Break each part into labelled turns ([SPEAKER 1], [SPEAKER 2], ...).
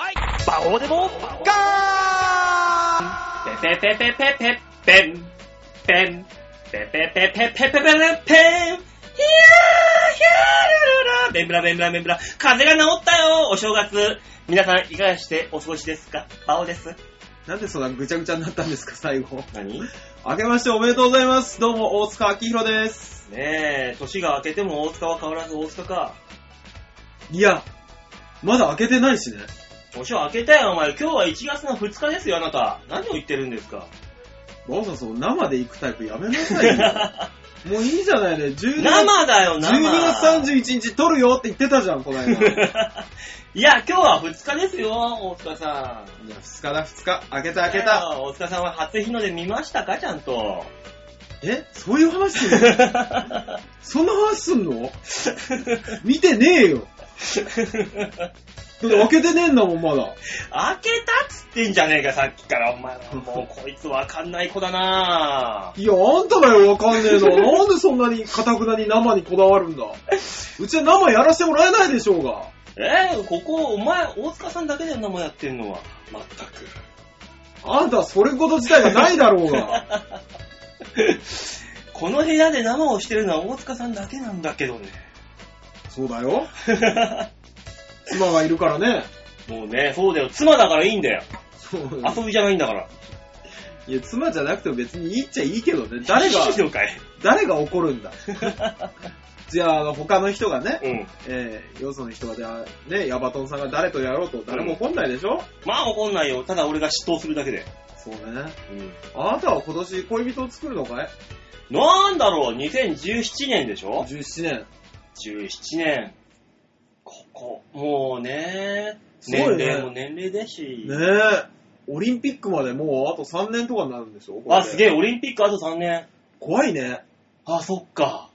[SPEAKER 1] ここでも、ガーン
[SPEAKER 2] ペペペペペペン、ペン、ペペペペペペペペン、ペン、ヒャーヒャーララベンブラベンブラベンブラ、風邪が治ったよお正月。皆さん、いかがしてお過ごしですかバオです。
[SPEAKER 3] なんでそんなぐちゃぐちゃになったんですか、最後。
[SPEAKER 2] 何ね
[SPEAKER 3] 明けましておめでとうございます。どうも、大塚明宏です。
[SPEAKER 2] え、年が明けても大塚は変わらず大塚か。
[SPEAKER 3] いや、まだ開けてないしね。
[SPEAKER 2] 年を明けたよ、お前。今日は1月の2日ですよ、あなた。何を言ってるんですか
[SPEAKER 3] バオさん、その生で行くタイプやめなさい よ。もういいじゃないね。12月
[SPEAKER 2] 生だよ、生。
[SPEAKER 3] 12月31日撮るよって言ってたじゃん、この 間。いや、
[SPEAKER 2] いや、今日は2日ですよ、大塚さん。
[SPEAKER 3] 2日だ、2日。開けた、開けた。。
[SPEAKER 2] 大塚さんは初日の出見ましたか、ちゃん と。
[SPEAKER 3] えそういう話するのそんな話すん の見てねえよ。だって開けてねえんだもん、まだ。
[SPEAKER 2] 開けたっつってんじゃねえか、さっきから。お前はもう、こいつわかんない子だない
[SPEAKER 3] や、あんただよ、わかんねえ の。なんでそんなに、かたくなに生にこだわるんだ。うちは生やらせてもらえないでしょうが。
[SPEAKER 2] えー、ここ、お前、大塚さんだけだよ、もやってんのは。まったく。
[SPEAKER 3] あんたはそれこと自体がないだろうが。
[SPEAKER 2] この部屋で生をしてるのは大塚さんだけなんだけどね。
[SPEAKER 3] そうだよ。妻がいるからね。
[SPEAKER 2] もうね、そうだよ。妻だからいいんだよ。
[SPEAKER 3] そう
[SPEAKER 2] 遊びじゃないんだから。
[SPEAKER 3] いや、妻じゃなくても別にいいっちゃいいけどね。誰が
[SPEAKER 2] い、いのかい
[SPEAKER 3] 誰が怒る んだ。じゃああの、他の人がね、
[SPEAKER 2] うん。
[SPEAKER 3] えー、よその人が、ね、ヤバトンさんが誰とやろうと誰も怒んないでしょ、
[SPEAKER 2] まあ怒んないよ。ただ俺が嫉妬するだけで。
[SPEAKER 3] そうね。
[SPEAKER 2] うん。
[SPEAKER 3] あなたは今年恋人を作るのかい
[SPEAKER 2] なんだろう、2017年でしょ
[SPEAKER 3] ?17 年。
[SPEAKER 2] 17年。ここ、もうね、
[SPEAKER 3] そう
[SPEAKER 2] 年
[SPEAKER 3] よね
[SPEAKER 2] 齢も年齢だし。
[SPEAKER 3] ねえ、オリンピックまでもうあと3年とかになるんでしょ
[SPEAKER 2] あ、すげ
[SPEAKER 3] え。
[SPEAKER 2] え、オリンピックあと3年。
[SPEAKER 3] 怖いね。
[SPEAKER 2] あ、そっか。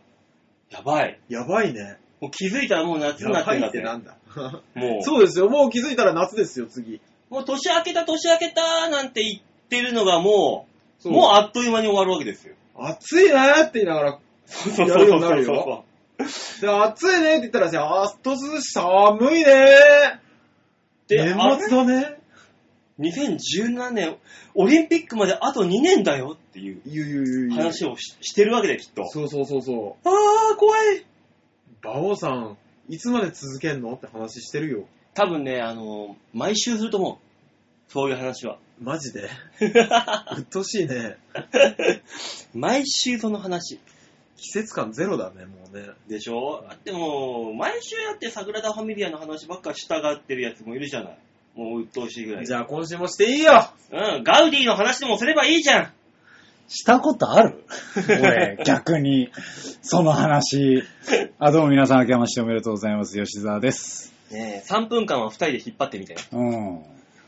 [SPEAKER 2] やばい。
[SPEAKER 3] やばいね。
[SPEAKER 2] もう気づいたらもう夏
[SPEAKER 3] や
[SPEAKER 2] になって
[SPEAKER 3] ば
[SPEAKER 2] ん
[SPEAKER 3] い
[SPEAKER 2] だ
[SPEAKER 3] っ
[SPEAKER 2] ってて。
[SPEAKER 3] なんだ。
[SPEAKER 2] もう、
[SPEAKER 3] そうですよ、もう気づいたら夏ですよ、次。
[SPEAKER 2] もう年明けた、年明けた、なんて言ってるのがもう、
[SPEAKER 3] そう
[SPEAKER 2] もうあっという間に終わるわけですよ。
[SPEAKER 3] 暑いねーって言いながら、
[SPEAKER 2] そうそう
[SPEAKER 3] や
[SPEAKER 2] そう
[SPEAKER 3] るよ
[SPEAKER 2] そう
[SPEAKER 3] にな
[SPEAKER 2] う
[SPEAKER 3] る
[SPEAKER 2] そ
[SPEAKER 3] よで暑いねって言ったらさ、あっと涼しい、寒いね
[SPEAKER 2] う。
[SPEAKER 3] ー。
[SPEAKER 2] で、あ
[SPEAKER 3] 年
[SPEAKER 2] れ
[SPEAKER 3] 末だね。
[SPEAKER 2] 2017年、オリンピックまであと2年だよっていう
[SPEAKER 3] ゆうゆうゆうゆう。
[SPEAKER 2] 話をししてるわけで、きっと。
[SPEAKER 3] そうそうそうそ
[SPEAKER 2] あー、怖い。
[SPEAKER 3] う。馬王さん、いつまで続けんのって話してるよ。
[SPEAKER 2] 多分ね、あの、毎週すると思う。そういう話 は。
[SPEAKER 3] マジで。うっとうしいね。
[SPEAKER 2] 毎週その話。
[SPEAKER 3] 季節感ゼロだね、もうね。
[SPEAKER 2] でしょだってもう、毎週やって桜田ファミリアの話ばっか従ってるやつもいるじゃない。もう鬱陶しいぐらい。
[SPEAKER 3] じゃあ今週もしていいよ
[SPEAKER 2] うん、ガウディの話でもすればいいじゃん。
[SPEAKER 4] したことある 俺、逆に。その話。あ、どうも皆さん明けましておめでとうございます。吉沢です。
[SPEAKER 2] ねえ、3分間は2人で引っ張ってみたいな。
[SPEAKER 4] うん。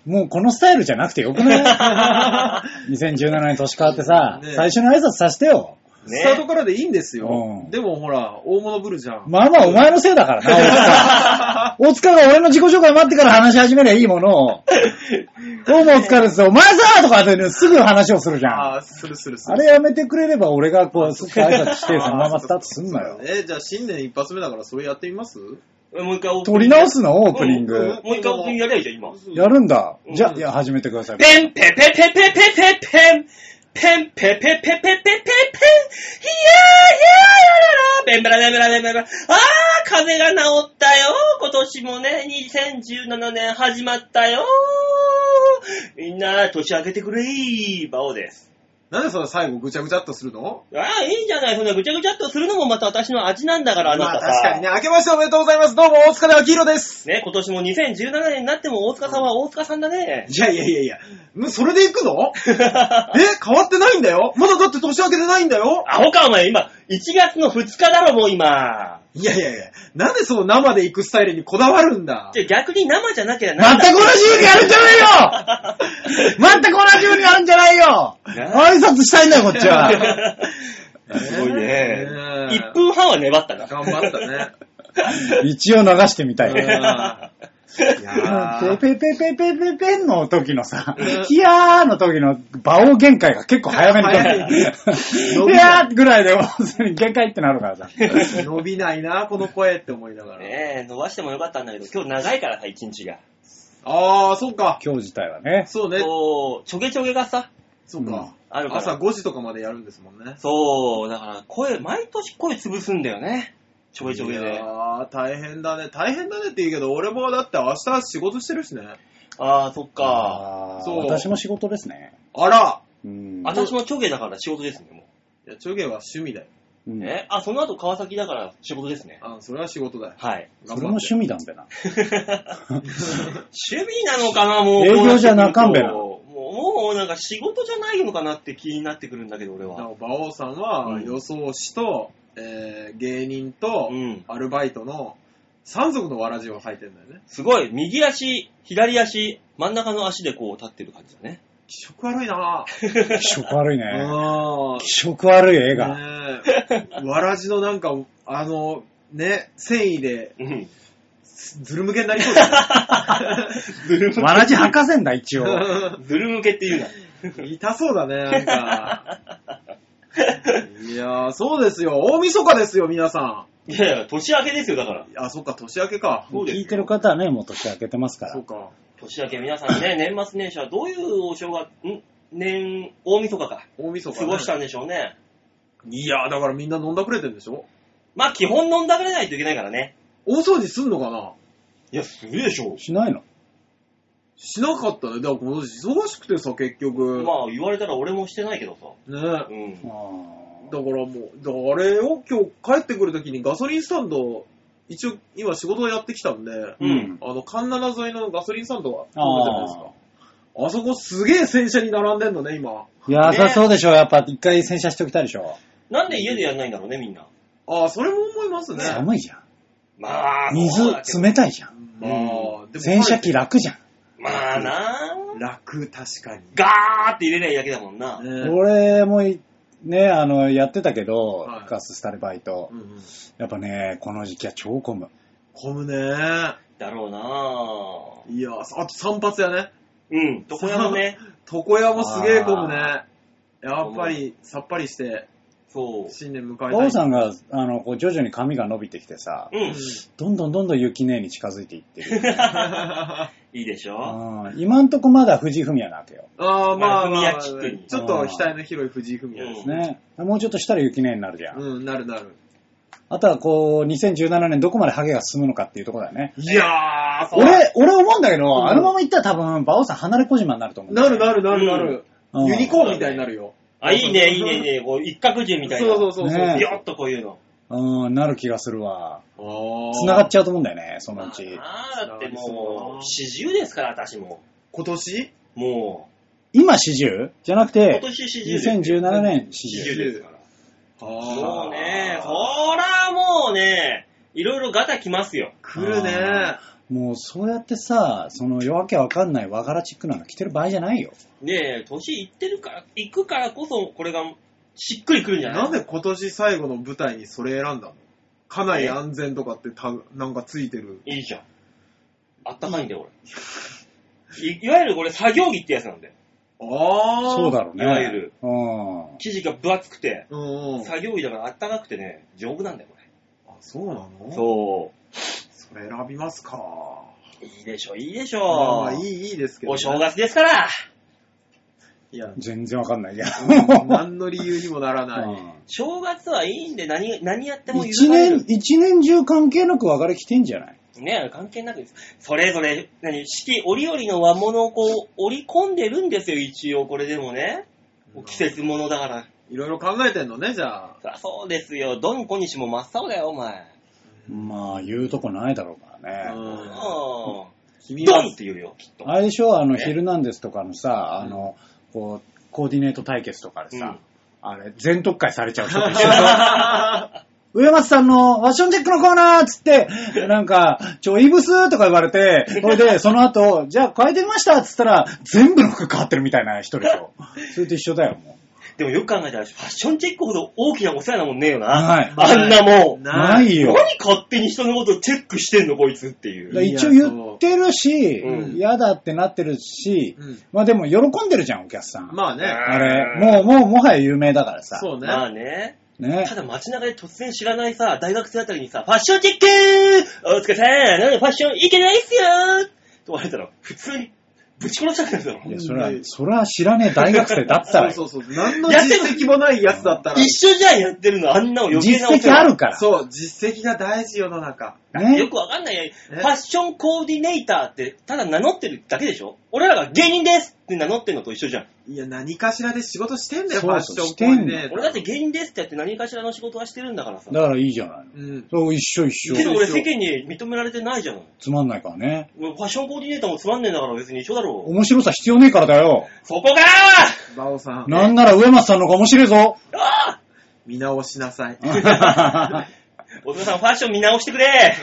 [SPEAKER 4] もうこのスタイルじゃなくてよくない ?2017 年年変わってさ、
[SPEAKER 3] ねえ
[SPEAKER 4] 最初の挨拶させてよ。
[SPEAKER 2] ね
[SPEAKER 3] スタートからでいいんですよ
[SPEAKER 4] う。ん
[SPEAKER 3] でもほら、大物ぶるじゃん。
[SPEAKER 4] まあまあお前のせいだからな、大塚。大塚が俺の自己紹介待ってから話し始めりゃいいものを。どうもお疲れです。お前さとかって、ね、すぐ話をするじゃん。
[SPEAKER 3] ああ、するするする。
[SPEAKER 4] あれやめてくれれば俺がこう、すって挨拶して、そのままスタートすんなよ。
[SPEAKER 3] え、じゃあ新年一発目だからそれやってみます
[SPEAKER 2] もう一回オープニング
[SPEAKER 4] 撮り直すのオープ
[SPEAKER 3] う
[SPEAKER 4] ニン
[SPEAKER 3] んう
[SPEAKER 4] グ
[SPEAKER 3] ん。
[SPEAKER 2] もう一回オープニングやりゃいいじゃん、今。
[SPEAKER 4] やるんだ
[SPEAKER 2] う。ん
[SPEAKER 4] じゃあ、いや、始めてください。
[SPEAKER 2] ペンペペペペペペペンペンペペペペペペペンヒヤーヒヤーやららベンベラベンベラベンベラあー風が治ったよ今年もね、2017年始まったよみんな、年明けてくれいバオです。
[SPEAKER 3] なんでそれ最後ぐちゃぐちゃっとするの
[SPEAKER 2] ああ、いいんじゃないそんなぐちゃぐちゃっとするのもまた私の味なんだから、あな
[SPEAKER 3] ま
[SPEAKER 2] た
[SPEAKER 3] あ
[SPEAKER 2] さ。
[SPEAKER 3] 確かにね、明けましておめでとうございます。どうも、大塚で明宏です。
[SPEAKER 2] ね、今年も2017年になっても大塚さんは大塚さんだね。
[SPEAKER 3] いやいやいやいや、もうそれで行くのえ、変わってないんだよまだだって年明けてないんだよ
[SPEAKER 2] アホかお前、今、1月の2日だろ、もう今。
[SPEAKER 3] いやいやいや、なんでその生で行くスタイルにこだわるんだ
[SPEAKER 2] じゃあ逆に生じゃなきゃな
[SPEAKER 4] 全
[SPEAKER 2] ん
[SPEAKER 4] く
[SPEAKER 2] だ
[SPEAKER 4] 同じようにやるんじゃないよ全く同じようにやるんじゃないよ
[SPEAKER 2] な
[SPEAKER 4] 挨拶したいんだよ、こっちは。
[SPEAKER 2] すごいね。
[SPEAKER 3] え
[SPEAKER 2] 1分半は粘ったな。
[SPEAKER 3] 頑張ったね。
[SPEAKER 4] 一応流してみたい。
[SPEAKER 3] うんい
[SPEAKER 4] ペ
[SPEAKER 3] やー
[SPEAKER 4] ペペペペペペンの時のさ
[SPEAKER 3] うん、
[SPEAKER 4] ヒヤーの時の場を限界が結構早めに
[SPEAKER 3] 早
[SPEAKER 4] 来
[SPEAKER 3] い
[SPEAKER 4] る。ヒヤーぐらいでもうすでに限界ってなるからさ。
[SPEAKER 3] 伸びないな、この声って思いながら。
[SPEAKER 2] ねえ、伸ばしてもよかったんだけど、今日長いからさ、1日が。
[SPEAKER 3] ああ、そうか。
[SPEAKER 4] 今日自体はね。
[SPEAKER 3] そうね。
[SPEAKER 2] こう、ちょげちょげがさ、
[SPEAKER 3] そうか。
[SPEAKER 2] あるから。
[SPEAKER 3] 朝5時とかまでやるんですもんね。
[SPEAKER 2] そう、だから声、毎年声潰すんだよね。ちょげちょげ
[SPEAKER 3] い
[SPEAKER 2] で。
[SPEAKER 3] やー、大変だね。大変だねって言うけど、俺もだって明日仕事してるしね。
[SPEAKER 2] ああ、そっか。
[SPEAKER 4] あー
[SPEAKER 3] そう
[SPEAKER 4] 私も仕事ですね。
[SPEAKER 3] あら
[SPEAKER 4] うん。
[SPEAKER 2] 私もちょげだから仕事ですね、も
[SPEAKER 3] いや、チョゲは趣味だよ。
[SPEAKER 4] う
[SPEAKER 2] う。
[SPEAKER 4] ん
[SPEAKER 2] ね。あ、その後川崎だから仕事ですね。
[SPEAKER 3] あそれは仕事だよ。
[SPEAKER 2] はい。
[SPEAKER 4] それも趣味なんだな。
[SPEAKER 2] 趣味なのかな、もう。
[SPEAKER 4] 営業じゃなかんべな
[SPEAKER 2] もう、もうなんか仕事じゃないのかなって気になってくるんだけど、俺
[SPEAKER 3] な
[SPEAKER 2] は。
[SPEAKER 3] お、馬王さんは
[SPEAKER 2] うん
[SPEAKER 3] 予想師と、えー、芸人と、
[SPEAKER 2] うん
[SPEAKER 3] アルバイトの三足のわらじを履いてんだよね。
[SPEAKER 2] すごい、右足、左足、真ん中の足でこう立ってる感じだね。
[SPEAKER 3] 気色悪いな ぁ。
[SPEAKER 4] 気色悪いね。
[SPEAKER 3] あ
[SPEAKER 4] 気色悪い絵
[SPEAKER 3] ー
[SPEAKER 4] が。
[SPEAKER 3] ねえわらじのなんか、あの、ね、繊維で
[SPEAKER 2] うん。
[SPEAKER 3] ずるむけになりそうだね。
[SPEAKER 2] ずる
[SPEAKER 4] わらじ履かせんだ、一応。
[SPEAKER 2] ずる向けって言う な。
[SPEAKER 3] 痛そうだね、なんか。いやー、そうですよ。大晦日ですよ、皆さ
[SPEAKER 2] いやいや、年明けですよ、だから。
[SPEAKER 3] ん。あ、そっか、年明けか。
[SPEAKER 2] そうです
[SPEAKER 4] 聞いてる方はね、もう年明けてますか
[SPEAKER 3] そ
[SPEAKER 4] ら
[SPEAKER 3] う。か。
[SPEAKER 2] 年明け皆さん ね、年末年始はどういうお正月、ん年、大晦日か。
[SPEAKER 3] 大晦日、
[SPEAKER 2] 過
[SPEAKER 3] ね。
[SPEAKER 2] ごしたんでしょうね。
[SPEAKER 3] いやー、だからみんな飲んだくれてんでしょ
[SPEAKER 2] まあ、基本飲んだくれないといけないからね。
[SPEAKER 3] 大掃除すんのかない
[SPEAKER 2] や、するでしょ
[SPEAKER 4] しないの
[SPEAKER 3] しなかったね。だからこの時忙しくてさ、結局。
[SPEAKER 2] まあ、言われたら俺もしてないけどさ。
[SPEAKER 3] ねだか
[SPEAKER 2] うん。
[SPEAKER 4] あ
[SPEAKER 3] らもう、だからあれを今日帰ってくるときにガソリンスタンド、一応今仕事をやってきたんで、
[SPEAKER 4] ーうん。
[SPEAKER 3] あの、カンナナ沿いのガソリンスタンドが
[SPEAKER 4] あ
[SPEAKER 3] あるじゃないですか。あそこすげえ洗車に並んでんのね、今。
[SPEAKER 4] いや、さそうでしょ。やっぱ一回洗車しておきたいでしょ。
[SPEAKER 2] なんで家でやんないんだろうね、みんな。
[SPEAKER 3] ああ、それも思いますね。
[SPEAKER 4] 寒いじゃん。
[SPEAKER 2] まあ、そうだけど
[SPEAKER 4] 水、冷たいじゃん。
[SPEAKER 3] まあ、でも
[SPEAKER 4] 洗車機楽じゃん。
[SPEAKER 2] まあな
[SPEAKER 3] 楽、確かに。
[SPEAKER 2] ガーって入れないだけだもんな。
[SPEAKER 3] ね
[SPEAKER 4] 俺もい、ね、あの、やってたけど
[SPEAKER 3] はい、
[SPEAKER 4] ガススタレバイト
[SPEAKER 3] う。んうん
[SPEAKER 4] やっぱね、この時期は超混む。
[SPEAKER 3] 混むね。
[SPEAKER 2] だろう
[SPEAKER 3] いやー、あと散髪やね。
[SPEAKER 2] なうん、床屋もね。
[SPEAKER 3] 床屋もすげえ混むね。やっぱり、さっぱりして、
[SPEAKER 2] そう。
[SPEAKER 3] 新年迎えたい。
[SPEAKER 4] 王さんが、あの、こう徐々に髪が伸びてきてさ、
[SPEAKER 2] う
[SPEAKER 3] うん
[SPEAKER 2] ん、
[SPEAKER 4] どんどんどんどん雪姉に近づいていってる。
[SPEAKER 3] あ
[SPEAKER 2] いいでしょ
[SPEAKER 4] うん今んとこまだ藤井フミヤなわけよ。
[SPEAKER 3] あ、まあまあ、
[SPEAKER 2] ま
[SPEAKER 3] ま
[SPEAKER 2] あ
[SPEAKER 3] あ
[SPEAKER 2] 文明切って
[SPEAKER 3] ちょっと額の広い藤井文也ですね。
[SPEAKER 4] ね。もうちょっとしたら雪姉になるじゃん。
[SPEAKER 3] うん、なるなる。
[SPEAKER 4] あとはこう、2017年どこまでハゲが進むのかっていうところだよね。
[SPEAKER 3] いやー、そう
[SPEAKER 4] 俺、俺思うんだけど、
[SPEAKER 3] ん
[SPEAKER 4] あのまま行ったら多分、バオさん離れ小島になると思う。
[SPEAKER 3] なるなるなるなる。
[SPEAKER 4] うん
[SPEAKER 3] ユニコーンみたいになるよ。
[SPEAKER 2] あ、いいね、いいね、いいね。こう、一角獣みたいな。
[SPEAKER 3] そうそうそうそう。
[SPEAKER 4] ね
[SPEAKER 2] ビヨッとこういうの。
[SPEAKER 4] うん、なる気がするわ。
[SPEAKER 3] あー
[SPEAKER 4] 繋がっちゃうと思うんだよね、そのうち。
[SPEAKER 2] ああ、だってもう、四十ですから、私も。
[SPEAKER 3] 今年
[SPEAKER 2] も
[SPEAKER 4] 今 40? じゃなく
[SPEAKER 2] う、今
[SPEAKER 4] て、
[SPEAKER 2] 年四十。
[SPEAKER 4] 2017年
[SPEAKER 2] 四
[SPEAKER 4] 40。
[SPEAKER 2] 十ですから。
[SPEAKER 3] あ
[SPEAKER 2] もうね、
[SPEAKER 3] そう。
[SPEAKER 2] ほらもうね、いろいろガタきますよ。
[SPEAKER 3] 来るね
[SPEAKER 4] あ。もうそうやってさ、その夜明けわかんない和柄チックなんか着てる場合じゃないよ。
[SPEAKER 2] ねえ、年いってるから、行くからこそ、これが、しっくりくるんじゃない
[SPEAKER 3] なんで今年最後の舞台にそれ選んだの家内安全とかってたなんかついてる。
[SPEAKER 2] いいじゃん。あったかいんだよ、俺。いいわゆるこれ作業着ってやつなんだよ。
[SPEAKER 3] ああ。
[SPEAKER 4] そうだろうね。
[SPEAKER 2] いわゆる
[SPEAKER 4] うん。
[SPEAKER 2] 生地が分厚くて、
[SPEAKER 3] うんうん。
[SPEAKER 2] 作業着だからあったかくてね、丈夫なんだよ、こ
[SPEAKER 3] あ、そうなの
[SPEAKER 2] れ。そ
[SPEAKER 3] それ選びますか。
[SPEAKER 2] う。いいでしょ、いいでし
[SPEAKER 3] まあ
[SPEAKER 2] ょ。
[SPEAKER 3] まあいい、いいですけど、
[SPEAKER 2] お正月ですから。
[SPEAKER 3] いや、
[SPEAKER 4] 全然わかんない。いや、
[SPEAKER 3] 何の理由にもならない。
[SPEAKER 2] 正月はいいんで、何、何やっても
[SPEAKER 4] 一
[SPEAKER 2] 許される
[SPEAKER 4] 年、。一年中関係なく別れ着てんじゃない
[SPEAKER 2] ね関係なくです。それぞれ、何、四季折々の和物をこう、織り込んでるんですよ、一応、これでもね。季節物だから。
[SPEAKER 3] いろいろ考えてんのね、じゃあ。
[SPEAKER 2] そりゃそうですよ。どんこにしも真っ青だよ、お前。
[SPEAKER 4] まあ、言うとこないだろうから
[SPEAKER 3] う
[SPEAKER 4] ね。
[SPEAKER 2] うん
[SPEAKER 3] ん。
[SPEAKER 2] ん。
[SPEAKER 3] 君
[SPEAKER 2] ド
[SPEAKER 3] は
[SPEAKER 2] ンっ、て言うよ、きっと。
[SPEAKER 4] あれでしょあの、
[SPEAKER 2] ね
[SPEAKER 4] ヒルナンデスとかのさ、あの、こう、コーディネート対決とかでさ、あれ、全特会されちゃう人と一緒でしょ 上松さんのファッションチェックのコーナーっつって、なんか、ちょ、イブスとか言わ れて、それで、その後、じゃあ変えてみましたっつったら、全部の服変わってるみたいな人でし ょ。それと一緒だよ、も
[SPEAKER 2] でもよく考えたら、ファッションチェックほど大きなお世話なもんねえよな。
[SPEAKER 4] はい
[SPEAKER 2] あんなもん。
[SPEAKER 4] う。
[SPEAKER 2] 何
[SPEAKER 3] な。
[SPEAKER 4] ないいよ。
[SPEAKER 2] 勝手に人のことチェックしてんの、こいつってい
[SPEAKER 4] だから
[SPEAKER 2] う。
[SPEAKER 4] 一応言ってるし
[SPEAKER 2] うん、
[SPEAKER 4] 嫌、だってなってるし、
[SPEAKER 3] うん
[SPEAKER 4] まあでも喜んでるじゃん、お客さん。
[SPEAKER 3] まあね。
[SPEAKER 4] あれ、もう、もう、もはや有名だからさ。
[SPEAKER 3] そうね。
[SPEAKER 2] まあね。
[SPEAKER 4] ね
[SPEAKER 2] た。だ街中で突然知らないさ、大学生あたりにさ、ファッションチェックお疲れさんなんでファッションいけないっすよとか言ったら、普通にぶち殺しちゃってるんだろ
[SPEAKER 4] い。や、それは、それは知らねえ大学生だった
[SPEAKER 3] そ
[SPEAKER 4] ら
[SPEAKER 3] う
[SPEAKER 4] よ。
[SPEAKER 3] そうそう。何の実績もないやつだったら。
[SPEAKER 2] 一緒じゃん、やってるの。あんなの余計
[SPEAKER 4] 実
[SPEAKER 2] なお世話
[SPEAKER 4] 績あるから。
[SPEAKER 3] そう、実績が大事世の中。
[SPEAKER 2] よ
[SPEAKER 4] ね。
[SPEAKER 2] くわかんないやファッションコーディネーターって、ただ名乗ってるだけでしょ俺らが芸人ですって名乗ってんのと一緒じゃん。
[SPEAKER 3] いや、何かしらで仕事してんだよ、フ
[SPEAKER 4] そ
[SPEAKER 3] ァッ
[SPEAKER 4] う
[SPEAKER 3] シ
[SPEAKER 4] そう
[SPEAKER 3] ョンコーディネーター
[SPEAKER 2] 俺だって芸人ですってやって何かしらの仕事はしてるんだからさ。
[SPEAKER 4] だからいいじゃないの。
[SPEAKER 3] うん。
[SPEAKER 4] そう、一緒一
[SPEAKER 2] け
[SPEAKER 4] 緒。
[SPEAKER 2] ど俺世間に認められてないじゃん。
[SPEAKER 4] つまんないからね。
[SPEAKER 2] ファッションコーディネーターもつまんねえんだから別に一緒だろ。
[SPEAKER 4] 面白さ必要ねえからだよ。
[SPEAKER 2] そこか
[SPEAKER 3] バオさん、
[SPEAKER 4] なんなら上松さんの方が面白いぞ。
[SPEAKER 3] 見直しなさい。フ
[SPEAKER 4] う
[SPEAKER 2] ーお父さんファッション見直してくれ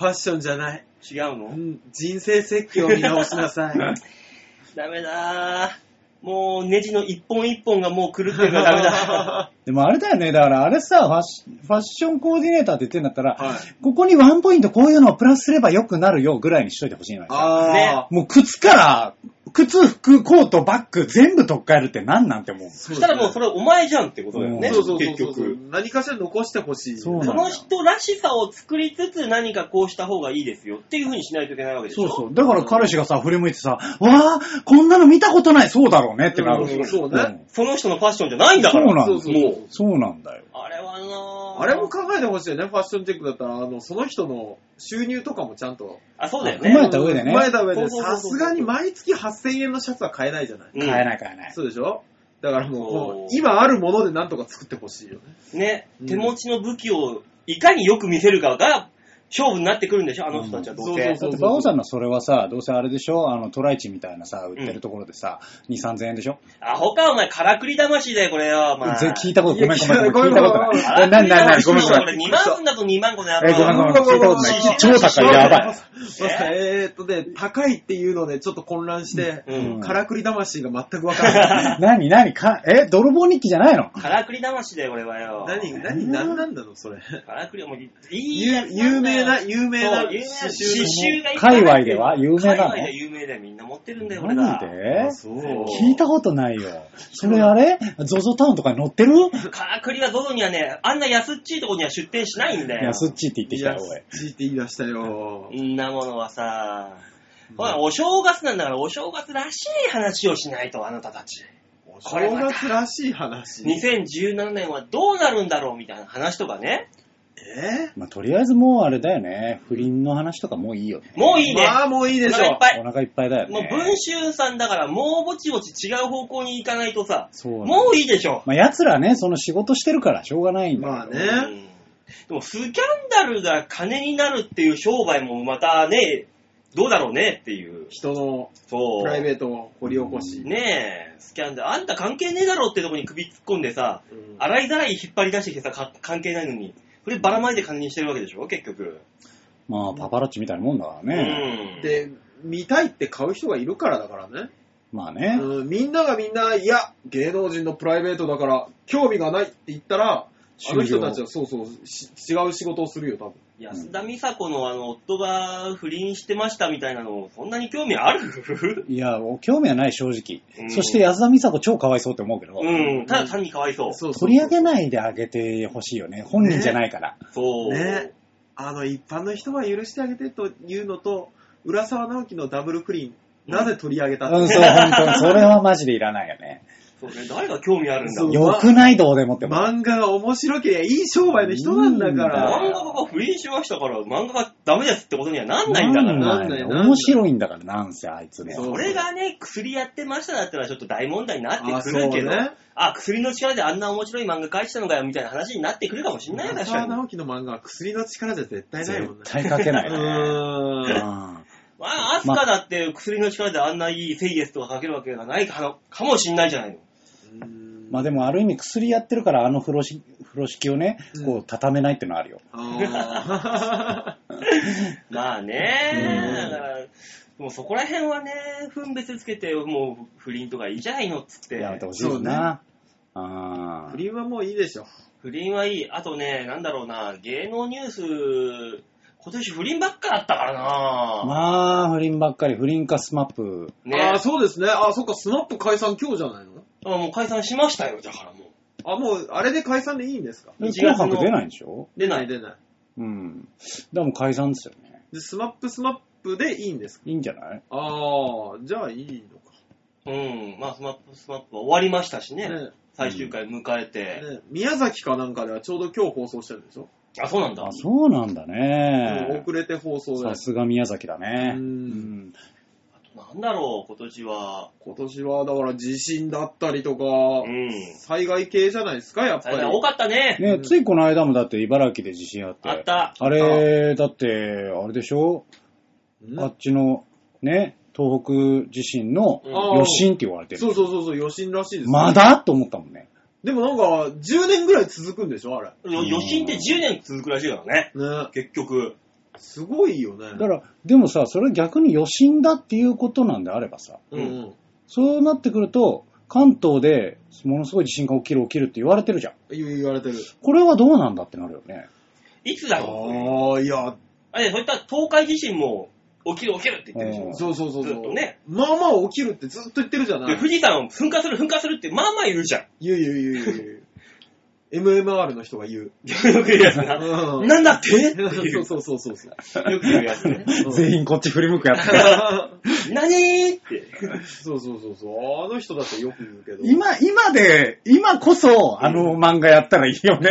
[SPEAKER 3] ァッションじゃない。
[SPEAKER 2] 違う
[SPEAKER 3] う
[SPEAKER 2] の
[SPEAKER 3] ん、人生設計を見直しなさい。
[SPEAKER 2] ダメだもうネジの一本一本がもう狂って るからダメだ。
[SPEAKER 4] んでもあれだよね。だからあれさ、ファッシファッションコーディネーターって言ってんだったら、
[SPEAKER 3] はい
[SPEAKER 4] ここにワンポイントこういうのをプラスすれば良くなるよぐらいにしといてほしいのよ。
[SPEAKER 3] ああ、
[SPEAKER 4] もう靴から、靴、服、コート、バッグ全部取っ換えるって何なんて思う。
[SPEAKER 3] そ
[SPEAKER 2] そしたらもうそ
[SPEAKER 3] れ、
[SPEAKER 2] れお前じゃんってことだよね。
[SPEAKER 3] そうそうそう
[SPEAKER 2] 結
[SPEAKER 3] そうそう
[SPEAKER 2] 局。
[SPEAKER 3] 何かしら残してほしい。
[SPEAKER 4] そう
[SPEAKER 2] そ
[SPEAKER 4] なんだ
[SPEAKER 2] の人らしさを作りつつ何かこうした方がいいですよっていう風にしないといけないわけでしょ
[SPEAKER 4] そうそう。だから彼氏がさ、振り向いてさ、わー、こんなの見たことない、そうだろうねってなる。
[SPEAKER 3] うんそうね
[SPEAKER 2] その人のファッションじゃないんだから。
[SPEAKER 4] そうなんだ
[SPEAKER 3] そうそうそう
[SPEAKER 2] も
[SPEAKER 4] そうなんだよ。
[SPEAKER 2] あれはなぁ
[SPEAKER 3] あれも考えてほしいよね、ファッションチェックだったら、あの、その人の収入とかもちゃんと。
[SPEAKER 2] あ、そうだよ
[SPEAKER 4] 踏ま
[SPEAKER 2] ね。
[SPEAKER 4] えた上でね
[SPEAKER 3] 踏まえた上で、
[SPEAKER 2] そうそうそう
[SPEAKER 3] さ
[SPEAKER 2] そう
[SPEAKER 3] すがに毎月8000円のシャツは買えないじゃない。
[SPEAKER 2] うん
[SPEAKER 4] 買えない買えない。
[SPEAKER 3] そうでしょだからもう、こう
[SPEAKER 2] そう
[SPEAKER 3] 今あるものでなんとか作ってほしいよね。
[SPEAKER 2] ね
[SPEAKER 3] う。ん
[SPEAKER 2] 手持ちの武器をいかによく見せるかが勝負になってくるんでしょあの人たちはどうせ。
[SPEAKER 3] うん
[SPEAKER 4] だって、バオさんのそれはさ、どうせあれでしょあの、トライチみたいなさ、売ってるところでさ、2、3000円でしょ
[SPEAKER 2] アホか、お前、からくり魂だよ、これよ、お前。
[SPEAKER 4] ぜ聞いたこと、ごめんごめんごめ
[SPEAKER 3] い
[SPEAKER 4] ん。聞
[SPEAKER 3] や
[SPEAKER 4] いたことない。
[SPEAKER 3] 聞いた
[SPEAKER 4] え、なになになにごめんごめ
[SPEAKER 2] これ
[SPEAKER 4] ん。
[SPEAKER 2] 2万すんだと2万個のやつ。
[SPEAKER 4] えごめんごめん聞いたことない超高いやばい
[SPEAKER 3] えーっとね、高いっていうのでちょっと混乱して、
[SPEAKER 2] うん
[SPEAKER 3] からくり魂が全くわからない。
[SPEAKER 4] なになにか、え、泥棒日記じゃないの
[SPEAKER 2] からくり魂だよ、これはよ。
[SPEAKER 3] 何、何、何なんだろう、それ。
[SPEAKER 2] からくり、もう、いいや
[SPEAKER 3] 有
[SPEAKER 2] つ
[SPEAKER 3] 有
[SPEAKER 2] んだ
[SPEAKER 3] 名
[SPEAKER 2] よ
[SPEAKER 3] な、有名な
[SPEAKER 2] そう有名な刺繍がいっぱい
[SPEAKER 4] 界隈では有名なの
[SPEAKER 2] 海外で有名だよ、みんな持ってるんだよ、俺
[SPEAKER 4] マ
[SPEAKER 2] ら。
[SPEAKER 4] ジで
[SPEAKER 3] あそう
[SPEAKER 4] 聞いたことないよ。それあれゾゾタウンとかに載ってる
[SPEAKER 2] からくりはゾゾにはね、あんな安っちいとこには出店しないんだよ。
[SPEAKER 4] 安っちいって言ってきたよ、
[SPEAKER 3] い
[SPEAKER 4] おい
[SPEAKER 3] や。ついて言い出したよ。
[SPEAKER 2] んなものはさ、ほら、お正月なんだから、お正月らしい話をしないと、あなたたち。
[SPEAKER 3] お
[SPEAKER 2] これ
[SPEAKER 3] 正
[SPEAKER 2] また
[SPEAKER 3] 月らしい話。
[SPEAKER 2] 2017年はどうなるんだろうみたいな話とかね。
[SPEAKER 3] え
[SPEAKER 4] まあ、とりあえずもうあれだよね。不倫の話とかもういいよね。
[SPEAKER 2] もういいね。
[SPEAKER 3] まあもういいで
[SPEAKER 2] お
[SPEAKER 3] し
[SPEAKER 2] 腹い
[SPEAKER 3] ょ
[SPEAKER 2] っ。ぱい。
[SPEAKER 4] お腹いっぱいだよ
[SPEAKER 2] もう
[SPEAKER 4] ね。
[SPEAKER 2] 文春さんだから、もうぼちぼち違う方向に行かないとさ、
[SPEAKER 4] そうなんだ
[SPEAKER 2] もういいでしょ。
[SPEAKER 4] まあ、奴らね、その仕事してるからしょうがないんだよ
[SPEAKER 3] まあ
[SPEAKER 2] う
[SPEAKER 3] ね。
[SPEAKER 2] んでも、スキャンダルが金になるっていう商売もまたね、どうだろうねっていう。
[SPEAKER 3] 人の
[SPEAKER 2] そう。
[SPEAKER 3] プライベートを掘り起こし。
[SPEAKER 2] ねえ、スキャンダル。あんた関係ねえだろってとこに首突っ込んでさ、
[SPEAKER 3] うん
[SPEAKER 2] 洗いざらい引っ張り出してきてさ、か関係ないのに。そればらまいて金にしてるわけでしょ結局。
[SPEAKER 4] まあ、パパラッチみたいなもんだからね。
[SPEAKER 2] うん。
[SPEAKER 3] で、見たいって買う人がいるからだからね。
[SPEAKER 4] まあね。
[SPEAKER 3] うん、みんながみんな、いや、芸能人のプライベートだから、興味がないって言ったら、あの人たちはそうそう、し違う仕事をするよ、多分。
[SPEAKER 2] 安田美沙子のあの、夫が不倫してましたみたいなの、そんなに興味ある
[SPEAKER 4] いや、興味はない、正直。
[SPEAKER 2] うん
[SPEAKER 4] そして安田美沙子超かわいそうって思うけど、
[SPEAKER 2] うん。ただ単にかわいそう。
[SPEAKER 3] そうそうそう
[SPEAKER 4] 取り上げないであげてほしいよね。本人じゃないから。
[SPEAKER 2] そう。
[SPEAKER 3] ねあの、一般の人は許してあげてというのと、浦沢直樹のダブルクリーン、なぜ取り上げたって
[SPEAKER 4] うん、そう、本当に。それはマジでいらないよね。
[SPEAKER 2] そうね。誰が興味あるんだ
[SPEAKER 3] そう
[SPEAKER 4] よくないどうでもって思う。
[SPEAKER 3] 漫画が面白けりゃいい商売の人なんだか
[SPEAKER 4] ま
[SPEAKER 3] ら。
[SPEAKER 4] あ
[SPEAKER 2] 漫画家が不倫しましたから、漫画がダメですってことにはなんないんだか
[SPEAKER 4] ん
[SPEAKER 2] ら。
[SPEAKER 4] ない
[SPEAKER 3] なんない
[SPEAKER 4] 面白いんだから、なんせ、あいつね。
[SPEAKER 3] そう
[SPEAKER 2] それがね、薬やってましただったらちょっと大問題になってくるけど、
[SPEAKER 3] あそう
[SPEAKER 2] あ,、
[SPEAKER 3] ね
[SPEAKER 2] 薬の力であんな面白い漫画描いてたのかよ、みたいな話になってくるかもしんないよ、
[SPEAKER 3] 浦
[SPEAKER 2] 確
[SPEAKER 3] 沢
[SPEAKER 2] かに。ま
[SPEAKER 3] 直樹の漫画は薬の力じゃ絶対ないもん
[SPEAKER 4] 絶
[SPEAKER 3] ね。
[SPEAKER 4] 対書けないね。
[SPEAKER 3] う
[SPEAKER 4] う
[SPEAKER 3] ーん。
[SPEAKER 4] ん
[SPEAKER 2] あ、アスカだって薬の力であんないいセイエスとか描けるわけがないかのかもしんないじゃないの。
[SPEAKER 4] まあでもある意味薬やってるからあの風呂敷風呂敷をね
[SPEAKER 3] うん、
[SPEAKER 4] こう畳めないってのはあるよ。
[SPEAKER 3] あー
[SPEAKER 2] まあね、
[SPEAKER 4] うん
[SPEAKER 2] だから、もうそこら辺はね、分別つけて、もう不倫とかいいじゃないのっつって。
[SPEAKER 4] やめてほしいよな。あ
[SPEAKER 3] 不倫はもういいでしょ。
[SPEAKER 2] 不倫はいい。あとね、なんだろうな、芸能ニュース、今年不倫ばっかだったからな、
[SPEAKER 4] あ。まあ、不倫ばっかり、不倫かスマップ。
[SPEAKER 2] ね
[SPEAKER 3] ああ、そうですね。ああ、そっか、スナップ解散今日じゃないの
[SPEAKER 2] あもう解散しましたよ、だからもう。
[SPEAKER 3] あ、もう、あれで解散でいいんですか
[SPEAKER 2] 1月
[SPEAKER 4] 紅
[SPEAKER 2] の
[SPEAKER 4] 白出ないんでしょ
[SPEAKER 2] 出ない。
[SPEAKER 3] 出ない。
[SPEAKER 4] うん。だからもう解散ですよね。
[SPEAKER 3] で、スマップスマップでいいんですか
[SPEAKER 4] いいんじゃない
[SPEAKER 3] ああ、じゃあいいのか。
[SPEAKER 2] うん。まあ、スマップ、スマップは終わりましたしね。
[SPEAKER 3] ね
[SPEAKER 2] 最終回迎えて。
[SPEAKER 3] ね宮崎かなんかではちょうど今日放送してるんでしょ、
[SPEAKER 2] あ、そうなんだ。
[SPEAKER 4] あ、そうなんだ
[SPEAKER 3] でも
[SPEAKER 4] ね。
[SPEAKER 3] 遅れて放送で
[SPEAKER 4] さ。すが宮崎だね。
[SPEAKER 3] うん
[SPEAKER 4] うん
[SPEAKER 2] なんだろう、今年は。
[SPEAKER 3] 今年はだから地震だったりとか、
[SPEAKER 2] うん。
[SPEAKER 3] 災害系じゃないですか、やっぱ
[SPEAKER 2] 災
[SPEAKER 3] り。
[SPEAKER 2] 害多かったね。
[SPEAKER 4] ね、ついこの間もだって茨城で地震あって。
[SPEAKER 2] あった。
[SPEAKER 4] あれ、だって、あれでしょ
[SPEAKER 3] うん
[SPEAKER 4] あっちの、ね、東北地震の
[SPEAKER 2] うん
[SPEAKER 3] あー
[SPEAKER 4] 余震って言われてる。
[SPEAKER 3] そうそうそうそう、余震らしいですね、
[SPEAKER 4] まだと思ったもんね。
[SPEAKER 3] でもなんか、10年ぐらい続くんでしょあれ。
[SPEAKER 2] よ余震って10年続くらしいからね。
[SPEAKER 3] ね。
[SPEAKER 2] 結局。
[SPEAKER 3] すごいよね。
[SPEAKER 4] だから、でもさ、それ逆に余震だっていうことなんであればさ、
[SPEAKER 3] うんうん。
[SPEAKER 4] そうなってくると、関東でものすごい地震が起きる起きるって言われてるじゃん。
[SPEAKER 3] 言言われてる。
[SPEAKER 4] これはどうなんだってなるよね。
[SPEAKER 2] いつだろう。
[SPEAKER 3] ああ、いや、
[SPEAKER 2] あれ、そういった東海地震も起きる起きるって言ってるでし
[SPEAKER 4] う
[SPEAKER 2] ょ
[SPEAKER 4] ん。
[SPEAKER 3] そうそうそうそう。
[SPEAKER 2] ずっとね
[SPEAKER 3] まあまあ起きるってずっと言ってるじゃな
[SPEAKER 2] で
[SPEAKER 3] い。
[SPEAKER 2] 富士山を噴火する噴火するって、まあまあ言うじゃん。
[SPEAKER 3] 言う言う言う言う言う。MMR の人が言う。
[SPEAKER 2] よく言うやつな。
[SPEAKER 3] うん
[SPEAKER 2] なんだってってい
[SPEAKER 3] そう
[SPEAKER 2] う。
[SPEAKER 3] そうそうそうそう。
[SPEAKER 2] よく言うやつね。
[SPEAKER 3] うん
[SPEAKER 4] 全員こっち振り向くやつ。
[SPEAKER 2] 何ーって。
[SPEAKER 3] そうそうそうそう。あの人だってよく言うけど。
[SPEAKER 4] 今、今で、今こそ、あの漫画やったらいいよね。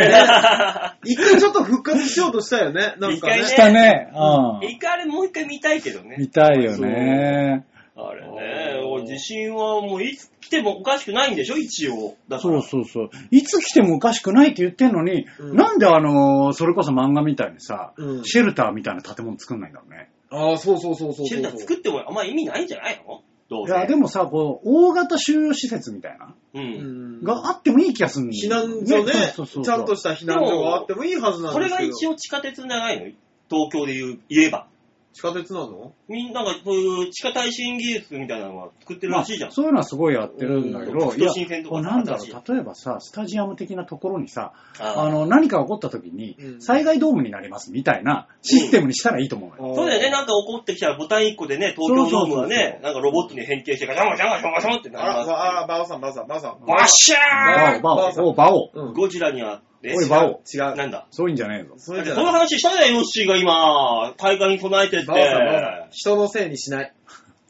[SPEAKER 2] 一
[SPEAKER 3] 一回ちょっと復活しようとしたよね。なん
[SPEAKER 2] 一
[SPEAKER 3] か
[SPEAKER 2] 回
[SPEAKER 3] ね。
[SPEAKER 2] ね
[SPEAKER 4] したね。う
[SPEAKER 2] 回あれもう一回見たいけど
[SPEAKER 4] ん。見
[SPEAKER 2] ね。
[SPEAKER 4] たいよね。
[SPEAKER 2] あれね、
[SPEAKER 3] あー
[SPEAKER 2] もう地震はもういつ来てもおかしくないんでしょ一応。だか
[SPEAKER 4] そ
[SPEAKER 2] ら。
[SPEAKER 4] うそうそう。いつ来てもおかしくないって言ってんのに、
[SPEAKER 3] うん
[SPEAKER 4] なんであのー、それこそ漫画みたいにさ、
[SPEAKER 3] うん
[SPEAKER 4] シェルターみたいな建物作んないんだろうね。
[SPEAKER 3] ああ、そうそうそうそうそう。
[SPEAKER 2] シェルター作ってもあんま意味ないんじゃないのどう
[SPEAKER 4] い
[SPEAKER 2] せ
[SPEAKER 4] や、でもさ、こう、大型収容施設みたいな、
[SPEAKER 2] う。
[SPEAKER 3] うんん
[SPEAKER 4] があってもいい気がするんだ
[SPEAKER 3] 避
[SPEAKER 4] よ
[SPEAKER 3] 難所ね
[SPEAKER 4] そうそうそう
[SPEAKER 3] ちゃんとした避難所があってもいいはずなん
[SPEAKER 2] こ
[SPEAKER 3] で
[SPEAKER 2] れ
[SPEAKER 3] す
[SPEAKER 2] が
[SPEAKER 3] けど。
[SPEAKER 2] 一応地下鉄じゃないの東京で言う、言えば。
[SPEAKER 3] 地下鉄なの
[SPEAKER 2] みんながそういう地下耐震技術みたいなのは作ってるらしいじゃん
[SPEAKER 4] まあ。そういうのはすごいやってるんだけど、
[SPEAKER 2] うん
[SPEAKER 4] いや、
[SPEAKER 2] 新鮮と
[SPEAKER 4] こ
[SPEAKER 2] か
[SPEAKER 4] う
[SPEAKER 2] さ
[SPEAKER 4] なんだろ
[SPEAKER 2] 新し
[SPEAKER 4] う、例えばさ、スタジアム的なところにさ、
[SPEAKER 2] あ
[SPEAKER 4] あ
[SPEAKER 2] ー
[SPEAKER 4] の、何か起こった時
[SPEAKER 3] う
[SPEAKER 4] に、
[SPEAKER 3] ん
[SPEAKER 4] 災害ドームになりますみたいなシステムにしたらいいと思うのよ。
[SPEAKER 2] そうだよね、なんか起こってきたらボタン1個でね、東京ドームがね、なんかロボットに変形してガシャンガシャンガシャンガシャンってなり
[SPEAKER 3] あら、
[SPEAKER 2] ます。
[SPEAKER 3] ばあ、ばあさん、ばあさん、ばあさん。
[SPEAKER 2] バッシャーン
[SPEAKER 4] バオ、バオ、おうバオ。
[SPEAKER 3] うん。
[SPEAKER 2] ゴジラには、え
[SPEAKER 4] おい、バオ。
[SPEAKER 3] 違う。
[SPEAKER 2] なんだ
[SPEAKER 4] そういうんじゃねえぞ。
[SPEAKER 3] そ
[SPEAKER 2] こ
[SPEAKER 3] れじゃ
[SPEAKER 2] の
[SPEAKER 3] ない。
[SPEAKER 2] 話したじゃん、ヨッシーが今、大会に備えてって。
[SPEAKER 3] ばあさん、ばあさん。人のせいにしない。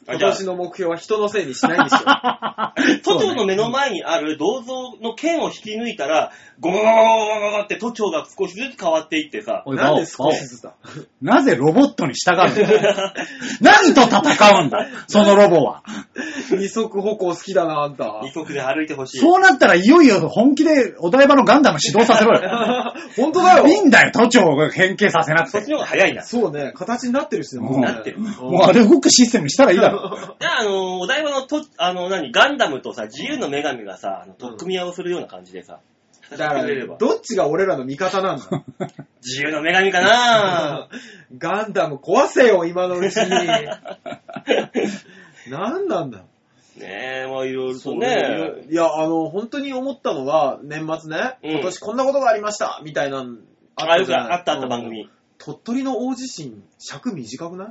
[SPEAKER 2] あ
[SPEAKER 3] 今
[SPEAKER 2] じゃあ
[SPEAKER 3] 年の目標は人のせいにしないにしよう。
[SPEAKER 2] 都庁の目の前にある銅像の剣を引き抜いたら、ゴゴゴゴゴゴゴゴって都庁が少しずつ変わっていってさ、
[SPEAKER 4] おい、バ
[SPEAKER 3] な
[SPEAKER 4] オ、
[SPEAKER 3] ん
[SPEAKER 4] バ
[SPEAKER 3] で少
[SPEAKER 4] オ。
[SPEAKER 3] しずつだ。
[SPEAKER 4] なぜロボットに従うんだ何と戦うんだそのロボは。
[SPEAKER 3] 二足歩行好きだな、あんた
[SPEAKER 2] 二。足で歩いてほしい。
[SPEAKER 4] そうなったらいよいよ本気でお台場のガンダム始動させろよ。
[SPEAKER 3] 本当だ
[SPEAKER 4] いい
[SPEAKER 3] よ。
[SPEAKER 4] んだよ、都庁を変形させなく
[SPEAKER 2] そっち
[SPEAKER 4] て。
[SPEAKER 2] の方が早いな。じ
[SPEAKER 3] そうね、形になってるしね、もう
[SPEAKER 4] うん
[SPEAKER 2] なって
[SPEAKER 3] ね
[SPEAKER 2] る。
[SPEAKER 4] もうあれ動くシステムにしたらいいだろ。
[SPEAKER 2] ゃあ、あの、お台場のと、あの、何、ガンダムとさ、自由の女神がさ、あの取っ組み合いをするような感じでさ、
[SPEAKER 3] だ
[SPEAKER 2] や
[SPEAKER 3] か
[SPEAKER 2] ってくれれ
[SPEAKER 3] ら、
[SPEAKER 2] ば
[SPEAKER 3] どっちが俺らの味方なんだ
[SPEAKER 2] 自由の女神かな
[SPEAKER 3] ガンダム壊せよ、今のうちに。何なんだ
[SPEAKER 2] ねえ、まあいろいろと
[SPEAKER 3] ね
[SPEAKER 2] ね。
[SPEAKER 3] いや、あの、本当に思ったのは、年末ね、
[SPEAKER 2] うん
[SPEAKER 3] 今年こんなことがありました、みたいなの
[SPEAKER 2] あ、よ
[SPEAKER 3] じ
[SPEAKER 2] く
[SPEAKER 3] ゃない
[SPEAKER 2] あったあった番。
[SPEAKER 3] うん
[SPEAKER 2] 組。
[SPEAKER 3] 鳥取の大地震、尺短くない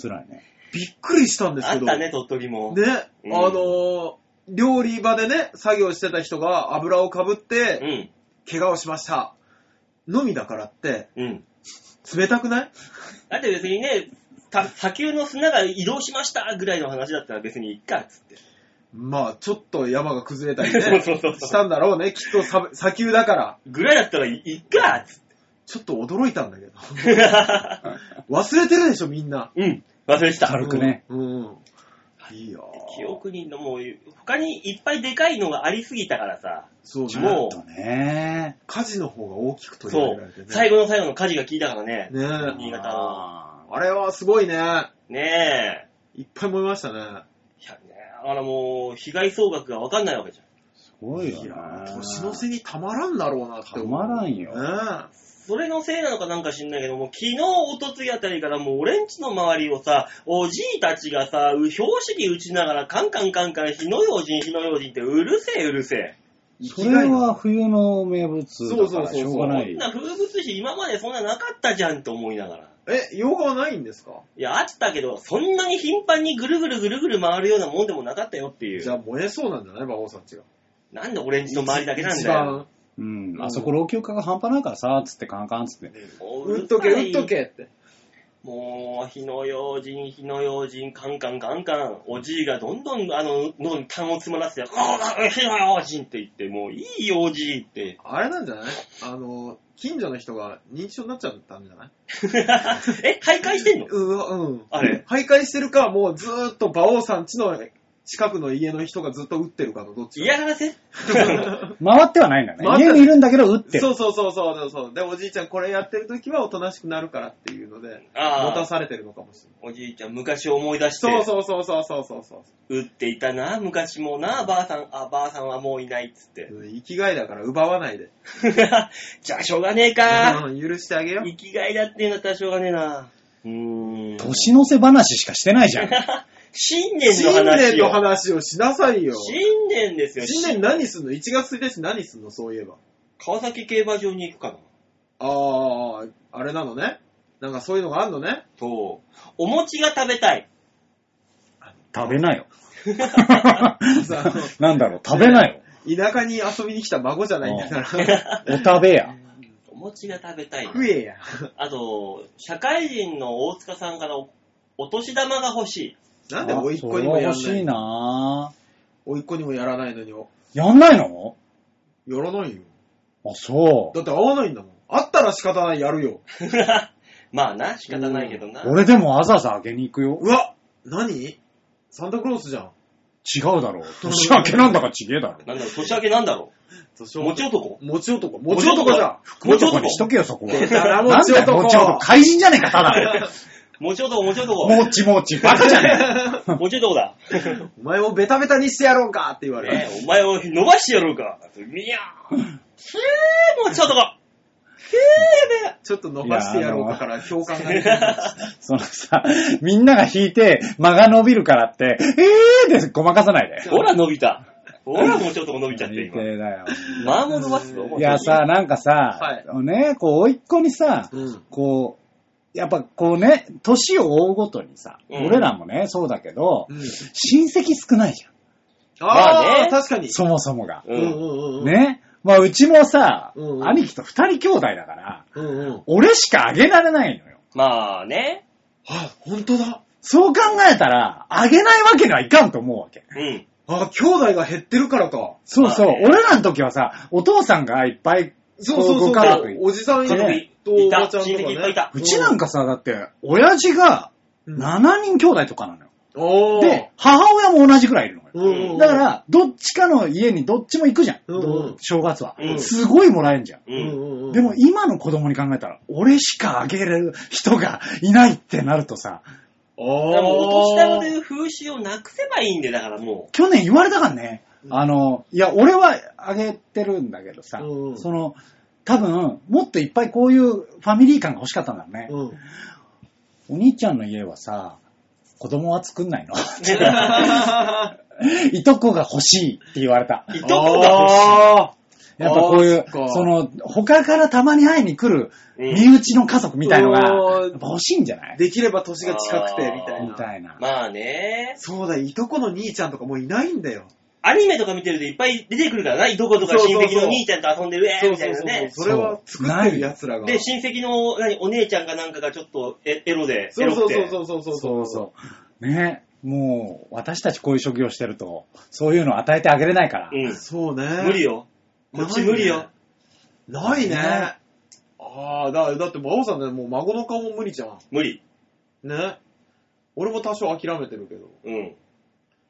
[SPEAKER 4] 辛いね。
[SPEAKER 3] びっくりしたんです
[SPEAKER 2] あ
[SPEAKER 3] け
[SPEAKER 2] っ
[SPEAKER 3] ど。
[SPEAKER 2] たね、鳥取も。
[SPEAKER 3] ね、
[SPEAKER 2] うん
[SPEAKER 3] あのー料理場でね、作業してた人が油をかぶ
[SPEAKER 2] う
[SPEAKER 3] って、
[SPEAKER 2] ん。
[SPEAKER 3] 怪我をしました。のみだからって、
[SPEAKER 2] うん。
[SPEAKER 3] 冷たくない
[SPEAKER 2] だって別にね、た砂丘の砂が移動しましたぐらいの話だったら別にいっかっつって。
[SPEAKER 3] まあ、ちょっと山が崩れたり
[SPEAKER 2] そう
[SPEAKER 3] ね、
[SPEAKER 2] そうそう
[SPEAKER 3] したんだろうね。きっとさ砂丘だから。
[SPEAKER 2] ぐらいだったらいいっかっつっ
[SPEAKER 3] ちょっと驚いたんだけど。
[SPEAKER 2] て。
[SPEAKER 3] 忘れてるでしょ、みんな。
[SPEAKER 2] うん。忘れてた。
[SPEAKER 4] 軽くね。
[SPEAKER 3] うん。うんいいよ。
[SPEAKER 2] 記憶に、もう、他にいっぱいでかいのがありすぎたからさ、
[SPEAKER 3] そう
[SPEAKER 4] ち
[SPEAKER 2] も
[SPEAKER 3] ね。
[SPEAKER 4] ょっとね。
[SPEAKER 3] 火事の方が大きく取り
[SPEAKER 2] そ
[SPEAKER 3] 上げられ
[SPEAKER 2] う
[SPEAKER 3] てね。、
[SPEAKER 2] 最後の最後の火事が効いたからね。
[SPEAKER 3] ねえ。
[SPEAKER 2] 新潟
[SPEAKER 4] あ
[SPEAKER 3] あれはすごいね。
[SPEAKER 2] ねえ。
[SPEAKER 3] いっぱい燃えましたね。
[SPEAKER 2] いやね、あらもう、被害総額がわかんないわけじゃん。
[SPEAKER 4] ーすごいよ
[SPEAKER 3] い
[SPEAKER 4] ね
[SPEAKER 3] や、。年の瀬にたまらんだろうなって思う。
[SPEAKER 4] たまらんよ
[SPEAKER 3] ね
[SPEAKER 2] それのせいなのかなんか知んないけども、昨日、おとついあたりからもう俺んちの周りをさ、おじいたちがさ、う拍子に打ちながらカンカンカンカン、火の用心火の用心ってうるせえうるせえ。
[SPEAKER 3] え
[SPEAKER 4] それは冬の名物だからしょうがな
[SPEAKER 2] そん
[SPEAKER 4] い。
[SPEAKER 2] な風物詩今までそんななかったじゃんと思いながら。
[SPEAKER 3] え、用がないんですか
[SPEAKER 2] いや、あったけど、そんなに頻繁にぐるぐるぐるぐる回るようなもんでもなかったよってい
[SPEAKER 3] じゃ
[SPEAKER 2] う。
[SPEAKER 3] あ燃えそうなんじゃない馬王さんちが。
[SPEAKER 2] なんで俺んちの周りだけなん
[SPEAKER 3] 一
[SPEAKER 2] だよ。
[SPEAKER 3] 番、
[SPEAKER 4] うん。あそこ老朽化が半端ないからさ、つってカンカンつって。
[SPEAKER 2] もう
[SPEAKER 3] 打っとけ、打っと。
[SPEAKER 2] る
[SPEAKER 3] けっ
[SPEAKER 2] さ
[SPEAKER 3] て。
[SPEAKER 2] いもう、火の用心、火の用心、カンカンカンカン、おじいがどんどん、あの、喉に痰を詰まらせて、ああ、火の用心って言って、もういいよ、おじいって。
[SPEAKER 3] あれなんじゃないあの、近所の人が認知症になっちゃったんじゃない
[SPEAKER 2] え、徘徊してんの
[SPEAKER 3] うわ、うん。
[SPEAKER 2] あれ。
[SPEAKER 3] 徘徊してるか、もうずーっと馬王さん家の近くの家の人がずっと撃ってるかのどっち
[SPEAKER 2] 嫌がらせ
[SPEAKER 4] 回ってはないんだね
[SPEAKER 3] 回っ。て
[SPEAKER 4] 家にいるんだけど打ってる。
[SPEAKER 3] そうそうそうそうそうそう。で、おじいちゃんこれやってる時はおとなしくなるからっていうので、持た
[SPEAKER 2] ああ、
[SPEAKER 3] されてるのかもしれな
[SPEAKER 2] お
[SPEAKER 3] い。
[SPEAKER 2] じいちゃん、昔を思い出して。
[SPEAKER 3] そうそうそうそうそうそうそう。
[SPEAKER 2] 売っていたな、昔もな、ばあさん、あ、ばあさんはもういないっつって。
[SPEAKER 3] 生きがいだから奪わないで。
[SPEAKER 2] じゃあ、しょうがねえか。
[SPEAKER 3] うん許してあげよう。
[SPEAKER 2] 生きがいだっていうんだったらしょうがねえな。うーん。
[SPEAKER 4] 年の瀬話しかしてないじ ゃん。
[SPEAKER 2] 新年の
[SPEAKER 3] 新年
[SPEAKER 2] 話
[SPEAKER 3] の
[SPEAKER 2] よ。
[SPEAKER 3] 話をしなさいよ。
[SPEAKER 2] 新年ですよ。
[SPEAKER 3] 新年何すんの ?1 月1日何すんのそういえば。
[SPEAKER 2] 川崎競馬場に行くかな。
[SPEAKER 3] あー、あれなのね。なんかそういうのがあんのね。
[SPEAKER 2] と、お餅が食べたい。
[SPEAKER 4] 食べ なよ。
[SPEAKER 3] さ
[SPEAKER 4] なんだろう、食べなよ。
[SPEAKER 3] 田舎に遊びに来た孫じゃないん だから。
[SPEAKER 4] お食べや。
[SPEAKER 2] お餅が食べたい。
[SPEAKER 3] 食えや。
[SPEAKER 2] あと、社会人の大塚さんからおお年玉が欲しい。
[SPEAKER 3] なんで甥いっ子
[SPEAKER 4] あそ
[SPEAKER 3] に
[SPEAKER 4] れ
[SPEAKER 3] も
[SPEAKER 4] は
[SPEAKER 3] やら
[SPEAKER 4] 欲しい
[SPEAKER 3] ない
[SPEAKER 4] な
[SPEAKER 3] 甥いっ子にもやらないのに、
[SPEAKER 4] やんないの
[SPEAKER 3] やらないよ。
[SPEAKER 4] あ、そう。
[SPEAKER 3] だって会わないんだもん。会ったら仕方ない、やるよ。
[SPEAKER 2] まあな、仕方ないけどな。
[SPEAKER 4] 俺でもわざわざあげに行くよ。
[SPEAKER 3] うわ何サンタクロースじゃん。
[SPEAKER 4] 違う だろう。年明けなんだからちげえだろ。
[SPEAKER 2] なんだろう、年明けなんだろう。餅
[SPEAKER 3] 餅
[SPEAKER 2] 男
[SPEAKER 3] 男。餅男じゃん。
[SPEAKER 4] もう
[SPEAKER 2] 餅
[SPEAKER 4] ちょっとに
[SPEAKER 2] 男
[SPEAKER 4] しとけよ、そこは。
[SPEAKER 3] 出たらもう
[SPEAKER 4] なん
[SPEAKER 3] ちょ
[SPEAKER 4] だ
[SPEAKER 3] っと
[SPEAKER 4] よ、
[SPEAKER 3] こう
[SPEAKER 4] もうちょっと。怪人じゃねえか、ただ。
[SPEAKER 2] 餅男、餅 男。
[SPEAKER 4] もちもち、バカじゃね
[SPEAKER 2] もうちょいどうだ。
[SPEAKER 3] お前をベタベタにしてやろうかって言われ
[SPEAKER 2] ね
[SPEAKER 3] る。
[SPEAKER 2] え、お前を伸ばしてやろうか。みやー。へえ、もうちょっとか。へえ、や
[SPEAKER 3] ちょっと伸ばしてやろうかから共感がね。
[SPEAKER 4] え。 そのさ、みんなが引いて、間が伸びるからって、えーってごまかさないで
[SPEAKER 2] べえ。。ほら、伸びた。ほら、もうちょっと伸びちゃって、
[SPEAKER 4] 最
[SPEAKER 2] 今。
[SPEAKER 4] 低だよ。
[SPEAKER 2] まあもう伸ばすぞ、もう
[SPEAKER 4] いやさ、、なんかさ、
[SPEAKER 3] はい
[SPEAKER 4] ね、こう、甥いっ子にさ、
[SPEAKER 3] うん。
[SPEAKER 4] こう、やっぱこうね、年を追うごとにさ、
[SPEAKER 2] うん
[SPEAKER 4] 俺らもね、そうだけど、
[SPEAKER 3] うん。
[SPEAKER 4] 親戚少ないじゃ
[SPEAKER 2] まあ
[SPEAKER 3] あ
[SPEAKER 2] ね
[SPEAKER 3] あ、確かに
[SPEAKER 4] ん。。そもそもが。
[SPEAKER 3] う
[SPEAKER 2] うん
[SPEAKER 3] う
[SPEAKER 2] ん。
[SPEAKER 3] んうんうん。。
[SPEAKER 4] ね。まあ、うちもさ、
[SPEAKER 3] うんうん
[SPEAKER 4] 兄貴と二人兄弟だから、
[SPEAKER 3] うんうん。
[SPEAKER 4] 俺しかあげられないのよ。
[SPEAKER 2] まあね。
[SPEAKER 3] あ、本当だ。
[SPEAKER 4] そう考えたら、あげないわけにはいかんと思うわけ。
[SPEAKER 2] うん。
[SPEAKER 3] あ、兄弟が減ってるからか。
[SPEAKER 4] そうそう、
[SPEAKER 2] まあね
[SPEAKER 4] 俺らの時はさ、お父さんがいっぱい、
[SPEAKER 3] そうそう
[SPEAKER 4] こ
[SPEAKER 3] そう
[SPEAKER 4] ご家族い
[SPEAKER 3] う。おじさんい
[SPEAKER 2] 家族
[SPEAKER 3] る
[SPEAKER 2] い
[SPEAKER 3] とお
[SPEAKER 2] い
[SPEAKER 3] ば
[SPEAKER 2] た。
[SPEAKER 3] ちゃんと
[SPEAKER 2] 親
[SPEAKER 3] か
[SPEAKER 2] 戚いっぱいい
[SPEAKER 3] ね。
[SPEAKER 2] た。
[SPEAKER 4] うちなんかさ、だって、親父が
[SPEAKER 3] うん
[SPEAKER 4] 7人兄弟とかなのよ。
[SPEAKER 3] おー
[SPEAKER 4] で、、母親も同じくらいいるのよ。
[SPEAKER 3] うんうんうん
[SPEAKER 4] だか、ら、どっちかの家にどっちも行くじゃん。
[SPEAKER 3] うんうん
[SPEAKER 4] どう正月は、
[SPEAKER 2] うん
[SPEAKER 4] すごいもらえんじゃん。
[SPEAKER 2] う
[SPEAKER 3] うん
[SPEAKER 2] ん。
[SPEAKER 3] うんうん。
[SPEAKER 4] でも、今の子供に考えたら、俺しかあげれる人がいないってなると
[SPEAKER 3] あ
[SPEAKER 4] さ、
[SPEAKER 2] だから
[SPEAKER 3] あ。
[SPEAKER 2] もうお年玉という風習をなくせばいいんで、だから も
[SPEAKER 4] 去年言われたからね、
[SPEAKER 3] うん
[SPEAKER 4] あの、いや、俺はあげてるんだけどさ、
[SPEAKER 3] うんうん
[SPEAKER 4] その、多分、もっといっぱいこういうファミリー感が欲しかったんだろう ね。
[SPEAKER 3] うん。
[SPEAKER 4] お兄ちゃんの家はさ、子供は作んないの
[SPEAKER 2] う。いとこ
[SPEAKER 4] いとこが欲しいって言われた。
[SPEAKER 2] が
[SPEAKER 4] やっぱこういう
[SPEAKER 3] あーそっ、か
[SPEAKER 4] その、他からたまに会いに来
[SPEAKER 2] う
[SPEAKER 4] る、
[SPEAKER 2] ん
[SPEAKER 4] 身内の家族みたいのが、
[SPEAKER 3] うわー
[SPEAKER 4] やっぱ欲しいんじゃない
[SPEAKER 3] できれば年が近くて、みた
[SPEAKER 2] あー
[SPEAKER 3] い
[SPEAKER 4] み
[SPEAKER 3] な。
[SPEAKER 4] たいな
[SPEAKER 2] 欲しい。。まあね。
[SPEAKER 3] そうだ、いとこの兄ちゃんとかもういないんだよ。
[SPEAKER 2] アニメとか見てるといっぱい出てくるからな、いとことか親戚の兄ちゃんと遊んでる、えーみたいなね。
[SPEAKER 3] それは作ってる奴らが。
[SPEAKER 2] で、親戚の、何、お姉ちゃんかなんかがちょっとエエロで、エ
[SPEAKER 3] そう
[SPEAKER 2] ロ
[SPEAKER 3] そ
[SPEAKER 2] く
[SPEAKER 3] う
[SPEAKER 2] て。
[SPEAKER 3] そうそうそう
[SPEAKER 4] そ
[SPEAKER 3] そうう
[SPEAKER 4] そう。ね。もう、私たちこういう職業してると、そういうの与えてあげれないから。
[SPEAKER 2] うん。
[SPEAKER 3] そうね。
[SPEAKER 2] 無理。よ。こっち無理よ。
[SPEAKER 3] ないね。
[SPEAKER 4] ね
[SPEAKER 3] ああー、だ、だって、魔王さんね、もう孫の顔も無理じゃん。
[SPEAKER 2] 無理。
[SPEAKER 3] ね。俺も多少諦めてるけど。
[SPEAKER 2] うん。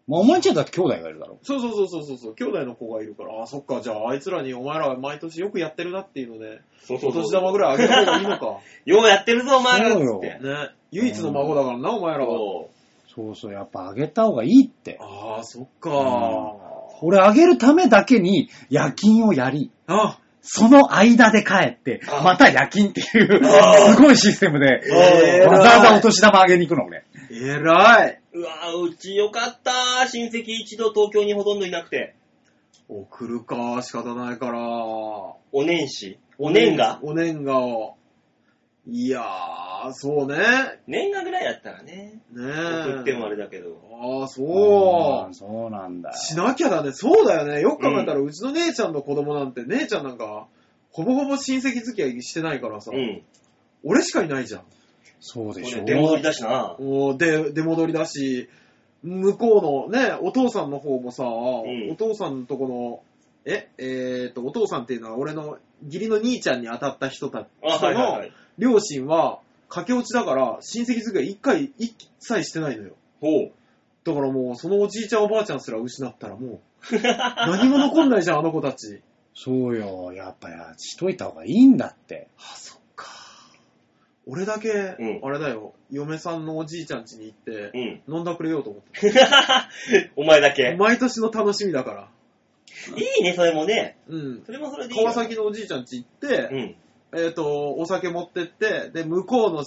[SPEAKER 4] まあ、お前んちだって兄弟がいるだろ。
[SPEAKER 3] そうそうそうそうそうそう、兄弟の子がいるから、ああ、そっか、じゃあ、あいつらにお前らは毎年よくやってるなっていうので、
[SPEAKER 2] そうそ
[SPEAKER 3] お
[SPEAKER 2] うそう。
[SPEAKER 3] 年玉ぐらいあげた方がいいの か。
[SPEAKER 2] ようやってるぞ、お前ら。
[SPEAKER 4] そう
[SPEAKER 2] つっ
[SPEAKER 4] よ
[SPEAKER 2] て。
[SPEAKER 3] ね。唯一の孫だからな、お前らは。
[SPEAKER 2] そ
[SPEAKER 4] そうそう、やっぱあげた方がいいって。
[SPEAKER 3] ああ、そっか
[SPEAKER 4] 俺あげるためだけに夜勤をやり、
[SPEAKER 3] あ、
[SPEAKER 4] その間で帰って、
[SPEAKER 2] あ
[SPEAKER 4] また夜勤っていう、
[SPEAKER 2] あ
[SPEAKER 4] すごいシステムで、
[SPEAKER 3] えー
[SPEAKER 4] わざわざお年玉あげに行くの、俺。
[SPEAKER 3] えらい。
[SPEAKER 2] う。うわうちよかった。親戚一度東京にほとんどいなくて。
[SPEAKER 3] 送るか、仕方ないから。
[SPEAKER 2] お年始。お年賀。
[SPEAKER 3] お年賀を。いやー、そうね。
[SPEAKER 2] 年賀ぐらいだったらね。
[SPEAKER 3] ね
[SPEAKER 2] 送ってもあ
[SPEAKER 3] え。
[SPEAKER 2] れだけど。
[SPEAKER 3] ああ、そ
[SPEAKER 4] あー
[SPEAKER 3] う。
[SPEAKER 4] そうなんだよ。
[SPEAKER 3] しなきゃだね。そうだよね。よく考えたら、うちの姉ちゃんの子供なんて、姉ちゃんなんか、ほぼほぼ親戚付き合いしてないからさ、
[SPEAKER 2] うん。
[SPEAKER 3] 俺しかいないじゃん。
[SPEAKER 4] そうで
[SPEAKER 2] こ
[SPEAKER 4] しょ
[SPEAKER 2] れ、
[SPEAKER 4] う。
[SPEAKER 2] 出戻りだしな。
[SPEAKER 3] おーで、出戻りだし、向こうのね、お父さんの方もさ、
[SPEAKER 2] ん
[SPEAKER 3] お父さんのとこの、え、えーっと、お父さんっていうのは俺の義理の兄ちゃんに当たった人た
[SPEAKER 2] あ、
[SPEAKER 3] 人
[SPEAKER 2] はいはいは
[SPEAKER 3] の
[SPEAKER 2] い。
[SPEAKER 3] 両親は駆け落ちだから親戚付き合い一回一切してないのよ。
[SPEAKER 2] ほう。
[SPEAKER 3] だからもうそのおじいちゃんおばあちゃんすら失ったらも う何も残んないじゃんあの子たち。
[SPEAKER 4] そうよ。やっぱや、しといた方がいいんだって。
[SPEAKER 3] あ、そっか。俺だけ、
[SPEAKER 2] ん
[SPEAKER 3] あれだよ、嫁さんのおじいちゃん家に行って
[SPEAKER 2] う、ん。
[SPEAKER 3] 飲んだくれようと思って。
[SPEAKER 2] お前だけ。
[SPEAKER 3] 毎年の楽しみだから。
[SPEAKER 2] いいね、それもね。
[SPEAKER 3] うん。
[SPEAKER 2] それもそれでいいよ。
[SPEAKER 3] 川崎のおじいちゃん家行って、
[SPEAKER 2] うん。
[SPEAKER 3] えっ、と、お酒持ってって、で、向こうの、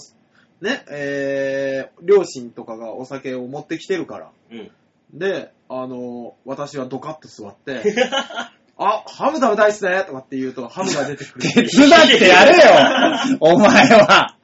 [SPEAKER 3] ね、えー、両親とかがお酒を持ってきてるから。
[SPEAKER 2] うん。
[SPEAKER 3] で、あの、私はドカッと座って、あ、ハム食べたいっすねとかって言うと、ハムが出てくる。
[SPEAKER 4] 手伝ってや れよお前は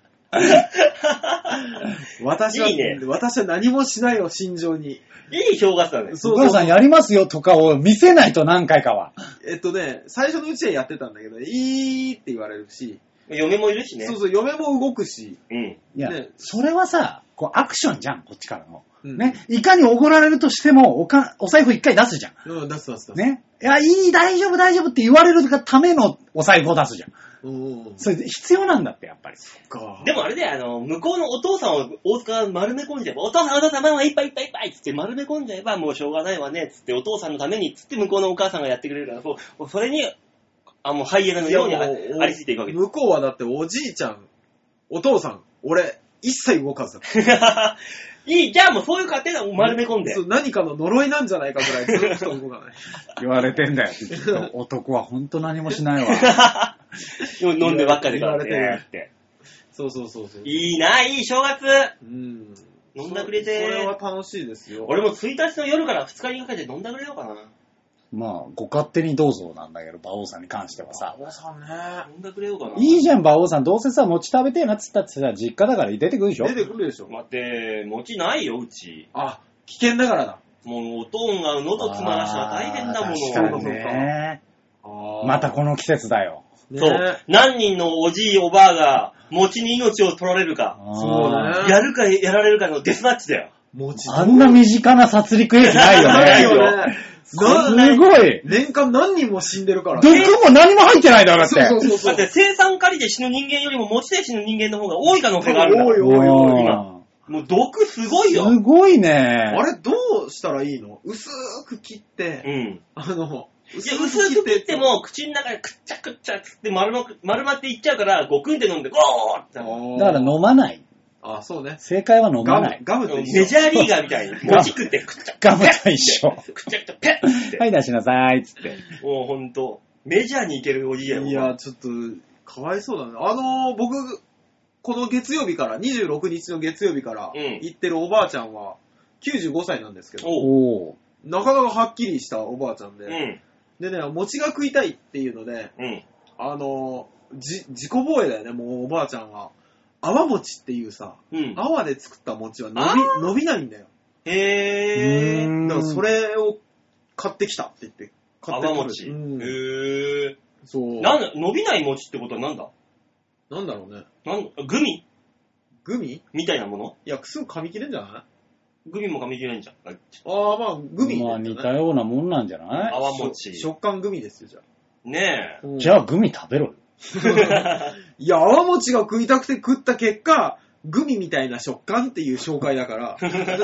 [SPEAKER 3] 私は、
[SPEAKER 2] いいね
[SPEAKER 3] 私は何もしないよ、心情に。
[SPEAKER 2] いい正月だね。
[SPEAKER 3] そう
[SPEAKER 4] お母さんやりますよとかを見せないと何回かは。
[SPEAKER 3] えっとね、最初のうちはやってたんだけど、いいって言われるし、
[SPEAKER 2] 嫁もいるしね。
[SPEAKER 3] そうそう、嫁も動くし、
[SPEAKER 2] うん。
[SPEAKER 4] いや
[SPEAKER 3] ね、
[SPEAKER 4] それはさ、こうアクションじゃん、こっちからの。
[SPEAKER 3] うん
[SPEAKER 4] ね、いかにおごられるとしても、おか、お財布一回出すじゃん。
[SPEAKER 3] うん、出す出す出す。
[SPEAKER 4] ね。いや、いい、大丈夫、大丈夫って言われるがためのお財布を出すじゃん。
[SPEAKER 3] うんうん、
[SPEAKER 4] それで必要なんだって、やっぱり。
[SPEAKER 3] か
[SPEAKER 2] でもあれだよ、あの、向こうのお父さんを大塚が丸め込んじゃえば、お父さんお父さんママいっぱいいっぱいいっぱいっつって丸め込んじゃえば、もうしょうがないわね、つってお父さんのために、つって向こうのお母さんがやってくれるから、こう、それに、あ、もうハイエナのようにあ
[SPEAKER 3] いやもう
[SPEAKER 2] ありついていくわけで
[SPEAKER 3] 向こうはだっておじいちゃん、お父さん、俺、一切動かずだ。
[SPEAKER 2] す。 いい、じゃあもうそういう家庭だ、もう丸め込んで
[SPEAKER 3] そ。う何かの呪いなんじゃないかぐらいずっと動かない。
[SPEAKER 4] 言われてんだよ。きっと男は本当何もし ないわ。
[SPEAKER 2] 飲んでばっかでから
[SPEAKER 3] 言われ
[SPEAKER 2] ね。って
[SPEAKER 3] そうそうそうそう。
[SPEAKER 2] いいな、いい正月
[SPEAKER 3] うん。
[SPEAKER 2] 飲んだくれて
[SPEAKER 3] それは楽しいですよ。
[SPEAKER 2] 俺も1日の夜から2日にかけて飲んだくれようかな。
[SPEAKER 4] まあ、ご勝手にどうぞなんだけど、馬王さんに関してはさ。
[SPEAKER 3] おさんね。
[SPEAKER 2] 飲んだくれようかな。
[SPEAKER 4] いいじゃん、馬王さん。どうせさ、餅食べてえなっつったってさ、実家だから出てくるでしょ
[SPEAKER 3] 出てくるでしょ。
[SPEAKER 2] 待って、餅ないよ、うち。
[SPEAKER 3] あ、危険だからだ。
[SPEAKER 2] もう、おとんが喉詰まらしたら大変だもの。
[SPEAKER 4] あー確かにね。ま
[SPEAKER 3] ま
[SPEAKER 4] たこの季節だよ。
[SPEAKER 3] ね
[SPEAKER 2] そう。何人のおじい、おばあが、餅に命を取られるか、
[SPEAKER 3] そうだね。
[SPEAKER 2] やるかやられるかのデスマッチだよ。
[SPEAKER 3] もち
[SPEAKER 4] あんな身近な殺戮兵器ないよ
[SPEAKER 3] ない
[SPEAKER 4] ね。
[SPEAKER 3] よね。
[SPEAKER 4] す
[SPEAKER 3] な
[SPEAKER 4] ごい。
[SPEAKER 3] 年間何人も死んでるから。
[SPEAKER 4] 毒も何も入ってないだろ、だっ
[SPEAKER 3] そうそう
[SPEAKER 4] て。
[SPEAKER 3] そうそ
[SPEAKER 2] だ
[SPEAKER 3] う
[SPEAKER 2] っ。て、生産狩りで死ぬ人間よりも餅で死ぬ人間の方が多い可能性があるんだか
[SPEAKER 3] 多い
[SPEAKER 2] ら。
[SPEAKER 3] よ多い
[SPEAKER 2] よもう、毒すごい
[SPEAKER 4] す
[SPEAKER 2] よ。うん。
[SPEAKER 4] ごいね。
[SPEAKER 3] あれどうしたらいいの薄く切って、あの、
[SPEAKER 2] いや、薄く切って、も、口の中でくっちゃくっちゃっつって丸まく丸まっていっちゃうから、ごくんで飲んで、ゴーって
[SPEAKER 3] あ。ー
[SPEAKER 4] だから飲まない。
[SPEAKER 3] あ、そうね。
[SPEAKER 4] 正解は飲
[SPEAKER 3] ガ
[SPEAKER 4] ま
[SPEAKER 3] ム
[SPEAKER 4] ない、。
[SPEAKER 3] ガムって一緒
[SPEAKER 2] メジャーリーガーみたいに、餅食って、くっちゃくっちゃ。
[SPEAKER 4] ガムと一緒。
[SPEAKER 2] くっちゃくちゃ、ペッって
[SPEAKER 4] は。い、出しなさい、つって。
[SPEAKER 2] もうほんと、メジャーに行けるおじいやもん
[SPEAKER 3] いや、ちょっと、かわいそうだね。あのー僕、この月曜日から、26日の月曜日から、
[SPEAKER 2] うん
[SPEAKER 3] 行ってるおばあちゃんは、95歳なんですけど、
[SPEAKER 2] おう。
[SPEAKER 4] おー。
[SPEAKER 3] なかなかはっきりしたおばあちゃんで、
[SPEAKER 2] うん。
[SPEAKER 3] でね、餅が食いたいっていうので、
[SPEAKER 2] うん。
[SPEAKER 3] あのーじ、自己防衛だよね、もうおばあちゃんは。泡餅っていうさ、
[SPEAKER 2] うん。
[SPEAKER 3] 泡で作った餅は伸
[SPEAKER 2] あ
[SPEAKER 3] び、伸びないんだよ。
[SPEAKER 2] へー。
[SPEAKER 3] だからそれを買ってきたって言って、買って
[SPEAKER 2] 泡
[SPEAKER 3] くる
[SPEAKER 2] 餅。へ
[SPEAKER 3] うん、
[SPEAKER 2] ー。
[SPEAKER 3] そう。
[SPEAKER 2] なんだ、伸びない餅ってことはなんだ
[SPEAKER 3] なんだろうね。
[SPEAKER 2] なんグミ
[SPEAKER 3] グミい
[SPEAKER 2] みたいなもの
[SPEAKER 3] や、すぐ噛み切れんじゃない
[SPEAKER 2] グミも噛み切れんじゃん。
[SPEAKER 3] ああ、まあ、グミ、
[SPEAKER 4] まあ似たようなもんなんじゃない
[SPEAKER 2] 泡餅。
[SPEAKER 3] 食感グミですよ、じゃ
[SPEAKER 2] ね
[SPEAKER 3] あ。
[SPEAKER 4] じゃあグミ食べろよ。
[SPEAKER 3] いや、泡餅が食いたくて食った結果、グミみたいな食感っていう紹介だから、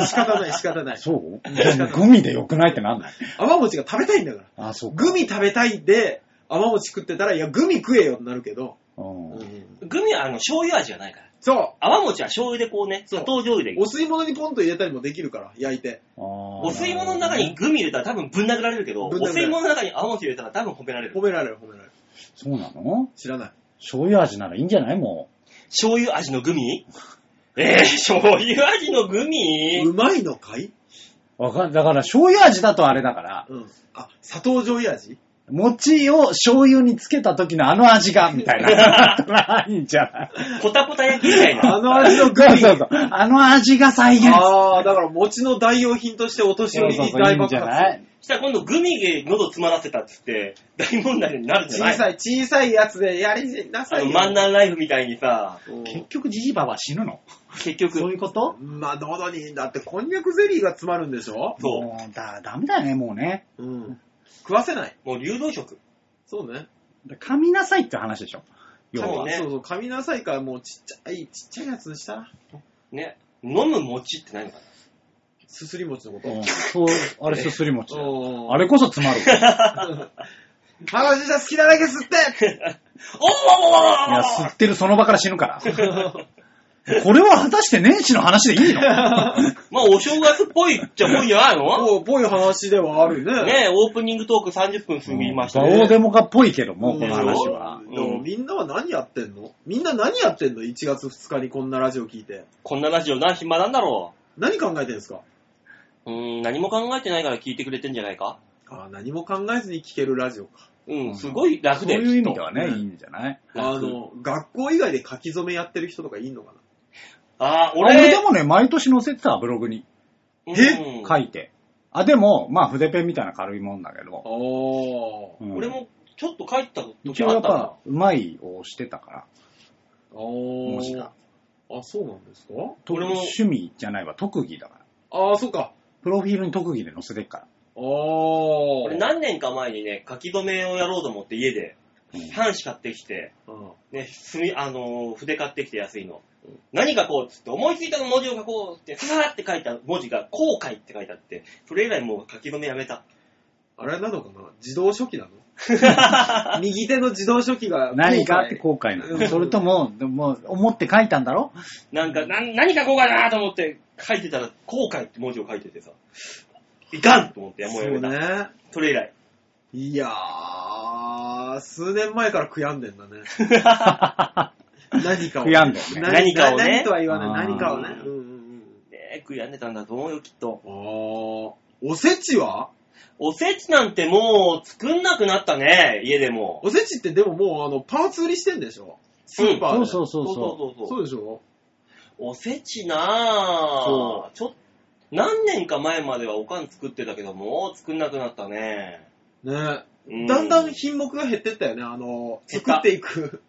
[SPEAKER 3] 仕方ない、仕方ない。
[SPEAKER 4] そうでもグミで良くないってなんない
[SPEAKER 3] 泡餅が食べたいんだから。
[SPEAKER 4] あ、そうか。
[SPEAKER 3] グミ食べたいで、泡餅食ってたら、いや、グミ食えよってなるけど、
[SPEAKER 4] うん
[SPEAKER 2] え。グミはあの醤油味じゃないから。
[SPEAKER 3] そ
[SPEAKER 2] 泡餅は醤油でこうね、
[SPEAKER 3] そ
[SPEAKER 2] 砂
[SPEAKER 3] う
[SPEAKER 2] 糖醤油
[SPEAKER 3] う、
[SPEAKER 2] で
[SPEAKER 3] お。吸い物にポンと入れたりもできるから、焼いて。
[SPEAKER 4] お
[SPEAKER 2] お吸い物の中にグミ入れたら多分ぶん殴られるけど、お
[SPEAKER 3] ぶん殴られ
[SPEAKER 2] 吸
[SPEAKER 3] る
[SPEAKER 2] い物の中に泡餅入れたら多分褒められる
[SPEAKER 3] 褒。められる、褒められる。
[SPEAKER 4] そうなの
[SPEAKER 3] 知らない。
[SPEAKER 4] 醤油味ならいいんじゃないも。
[SPEAKER 2] 醤油味のグ ミえー、醤油味のグミ
[SPEAKER 3] うまいのかいう
[SPEAKER 4] わかんだから醤油味だとあれだから、
[SPEAKER 3] うん。あ、砂糖醤油味
[SPEAKER 4] 餅を醤油につけた時のあの味が、み たいな。ないんじゃない
[SPEAKER 2] ポタポタ焼きみたい
[SPEAKER 3] あ
[SPEAKER 2] な。
[SPEAKER 3] の味
[SPEAKER 4] そ
[SPEAKER 3] の
[SPEAKER 4] う
[SPEAKER 3] グミ。
[SPEAKER 4] そうそう。あの味が再現。
[SPEAKER 3] ああ、だから餅の代用品としてお年寄
[SPEAKER 4] そう
[SPEAKER 3] り
[SPEAKER 4] そう
[SPEAKER 3] に
[SPEAKER 4] そう、い
[SPEAKER 3] 大
[SPEAKER 4] いん
[SPEAKER 3] 爆
[SPEAKER 4] じゃ
[SPEAKER 3] 発
[SPEAKER 4] な。い
[SPEAKER 2] したら今度グミで喉詰まらせたっつって、大問題になるんじゃない
[SPEAKER 3] 小さい、小さいやつでやりな
[SPEAKER 2] あ
[SPEAKER 3] さ
[SPEAKER 2] の、
[SPEAKER 3] いよ。
[SPEAKER 2] マンナンライフみたいにさ、
[SPEAKER 3] うん
[SPEAKER 4] 結局、ジジバは死ぬの
[SPEAKER 2] 結局、
[SPEAKER 4] そういうこと
[SPEAKER 3] まあ、喉に、だってこんにゃくゼリーが詰まるんでしょ
[SPEAKER 2] そう
[SPEAKER 4] もうだ、ダメだよね、もうね。
[SPEAKER 3] うん。食わせない。
[SPEAKER 2] もう流動食。
[SPEAKER 3] そうね。
[SPEAKER 4] 噛みなさいって話でしょ。要
[SPEAKER 2] そう
[SPEAKER 4] は。
[SPEAKER 2] ね
[SPEAKER 3] そうそう、噛みなさいからもうちっちゃい、ちっちゃいやつにしたら。
[SPEAKER 2] ね。飲む餅って何か
[SPEAKER 3] すすり餅のこ
[SPEAKER 4] うん
[SPEAKER 3] と。
[SPEAKER 4] そう、あれすすり餅だよ。
[SPEAKER 3] うん
[SPEAKER 4] あれこそ詰まる。い
[SPEAKER 3] 話じゃ好きなだけ吸って
[SPEAKER 2] おー
[SPEAKER 4] や、吸ってるその場から死ぬから。これは果たして年始の話でいいの
[SPEAKER 2] まあ、お正月っぽいっちゃぽいんじゃないの
[SPEAKER 3] もう、ぽい話ではあるよね。
[SPEAKER 2] ね オープニングトーク30分過ぎました
[SPEAKER 4] バオー
[SPEAKER 2] ね。
[SPEAKER 4] デモかっぽいけども、
[SPEAKER 3] うん
[SPEAKER 4] この話は。
[SPEAKER 3] でもみんなは何やってんのみんな何やってんの ?1 月2日にこんなラジオ聞いて。
[SPEAKER 2] こんなラジオな、暇なんだろ
[SPEAKER 3] 何考えてんですか
[SPEAKER 2] う。うーん、何も考えてないから聞いてくれてんじゃないか
[SPEAKER 3] あー何も考えずに聞けるラジオか。
[SPEAKER 2] うん、すごい楽
[SPEAKER 4] そう
[SPEAKER 2] で。
[SPEAKER 4] いう意味ではね、
[SPEAKER 3] うん
[SPEAKER 4] いいんじゃない
[SPEAKER 3] あ
[SPEAKER 2] 楽
[SPEAKER 3] の、学校以外で書き初めやってる人とかいいのかな
[SPEAKER 2] あー、
[SPEAKER 4] 俺
[SPEAKER 2] 俺、
[SPEAKER 4] でもね、毎年載せてた、ブログに
[SPEAKER 2] うん
[SPEAKER 4] 書いて。あ、でも、まあ、筆ペンみたいな軽いもんだけど。
[SPEAKER 3] お
[SPEAKER 4] うん
[SPEAKER 2] 俺もちょっと書いた時
[SPEAKER 4] 一
[SPEAKER 2] あ
[SPEAKER 4] 応や
[SPEAKER 2] っ
[SPEAKER 4] った
[SPEAKER 2] んだ
[SPEAKER 4] ぱ、うまいをしてたから、
[SPEAKER 3] お
[SPEAKER 4] 文字が。
[SPEAKER 3] あ、そうなんですか
[SPEAKER 4] と
[SPEAKER 2] 俺も
[SPEAKER 4] 趣味じゃないわ、特技だから。
[SPEAKER 3] ああ、そっか。
[SPEAKER 4] プロフィールに特技で載せてっから。
[SPEAKER 3] あー
[SPEAKER 2] 俺何年か前にね、書き留めをやろうと思って家で
[SPEAKER 4] うん、
[SPEAKER 2] 半紙買ってきて、
[SPEAKER 3] うん
[SPEAKER 2] ね、墨、あのー筆買ってきて安いの。何書こうっつって、思いついたの文字を書こうって、ふわーって書いた文字が、後悔って書いてあって、それ以来もう書き留めやめた。
[SPEAKER 3] あれなのかな自動書記な の右手の自動書記が。
[SPEAKER 4] 何かって
[SPEAKER 3] こ
[SPEAKER 4] 後悔な
[SPEAKER 3] うん
[SPEAKER 4] の。それとも、でも思って書いたんだろ
[SPEAKER 2] なんか、なん何書こうかなと思って書いてたら、後悔って文字を書いててさ、いかんと思って、
[SPEAKER 3] う
[SPEAKER 2] もうやめた。そ,、
[SPEAKER 3] ね。
[SPEAKER 2] れ以来。
[SPEAKER 3] いやー、数年前から悔やんでんだ ね。何かを。
[SPEAKER 4] 悔やんだよね
[SPEAKER 2] 何かをね
[SPEAKER 3] 何とは言わない。
[SPEAKER 4] あー
[SPEAKER 3] 何かをね。うんうん
[SPEAKER 2] ねえ、悔やんでたんだと思うよ、きっと。
[SPEAKER 3] うん。あー、おせちは
[SPEAKER 2] おせちなんてもう作んなくなったね、家でも。
[SPEAKER 3] おせちってでももうあの、パーツ売りしてんでしょスーパー
[SPEAKER 4] そ
[SPEAKER 3] で。
[SPEAKER 4] うそうそうそ
[SPEAKER 2] そ
[SPEAKER 4] う。
[SPEAKER 2] うそうそう
[SPEAKER 3] そうでしょ
[SPEAKER 2] おせちなぁ
[SPEAKER 3] そ。
[SPEAKER 2] ちょっ何年か前まではおかん作ってたけど、もう作んなくなったね。
[SPEAKER 3] ね
[SPEAKER 2] う
[SPEAKER 3] だんだん品目が減ってったよね、あの、
[SPEAKER 2] 減っ
[SPEAKER 3] 作
[SPEAKER 2] た
[SPEAKER 3] っていく。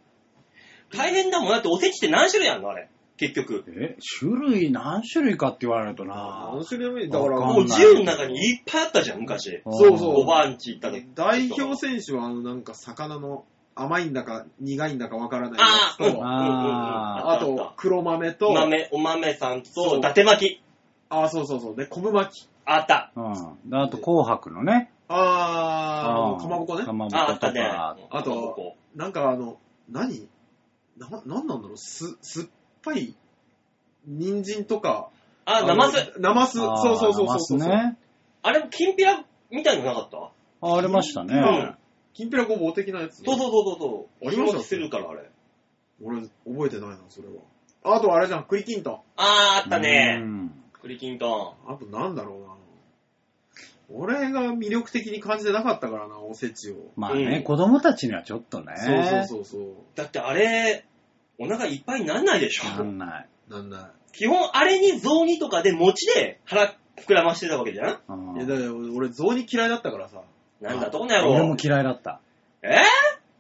[SPEAKER 2] 大変だもん。だっておせちって何種類あんのあれ。結局。
[SPEAKER 4] え、種類何種類かって言われるとな
[SPEAKER 3] 何種類もいいだから、
[SPEAKER 4] わかん
[SPEAKER 2] も
[SPEAKER 4] な
[SPEAKER 2] う
[SPEAKER 4] い
[SPEAKER 2] 自由の中にいっぱいあったじゃん、昔。
[SPEAKER 3] そうそう
[SPEAKER 2] おばんち行った時。
[SPEAKER 3] 代表選手は、あの、なんか魚の甘いんだか苦いんだかわからないや
[SPEAKER 2] あ
[SPEAKER 3] つ
[SPEAKER 2] あ、うん、うん、う
[SPEAKER 3] と、
[SPEAKER 2] ん。
[SPEAKER 3] あ
[SPEAKER 4] あ
[SPEAKER 2] あったあ
[SPEAKER 3] と
[SPEAKER 2] っ、
[SPEAKER 3] 黒豆
[SPEAKER 2] た。
[SPEAKER 3] と、
[SPEAKER 2] 豆、お豆さん
[SPEAKER 3] そ
[SPEAKER 2] と、
[SPEAKER 3] う
[SPEAKER 2] 伊達巻き。
[SPEAKER 3] ああ、そうそうそう、で、昆布巻き。
[SPEAKER 2] あった。
[SPEAKER 4] うん。であと、紅白のね。
[SPEAKER 3] あ
[SPEAKER 4] うん
[SPEAKER 3] あ、かまぼこね
[SPEAKER 4] か。まぼ
[SPEAKER 2] あ、あ
[SPEAKER 4] こ
[SPEAKER 2] っ
[SPEAKER 4] と
[SPEAKER 2] たね。
[SPEAKER 4] か。
[SPEAKER 3] あと
[SPEAKER 2] かまぼこ
[SPEAKER 3] なんかあの、何な、なんなんだろう、す、酸っぱい、人参とか。
[SPEAKER 2] あ、
[SPEAKER 3] の
[SPEAKER 2] ナマス。。
[SPEAKER 3] ナマス、
[SPEAKER 4] あー
[SPEAKER 3] そうそうそうそうそう。
[SPEAKER 4] 生酢ね。
[SPEAKER 2] あれもきんぴらみたいのなかった
[SPEAKER 4] あありましたね。
[SPEAKER 2] うん
[SPEAKER 3] きんぴらごぼう的なやつ。
[SPEAKER 2] そうそうそうそうそう。
[SPEAKER 3] ありました
[SPEAKER 2] 日持ちするから、あれ。
[SPEAKER 3] 俺、覚えてないな、それは。あとあれじゃん、栗きんとん。
[SPEAKER 2] あー、あった
[SPEAKER 4] う
[SPEAKER 2] ね。
[SPEAKER 4] ん
[SPEAKER 2] 栗きんと
[SPEAKER 3] あとなんだろうな。俺が魅力的に感じてなかったからな、おせちを。
[SPEAKER 4] まあね、
[SPEAKER 2] うん
[SPEAKER 4] 子供たちにはちょっとね。
[SPEAKER 3] そうそうそうそ
[SPEAKER 2] ん。だってあれ、お腹いっぱいになんないでしょ。
[SPEAKER 4] なんない。
[SPEAKER 3] う。なんな
[SPEAKER 2] 基本あれに雑煮とかで餅で腹膨らましてたわけじゃん
[SPEAKER 4] うん
[SPEAKER 3] い。いや、だから俺、雑煮嫌いだったからさ。
[SPEAKER 2] なんだとこの野郎。
[SPEAKER 4] 俺も嫌いだった。
[SPEAKER 2] え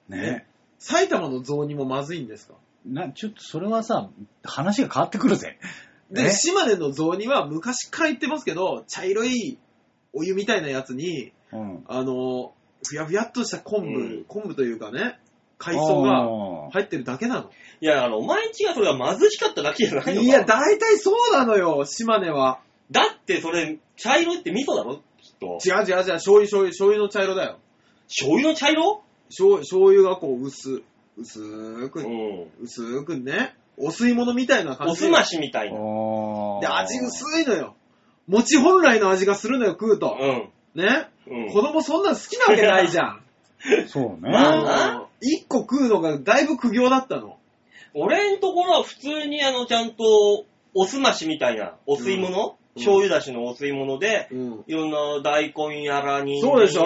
[SPEAKER 4] ね。
[SPEAKER 3] 埼玉の雑煮もまずいんですか
[SPEAKER 4] な、ちょっとそれはさ、話が変わってくるぜ。
[SPEAKER 3] で、
[SPEAKER 4] ね
[SPEAKER 3] 島根の雑煮は昔から言ってますけど、茶色いお湯みたいなやつに、
[SPEAKER 4] うん。
[SPEAKER 3] あの、ふやふやっとした昆布、
[SPEAKER 2] うん
[SPEAKER 3] 昆布というかね、海藻が
[SPEAKER 4] あ
[SPEAKER 3] 入ってるだけなの。
[SPEAKER 2] いや、あの、お前んちがそれが貧しかっただけじゃないのか
[SPEAKER 3] いや、大体そうなのよ、島根は。
[SPEAKER 2] だってそれ、茶色いって味噌だろきっと。
[SPEAKER 3] 違う違う違う、醤油醤油、醤油の茶色だよ。
[SPEAKER 2] 醤油の茶色
[SPEAKER 3] 醤醤油がこう薄、薄
[SPEAKER 2] う
[SPEAKER 3] く、
[SPEAKER 2] ん。
[SPEAKER 3] 薄くね、お吸い物みたいな
[SPEAKER 2] お
[SPEAKER 3] 感じで。
[SPEAKER 2] すましみたいな。
[SPEAKER 4] ー
[SPEAKER 3] で、味薄いのよ。餅本来の味がするのよ、食うと。
[SPEAKER 2] うん。
[SPEAKER 3] ね、
[SPEAKER 2] うん。
[SPEAKER 3] 子供そんなん好きなわけないじゃん。
[SPEAKER 4] そうね。
[SPEAKER 2] まあな
[SPEAKER 3] うん一個食うのがだいぶ苦行だったの。
[SPEAKER 2] 俺んところは普通にあの、ちゃんと、おすましみたいな、お吸い物、醤油だしのお吸い物で、
[SPEAKER 3] うん。
[SPEAKER 2] いろんな大根やらに、
[SPEAKER 3] そうでしょ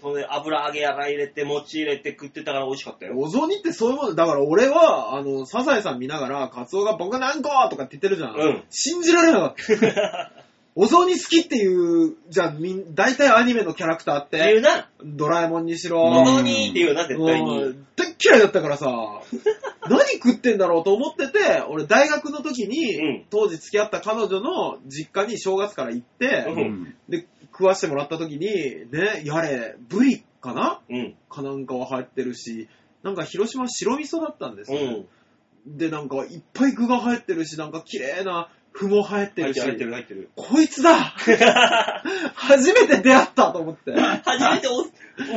[SPEAKER 2] それ油揚げやら入れて、餅入れて食ってたから美味しかったよ。
[SPEAKER 3] お雑煮ってそういうもの、だから俺は、あの、サザエさん見ながら、カツオが僕何個とかって言ってるじゃん。
[SPEAKER 2] うん
[SPEAKER 3] 信じられなかった。 お雑煮好きっていう、じゃあみん、大体アニメのキャラクターっ
[SPEAKER 2] 言う
[SPEAKER 3] て、
[SPEAKER 2] な。
[SPEAKER 3] ドラえもんにしろ、
[SPEAKER 2] 本当にっていうな、絶対
[SPEAKER 3] う
[SPEAKER 2] に。
[SPEAKER 3] ん大っ嫌いだったから さ、何食ってんだろうと思ってて、俺大学の時に、
[SPEAKER 2] うん
[SPEAKER 3] 当時付き合った彼女の実家に正月から行って、
[SPEAKER 2] うん
[SPEAKER 3] で、食わしてもらった時に、ね、やれ、ブリかな
[SPEAKER 2] うん。
[SPEAKER 3] かなんかは入ってるし、なんか広島白味噌だったんです
[SPEAKER 2] う
[SPEAKER 3] よ、
[SPEAKER 2] ん。
[SPEAKER 3] で、なんかいっぱい具が入ってるし、なんか綺麗な麩も入って
[SPEAKER 2] 入っ
[SPEAKER 3] る
[SPEAKER 2] て
[SPEAKER 3] し、
[SPEAKER 2] る、入ってる、入ってる。
[SPEAKER 3] こいつだ初めて出会ったと思って。
[SPEAKER 2] 初めてお、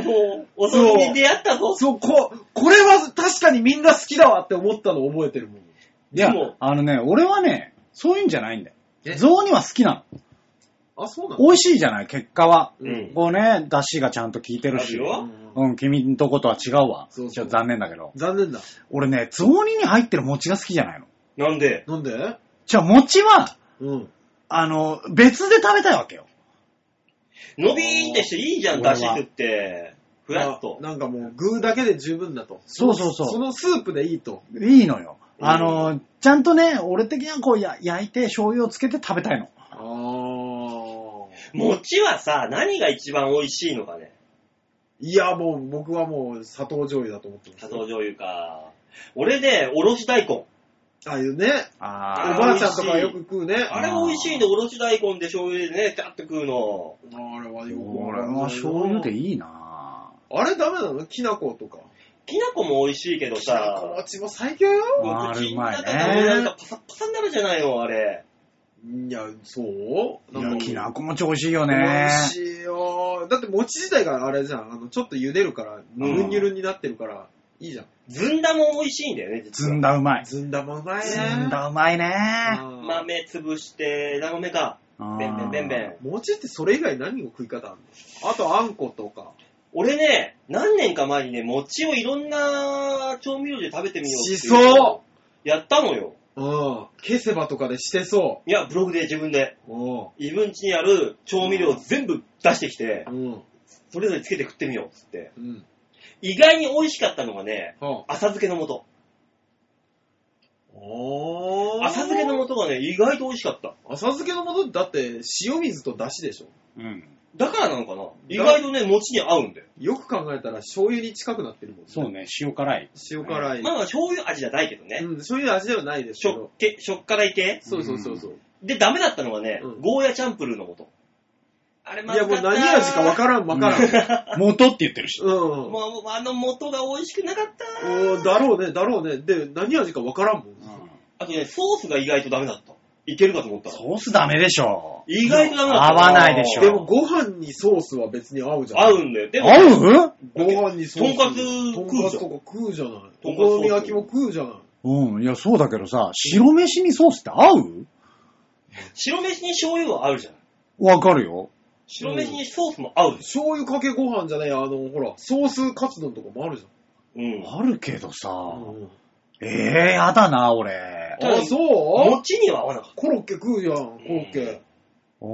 [SPEAKER 2] もう、 お葬儀に出会ったぞ。
[SPEAKER 3] そう、こ、これは確かにみんな好きだわって思ったの覚えてるもん。
[SPEAKER 4] いや
[SPEAKER 2] でも、
[SPEAKER 4] あのね、俺はね、そういうんじゃないんだよ
[SPEAKER 3] え。
[SPEAKER 4] 雑煮は好きなの。
[SPEAKER 3] あ、そうなの
[SPEAKER 4] 美味しいじゃない、結果は。
[SPEAKER 2] うん
[SPEAKER 4] こうね、出汁がちゃんと効いてる
[SPEAKER 2] ある
[SPEAKER 4] し。
[SPEAKER 2] よ
[SPEAKER 4] うん、君んとことは違うわ。
[SPEAKER 3] そうそう
[SPEAKER 4] ちょっと残念だけど。
[SPEAKER 3] 残念だ。
[SPEAKER 4] 俺ね、雑煮に入ってる餅が好きじゃないの。
[SPEAKER 2] なんで
[SPEAKER 3] なんで
[SPEAKER 4] じゃあ餅は、
[SPEAKER 3] うん。
[SPEAKER 4] あの、別で食べたいわけよ。
[SPEAKER 2] 伸びーんってしていいじゃん、
[SPEAKER 4] 俺は
[SPEAKER 2] だし食って。ふらっと。
[SPEAKER 3] ななんかもう、具だけで十分だと。
[SPEAKER 4] そうそうそう
[SPEAKER 3] そのスープでいいと。
[SPEAKER 4] いいのよ。
[SPEAKER 2] うん
[SPEAKER 4] あの、ちゃんとね、俺的にはこうや焼いて醤油をつけて食べたいの。
[SPEAKER 3] あー。
[SPEAKER 2] 餅はさ、何が一番美味しいのかね。
[SPEAKER 3] いや、もう僕はもう砂糖醤油だと思ってます。
[SPEAKER 2] 砂糖醤油か。俺で、おろし大根。
[SPEAKER 3] ああいうね、お
[SPEAKER 2] あー
[SPEAKER 3] ばあちゃんとかよく食うね。
[SPEAKER 2] あれ美味しいね、おろし大根で醤油でね、ちゃって食うの。
[SPEAKER 3] あれはよくわ
[SPEAKER 4] 俺
[SPEAKER 3] かんないな
[SPEAKER 4] は醤油でいいな
[SPEAKER 3] あれダメなのきな粉とか。
[SPEAKER 2] きな粉も美味しいけど
[SPEAKER 3] きな粉
[SPEAKER 2] さ、
[SPEAKER 3] 餅も最強よ。
[SPEAKER 4] あーあれ
[SPEAKER 2] 口
[SPEAKER 4] う
[SPEAKER 2] の
[SPEAKER 4] まい
[SPEAKER 2] 中
[SPEAKER 4] ね
[SPEAKER 2] がもうなんかパサッパサになるじゃないの、あれ。
[SPEAKER 3] いや、そう
[SPEAKER 4] ぁ。いや、きな
[SPEAKER 3] 粉
[SPEAKER 4] こ餅美味しいよね
[SPEAKER 3] 美味しいよ。だって餅自体があれじゃん。あの、ちょっと茹でるから、
[SPEAKER 2] う
[SPEAKER 3] ぬ
[SPEAKER 2] ん
[SPEAKER 3] るぬるになってるから、いいじゃん。
[SPEAKER 2] ずんだも美味しいんだよね、実
[SPEAKER 4] ず
[SPEAKER 2] は
[SPEAKER 4] ん。だうまい。
[SPEAKER 3] ずんだもうまいね。
[SPEAKER 4] ずんだうまいね
[SPEAKER 3] うん
[SPEAKER 2] 豆潰して、枝豆か。べんべんべんべん。
[SPEAKER 3] 餅ってそれ以外何を食い方あるのあとあんことか。
[SPEAKER 2] 俺ね、何年か前にね、餅をいろんな調味料で食べてみようっていう
[SPEAKER 3] しそ
[SPEAKER 2] やったのよ。
[SPEAKER 3] うん。ケセバとかでしてそ
[SPEAKER 2] いや、ブログで自分で。
[SPEAKER 3] う。うん。
[SPEAKER 2] 自分家にある調味料を全部出してきて、
[SPEAKER 3] うん。
[SPEAKER 2] それぞれつけて食ってみようっつって。
[SPEAKER 3] うん。
[SPEAKER 2] 意外に美味しかったのがね、
[SPEAKER 3] はあ。
[SPEAKER 2] 浅漬けの素。
[SPEAKER 3] おー。
[SPEAKER 2] 浅漬けの素がね、意外と美味しかった。
[SPEAKER 3] 浅漬けのものってだって塩水と出汁でしょ
[SPEAKER 4] うん。
[SPEAKER 2] だからなのかな意外とね、餅に合うんだよ。
[SPEAKER 3] よく考えたら醤油に近くなってるもんね。
[SPEAKER 4] そうね、塩辛い。
[SPEAKER 3] 塩辛い。
[SPEAKER 2] まあまあ醤油味じゃないけどね。
[SPEAKER 3] うん、醤油の味ではないですけ
[SPEAKER 2] 食
[SPEAKER 3] ど。
[SPEAKER 2] 系、食辛い系
[SPEAKER 3] そうそうそうそう。
[SPEAKER 2] で、ダメだったのがね、
[SPEAKER 3] うん
[SPEAKER 2] ゴーヤチャンプルーの素。あれま
[SPEAKER 3] い
[SPEAKER 2] ず
[SPEAKER 3] や
[SPEAKER 2] かっ
[SPEAKER 3] も
[SPEAKER 2] た
[SPEAKER 3] う何味かわからんわからん。
[SPEAKER 4] 元って言ってるし。
[SPEAKER 3] うん。も
[SPEAKER 2] もうあの元が美味しくなかった
[SPEAKER 3] うだろうね、だろうね。で、何味かわからんもん。
[SPEAKER 2] あとね、ソースが意外とダメだった。いけるかと思ったら。
[SPEAKER 4] ソースダメでしょ。
[SPEAKER 2] 意外とダメだった。
[SPEAKER 4] 合わないでしょ
[SPEAKER 3] でもご飯にソースは別に合うじゃん。
[SPEAKER 2] 合うんだよ。でも、
[SPEAKER 4] 合う
[SPEAKER 3] ご飯にソース。
[SPEAKER 2] とんかつ
[SPEAKER 3] とんかつとか食うじゃない。
[SPEAKER 2] とん
[SPEAKER 3] お
[SPEAKER 2] かつソース
[SPEAKER 3] 好み焼きも食うじゃない。
[SPEAKER 4] うん、いや、そうだけどさ、白飯にソースって合う
[SPEAKER 2] 白飯に醤油は合うじゃん。
[SPEAKER 4] わかるよ。
[SPEAKER 2] 白飯にソースも合うでし
[SPEAKER 3] 醤油かけご飯じゃない、あの、ほら、ソースカツ丼とかもあるじ
[SPEAKER 2] ょ。うん。
[SPEAKER 4] あるけどさ、
[SPEAKER 3] ゃん。うん
[SPEAKER 4] ええやだな、俺。
[SPEAKER 2] う
[SPEAKER 3] あ、
[SPEAKER 2] ん
[SPEAKER 3] そう
[SPEAKER 2] 餅には合わなかっ
[SPEAKER 3] コロッケ食うじゃん、コロッケ。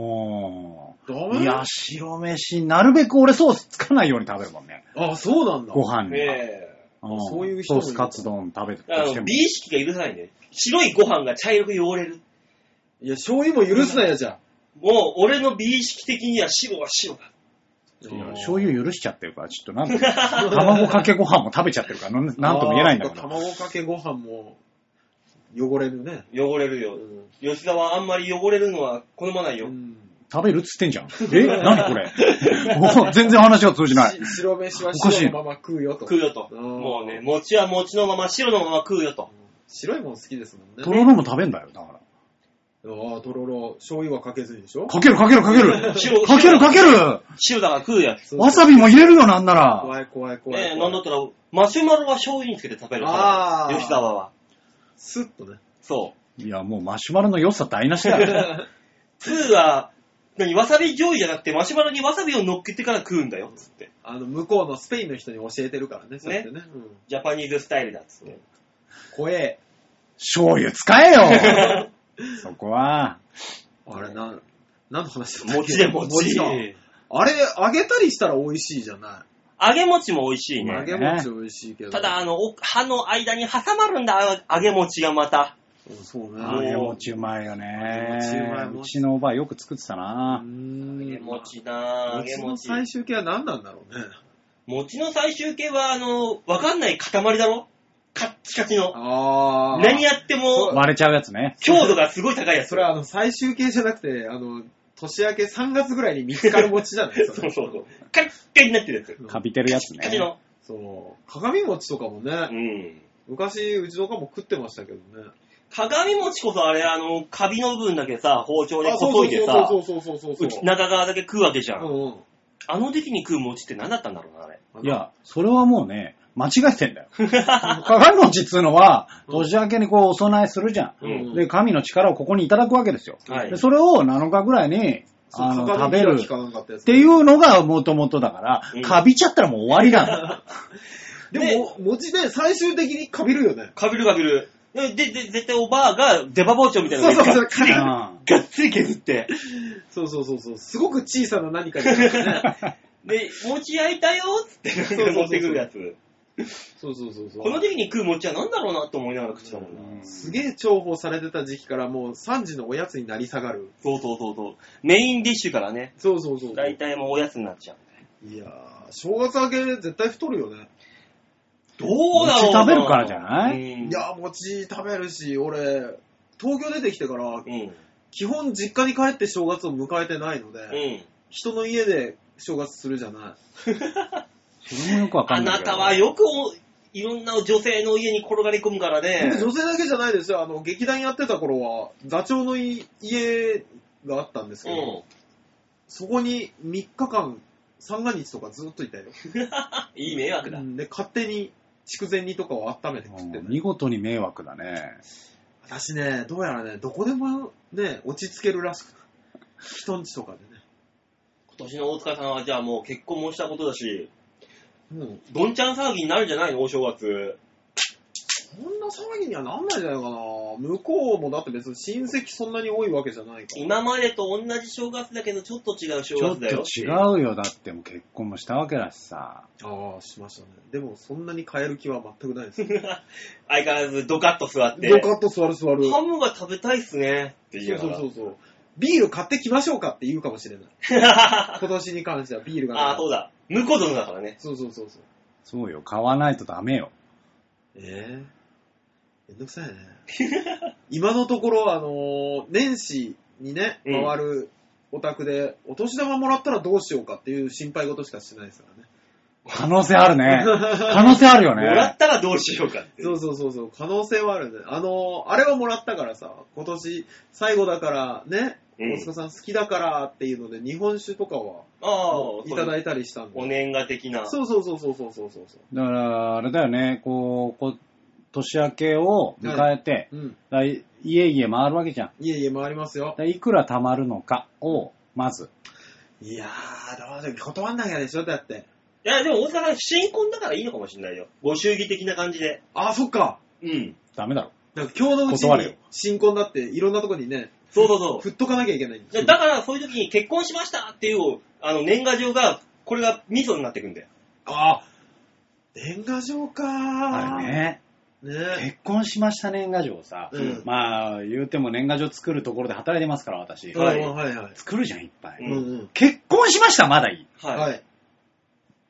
[SPEAKER 4] う
[SPEAKER 3] ダ
[SPEAKER 4] ん。
[SPEAKER 3] メ
[SPEAKER 4] いや、白飯、なるべく俺ソースつかないように食べるもんね。
[SPEAKER 3] あ、そうなんだ。
[SPEAKER 4] ご飯
[SPEAKER 2] た。
[SPEAKER 4] に。
[SPEAKER 2] ね
[SPEAKER 4] うん
[SPEAKER 3] そういう人もいる
[SPEAKER 4] ソースカツ丼食べて
[SPEAKER 2] え。あ
[SPEAKER 4] きて
[SPEAKER 2] の、
[SPEAKER 4] も
[SPEAKER 2] 美。意識が許さないんだよ。白いご飯が茶色く汚れる。
[SPEAKER 3] いや、醤油も許すなやじゃん。
[SPEAKER 2] もう、俺の美意識的には白は白だ。
[SPEAKER 4] いや醤油許しちゃってるから、ちょっ となんとも、卵かけご飯も食べちゃってるから、なんなんとも言えないんだけ
[SPEAKER 3] あー
[SPEAKER 4] ど。
[SPEAKER 3] 卵かけご飯も汚れるね。
[SPEAKER 2] 汚れる
[SPEAKER 3] う
[SPEAKER 2] よ。
[SPEAKER 3] ん
[SPEAKER 2] 吉田はあんまり汚れるのは好まないよ。
[SPEAKER 4] 食べるっつってんじ ゃん。え何これ お全然話が通じない。
[SPEAKER 3] し白飯は
[SPEAKER 4] おかしい
[SPEAKER 3] 白のまま食うよと。
[SPEAKER 2] 食うよと。
[SPEAKER 3] うん
[SPEAKER 2] もうね、餅は餅のまま、白のまま食うよと。
[SPEAKER 3] 白いもん好きですもんね。
[SPEAKER 4] とろろも食べんだよ、だから。
[SPEAKER 3] ああ、とろろ、醤油はかけずにでしょ
[SPEAKER 4] かけるかけるかける
[SPEAKER 2] 白
[SPEAKER 4] かけるかける
[SPEAKER 2] 白だから食うやつ。
[SPEAKER 3] そう
[SPEAKER 4] わさびも入れるよ、なんなら。
[SPEAKER 3] 怖い怖い怖い
[SPEAKER 2] ねえ、
[SPEAKER 3] 怖
[SPEAKER 2] ないんだったら、マシュマロは醤油につけて食べるか
[SPEAKER 3] あ
[SPEAKER 2] ら、
[SPEAKER 3] ー
[SPEAKER 2] 吉沢は。
[SPEAKER 3] スッとね。
[SPEAKER 2] そう。
[SPEAKER 4] いや、もうマシュマロの良さ台無しだよ。
[SPEAKER 2] 2は、何、わさび醤油じゃなくて、マシュマロにわさびを乗っけてから食うんだよ、つって。
[SPEAKER 3] あの、向こうのスペインの人に教えてるからね、そうやってね。うん
[SPEAKER 2] ジャパニーズスタイルだ、つって。
[SPEAKER 3] 怖え。
[SPEAKER 4] 醤油使えよそこは。
[SPEAKER 3] あれ、な、何の話だったっけ
[SPEAKER 2] 餅で餅。
[SPEAKER 3] だあれ、揚げたりしたら美味しいじゃな
[SPEAKER 2] 揚げ餅も美味しい
[SPEAKER 3] い。
[SPEAKER 4] ね
[SPEAKER 2] ね。
[SPEAKER 3] 揚げ餅美味しいけど。
[SPEAKER 2] ただ、あの、お歯の間に挟まるんだ、揚げ餅がまた。
[SPEAKER 3] うん、そうね。
[SPEAKER 4] 揚げ餅うまいよね
[SPEAKER 3] 揚げ餅うまい。もん
[SPEAKER 4] うちのおばあよく作ってた
[SPEAKER 3] う
[SPEAKER 4] な。
[SPEAKER 3] ん
[SPEAKER 2] 揚げ餅なぁ、揚げ
[SPEAKER 3] 餅の
[SPEAKER 2] 餅。
[SPEAKER 3] 最終形は何なんだろうね。
[SPEAKER 2] 餅の最終形は、あの、わかんない塊だろカッチカチの。
[SPEAKER 3] ああ。
[SPEAKER 2] 何やっても、
[SPEAKER 4] 割れちゃうやつね。
[SPEAKER 2] 強度がすごい高いやつ。
[SPEAKER 3] それはあの、最終形じゃなくて、あの、年明け3月ぐらいに見つかる餅じゃない
[SPEAKER 2] そうそうそう。カリッカリになってるやつ。
[SPEAKER 4] かびてるや
[SPEAKER 2] カ
[SPEAKER 4] つ
[SPEAKER 2] チ
[SPEAKER 4] ね
[SPEAKER 2] カ。チの。
[SPEAKER 3] そう。鏡餅とかも
[SPEAKER 2] う
[SPEAKER 3] ね、
[SPEAKER 2] ん。
[SPEAKER 3] 昔、うちのおかんも食ってましたけどね。
[SPEAKER 2] 鏡餅こそあれ、あの、カビの部分だけさ、包丁で
[SPEAKER 3] あ
[SPEAKER 2] こそいでさ、
[SPEAKER 3] そうそうそうそうそうう
[SPEAKER 2] ち
[SPEAKER 3] そう。
[SPEAKER 2] 中側だけ食うわけじゃん。
[SPEAKER 3] うんうん
[SPEAKER 2] あの時に食う餅って何だったんだろうな、あれ。
[SPEAKER 3] あの
[SPEAKER 4] いや、それはもうね、間違えてんだよ。鏡餅っつうのは、年明けにこうお供えするじゃ
[SPEAKER 2] うん
[SPEAKER 4] ん。で、神の力をここにいただくわけですよ。
[SPEAKER 2] はい
[SPEAKER 4] でそれを7日ぐらいに、あの、食べる。
[SPEAKER 3] かなんかってや
[SPEAKER 4] っ
[SPEAKER 3] つ
[SPEAKER 4] ていうのがもともとだから
[SPEAKER 2] うん、
[SPEAKER 4] かびちゃったらもう終わりなんだ。
[SPEAKER 3] でも、餅で最終的にかびるよね。
[SPEAKER 2] かびるかびる。で、で、絶対おばあが出刃包丁みたいな
[SPEAKER 3] そ
[SPEAKER 2] の
[SPEAKER 3] うそ
[SPEAKER 2] が
[SPEAKER 3] うそ
[SPEAKER 2] が
[SPEAKER 3] う
[SPEAKER 2] っつり、が
[SPEAKER 4] うん
[SPEAKER 2] っつり削って。
[SPEAKER 3] そうそうそうそう。すごく小さな何 かにね。
[SPEAKER 2] で、餅焼いたよっつってなんか
[SPEAKER 3] そうそうそう
[SPEAKER 2] 持ってくるやつ。
[SPEAKER 3] そうそうそうそう。
[SPEAKER 2] この時に食う餅は何だろうなと思いながら食ってたもんな。
[SPEAKER 3] すげえ重宝されてた時期からもう3時のおやつになり下がる。
[SPEAKER 2] そうそうそうそう。メインディッシュからね、
[SPEAKER 3] そうそうそう。
[SPEAKER 2] 大体もうおやつになっちゃう。
[SPEAKER 3] いやー、正月明け絶対太るよね。
[SPEAKER 2] どうだろう
[SPEAKER 4] 餅食べるからじゃない
[SPEAKER 2] うん
[SPEAKER 3] いやー、餅食べるし、俺、東京出てきてから
[SPEAKER 2] う、ん。
[SPEAKER 3] 基本実家に帰って正月を迎えてないので、
[SPEAKER 2] うん。
[SPEAKER 3] 人の家で正月するじゃない。
[SPEAKER 4] それもよくわか
[SPEAKER 2] あ
[SPEAKER 4] んな
[SPEAKER 2] な
[SPEAKER 4] いけど。
[SPEAKER 2] たはよくおいろんな女性の家に転がり込むからね。
[SPEAKER 3] 女性だけじゃないですよ。あの、劇団やってた頃は、座長のい家があったんですけど、
[SPEAKER 2] うん。
[SPEAKER 3] そこに3日間、三が日とかずっといたよ。
[SPEAKER 2] いい迷惑だ。
[SPEAKER 3] で、勝手に筑前煮とかを温めて食って
[SPEAKER 4] うん
[SPEAKER 3] た
[SPEAKER 4] 見事に迷惑だね。
[SPEAKER 3] 私ね、どうやらね、どこでもね、落ち着けるらしくて。人んちとかで
[SPEAKER 2] 今年の大塚さんはじゃあもう結婚もしたことだし、
[SPEAKER 3] ね。もう、
[SPEAKER 2] どんちゃん騒ぎになるんじゃないのお正月。
[SPEAKER 3] そんな騒ぎにはなんないんじゃないかな。向こうもだって別に親戚そんなに多いわけじゃないから。
[SPEAKER 2] 今までと同じ正月だけど、ちょっと違う正
[SPEAKER 4] ちょっ
[SPEAKER 2] 月
[SPEAKER 4] と
[SPEAKER 2] だよ。
[SPEAKER 4] 違うよ。だってもう結婚もしたわけだしさ。
[SPEAKER 3] ああ、しましたね。でもそんなに変える気は全くないです。
[SPEAKER 2] 相変わらずドカッと座って。
[SPEAKER 3] ドカッと座る座る。
[SPEAKER 2] ハムが食べたいっすね。って言
[SPEAKER 3] そうう
[SPEAKER 2] か
[SPEAKER 3] そう
[SPEAKER 2] ら。
[SPEAKER 3] そうそう。ビール買ってきましょうかって言うかもしれ ない。
[SPEAKER 2] あ
[SPEAKER 3] 今年に関してはビールが
[SPEAKER 2] あ、そうだ。婿殿だからね。
[SPEAKER 3] そうそうそうそう。
[SPEAKER 4] そうよ。買わないとダメよ。
[SPEAKER 3] ええめんどく さいね。今のところ、あのー年始にね、
[SPEAKER 2] うん
[SPEAKER 3] 回るお宅で、お年玉もらったらどうしようかっていう心配事しかしてないですからね。
[SPEAKER 4] 可能性あ るね。可能性あるよ
[SPEAKER 2] もら
[SPEAKER 4] ね
[SPEAKER 2] っ。たらどうしようかって。
[SPEAKER 3] そうそうそうそう、可能性はあるね。あのーあれはもらったからさ、今年最後だからね、
[SPEAKER 2] うん
[SPEAKER 3] 大塚さん好きだからっていうので、日本酒とかは
[SPEAKER 2] ああ、
[SPEAKER 3] いただ
[SPEAKER 2] い
[SPEAKER 3] いたりしたん
[SPEAKER 2] お
[SPEAKER 3] で。
[SPEAKER 2] 年賀的な。
[SPEAKER 3] そうそうそうそうそうそうそう。
[SPEAKER 4] だから、あれだよね。こう、こう年明けを迎えて、
[SPEAKER 3] うん。
[SPEAKER 4] だい家々回るわけじゃん。
[SPEAKER 3] いえいえ、回りますよ
[SPEAKER 4] だ。いくら貯まるのかを、まず。
[SPEAKER 3] いやー、どうせ断んなきゃでしょ、だって。
[SPEAKER 2] いや、でも大塚さん、新婚だからいいのかもしれないよ。ご祝儀的な感じで。
[SPEAKER 3] あー、そっか。
[SPEAKER 2] うん。
[SPEAKER 4] ダメだろ。
[SPEAKER 3] なんか今日のうち
[SPEAKER 4] 断れよ
[SPEAKER 3] に新婚だっていろんなとこにね、
[SPEAKER 2] そうそうそう。
[SPEAKER 3] 振っとかなきゃいけないんです
[SPEAKER 2] で
[SPEAKER 3] よ。
[SPEAKER 2] だから、そういう時に結婚しましたっていう、あの、年賀状が、これがミソになってくんだよ。
[SPEAKER 3] ああ、年賀状か
[SPEAKER 4] あ
[SPEAKER 3] ー
[SPEAKER 4] れ。ね。
[SPEAKER 3] ね
[SPEAKER 4] 結婚しました年賀状をさ。
[SPEAKER 3] うん
[SPEAKER 4] まあ、言うても年賀状作るところで働いてますから、私。
[SPEAKER 2] はい
[SPEAKER 3] うんはいはい。
[SPEAKER 4] 作るじゃん、いっぱい。
[SPEAKER 3] うんうん。
[SPEAKER 4] 結婚しました、まだいい。
[SPEAKER 2] は。
[SPEAKER 3] はいい。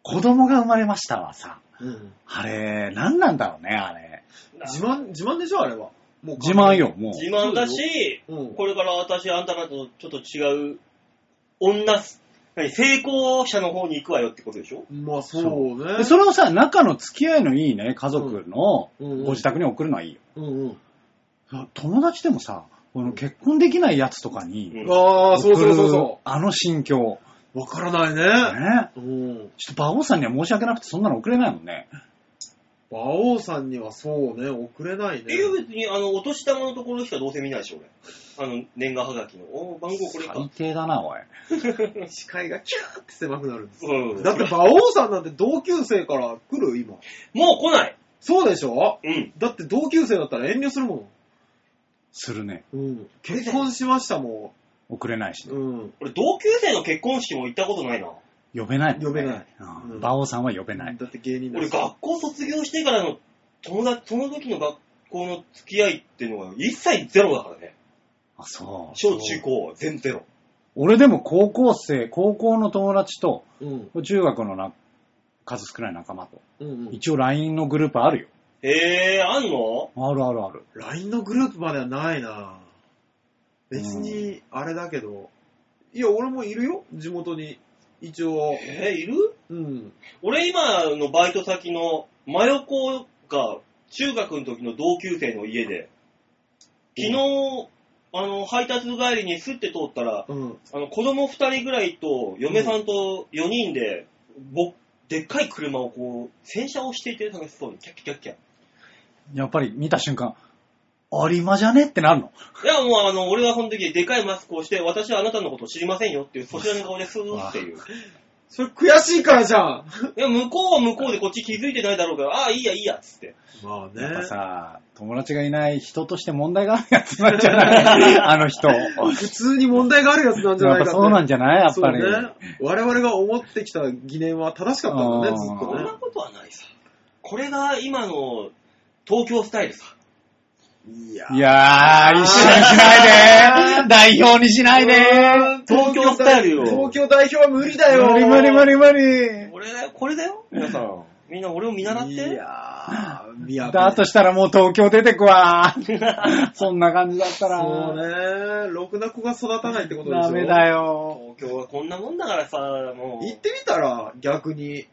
[SPEAKER 4] 子供が生まれましたはさ。
[SPEAKER 3] うん
[SPEAKER 4] あれ、何なんだろうね、あれ。
[SPEAKER 3] 自慢、自慢でしょ、あれは。もう
[SPEAKER 4] 自慢。よ、もう。
[SPEAKER 2] 自慢だし、
[SPEAKER 3] うん。
[SPEAKER 2] これから私、あんたらとちょっと違う、女す、何成功者の方に行くわよってことでしょ
[SPEAKER 3] まあそうね。
[SPEAKER 4] でそれをさ、仲の付き合いのいいね、家族の
[SPEAKER 3] うんうんうん
[SPEAKER 4] ご自宅に送るのはいいよ。
[SPEAKER 3] うんうん。
[SPEAKER 4] 友達でもさ、この結婚できないやつとか
[SPEAKER 2] う
[SPEAKER 4] に、
[SPEAKER 2] ん
[SPEAKER 3] ああ、そうそうそうそ
[SPEAKER 4] あの心境。
[SPEAKER 3] う。わからないね。
[SPEAKER 4] ね。
[SPEAKER 3] うん。
[SPEAKER 4] ちょっと馬王さんには申し訳なくてそんなの送れないもんね。
[SPEAKER 3] 馬王さんにはそうね、送れない
[SPEAKER 2] い
[SPEAKER 3] ね。
[SPEAKER 2] や、別に、あの、お年玉のところしかどうせ見ないでしょ、俺。あの、年賀はがきの。おー番号これか。
[SPEAKER 4] 最低だな、おい。
[SPEAKER 3] 視界がキューって狭くなるんですよ。
[SPEAKER 2] うん。
[SPEAKER 3] だって馬王さんなんて同級生から来る今。
[SPEAKER 2] もう来ない。
[SPEAKER 3] そうでしょ
[SPEAKER 2] うん。
[SPEAKER 3] だって同級生だったら遠慮するも
[SPEAKER 4] するね。
[SPEAKER 3] ん。うん。結婚しましたも
[SPEAKER 4] 送れないし、ね、
[SPEAKER 3] うん。
[SPEAKER 2] 俺、同級生の結婚式も行ったことないな。
[SPEAKER 4] 呼べないもんね、
[SPEAKER 3] 呼べない
[SPEAKER 4] うん
[SPEAKER 3] うん
[SPEAKER 4] 馬王さんは呼べない。
[SPEAKER 3] だって芸人だ
[SPEAKER 2] 俺、
[SPEAKER 3] し
[SPEAKER 2] 学校卒業してからの友達、その時の学校の付き合いっていうのが一切ゼロだからね。
[SPEAKER 4] あ、そう。
[SPEAKER 2] 小中高、全ゼロ。
[SPEAKER 4] 俺でも高校生、高校の友達と、
[SPEAKER 3] うん。
[SPEAKER 4] 中学のな数少ない仲間と、
[SPEAKER 3] うんうん。
[SPEAKER 4] 一応 LINE のグループあるよ。
[SPEAKER 2] えー、あんの
[SPEAKER 4] あるあるある。
[SPEAKER 3] LINE のグループまではないな別に、あれだけど。いや、俺もいるよ。地元に。一応。
[SPEAKER 2] えー、いる
[SPEAKER 3] うん。
[SPEAKER 2] 俺今のバイト先の真横が中学の時の同級生の家で、昨日、あの、配達帰りにスッて通ったら、
[SPEAKER 3] うん。
[SPEAKER 2] あの、子供二人ぐらいと、嫁さんと四人で、ぼ、でっかい車をこう、洗車をしていて楽しそうに、キャッキャッキャッキ
[SPEAKER 4] やっぱり見た瞬間、ありまじゃねってなるの。
[SPEAKER 2] ャ。いや、もうあの、俺はその時でかいマスクをして、私はあなたのことを知りませんよっていう、そちらの顔でスーっていう。
[SPEAKER 3] それ悔しいからじゃん。
[SPEAKER 2] いや、向こうは向こうでこっち気づいてないだろうから、ああ、いいや、いいや、つって。
[SPEAKER 3] まあ
[SPEAKER 4] やっぱ
[SPEAKER 3] ね。
[SPEAKER 4] さ、友達がいない人として問題があるやつなんじゃない あの人。や
[SPEAKER 3] 普通に問題があるやつなんじゃな
[SPEAKER 4] っ
[SPEAKER 3] いか
[SPEAKER 4] ぱ
[SPEAKER 3] って
[SPEAKER 4] そうなんじゃないやっぱり。
[SPEAKER 3] そうね。我々が思ってきた疑念は正しかったんだね、
[SPEAKER 4] あー
[SPEAKER 3] ずっ
[SPEAKER 2] そ
[SPEAKER 3] と
[SPEAKER 2] ん
[SPEAKER 3] ね
[SPEAKER 2] な。ことはないさ。これが今の東京スタイルさ。
[SPEAKER 3] い
[SPEAKER 4] いやー、一緒にしないで代表にしないで
[SPEAKER 2] 東京スタイルよ
[SPEAKER 3] 東京代表は無理だよ。
[SPEAKER 4] 無理無理無理無理
[SPEAKER 2] 俺だよ、これだよ。皆さん。みんな俺を見習って。
[SPEAKER 3] いやー、見破
[SPEAKER 4] だとしたらもう東京出てく わそんな感じだったら。
[SPEAKER 3] そうね。ろくな子が育たないってことでしょ。
[SPEAKER 4] ダメだよ。
[SPEAKER 2] 東京はこんなもんだからさ、も
[SPEAKER 3] 行
[SPEAKER 2] う。
[SPEAKER 3] ってみたら、逆に。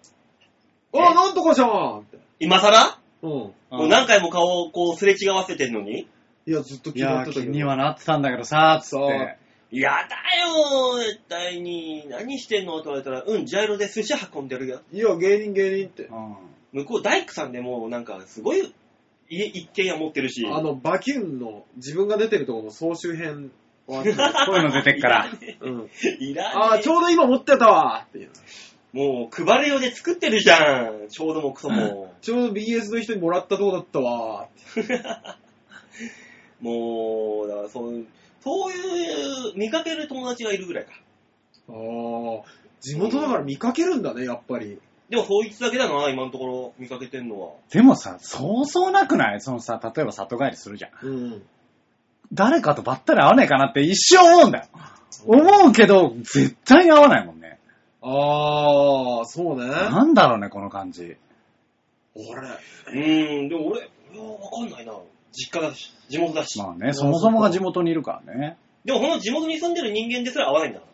[SPEAKER 3] あ、なんとかじゃんって。
[SPEAKER 2] 今更
[SPEAKER 3] うん。
[SPEAKER 2] もう何回も顔をこうすれ違わせてんのに。
[SPEAKER 3] いや、ずっと
[SPEAKER 4] い
[SPEAKER 3] 気にな
[SPEAKER 4] や
[SPEAKER 3] って
[SPEAKER 4] ー、
[SPEAKER 3] た
[SPEAKER 4] 気
[SPEAKER 3] け
[SPEAKER 4] に
[SPEAKER 3] ど。
[SPEAKER 4] はなってたんだけどさ、つっ
[SPEAKER 3] そう
[SPEAKER 4] て。
[SPEAKER 2] やだよ絶対に。何してんのって言われたら、うん、ジャイロで寿司運んでるよ。
[SPEAKER 3] いや、芸人芸人って。
[SPEAKER 4] うん
[SPEAKER 2] 向こう大工さんでもうなんかすごい家一軒家持ってるし。
[SPEAKER 3] あの、バキュンの自分が出てるところの総集編はあった
[SPEAKER 4] こういうの出て っから。
[SPEAKER 3] うん。
[SPEAKER 2] いら
[SPEAKER 3] あ
[SPEAKER 2] な
[SPEAKER 3] ー、
[SPEAKER 2] い
[SPEAKER 3] ち。ょうど今持ってたわっていう。
[SPEAKER 2] もう配れようで作ってるじゃん。ちょうどもクソも。
[SPEAKER 3] ちょうど BS の人にもらったとこだったわって。
[SPEAKER 2] もう、だからそういう、そういう見かける友達がいるぐらいか。
[SPEAKER 3] あー、地元だから見かけるんだね、やっぱり。
[SPEAKER 2] でもそいつだけだな、今のところ見かけてんのは。
[SPEAKER 4] でもさ、そうそうなくないそのさ、例えば里帰りするじゃん。
[SPEAKER 3] うん。
[SPEAKER 4] 誰かとばったり会わないかなって一生思うんだよ。思うけど、絶対に会わないもんね。
[SPEAKER 3] あー、そうね。
[SPEAKER 4] なんだろうね、この感じ。
[SPEAKER 3] 俺、
[SPEAKER 2] うーん、でも俺、俺はわかんないな。実家だし、地元だし。
[SPEAKER 4] まあね、そもそもが地元にいるからね。
[SPEAKER 2] でもこの地元に住んでる人間ですら合わないんだか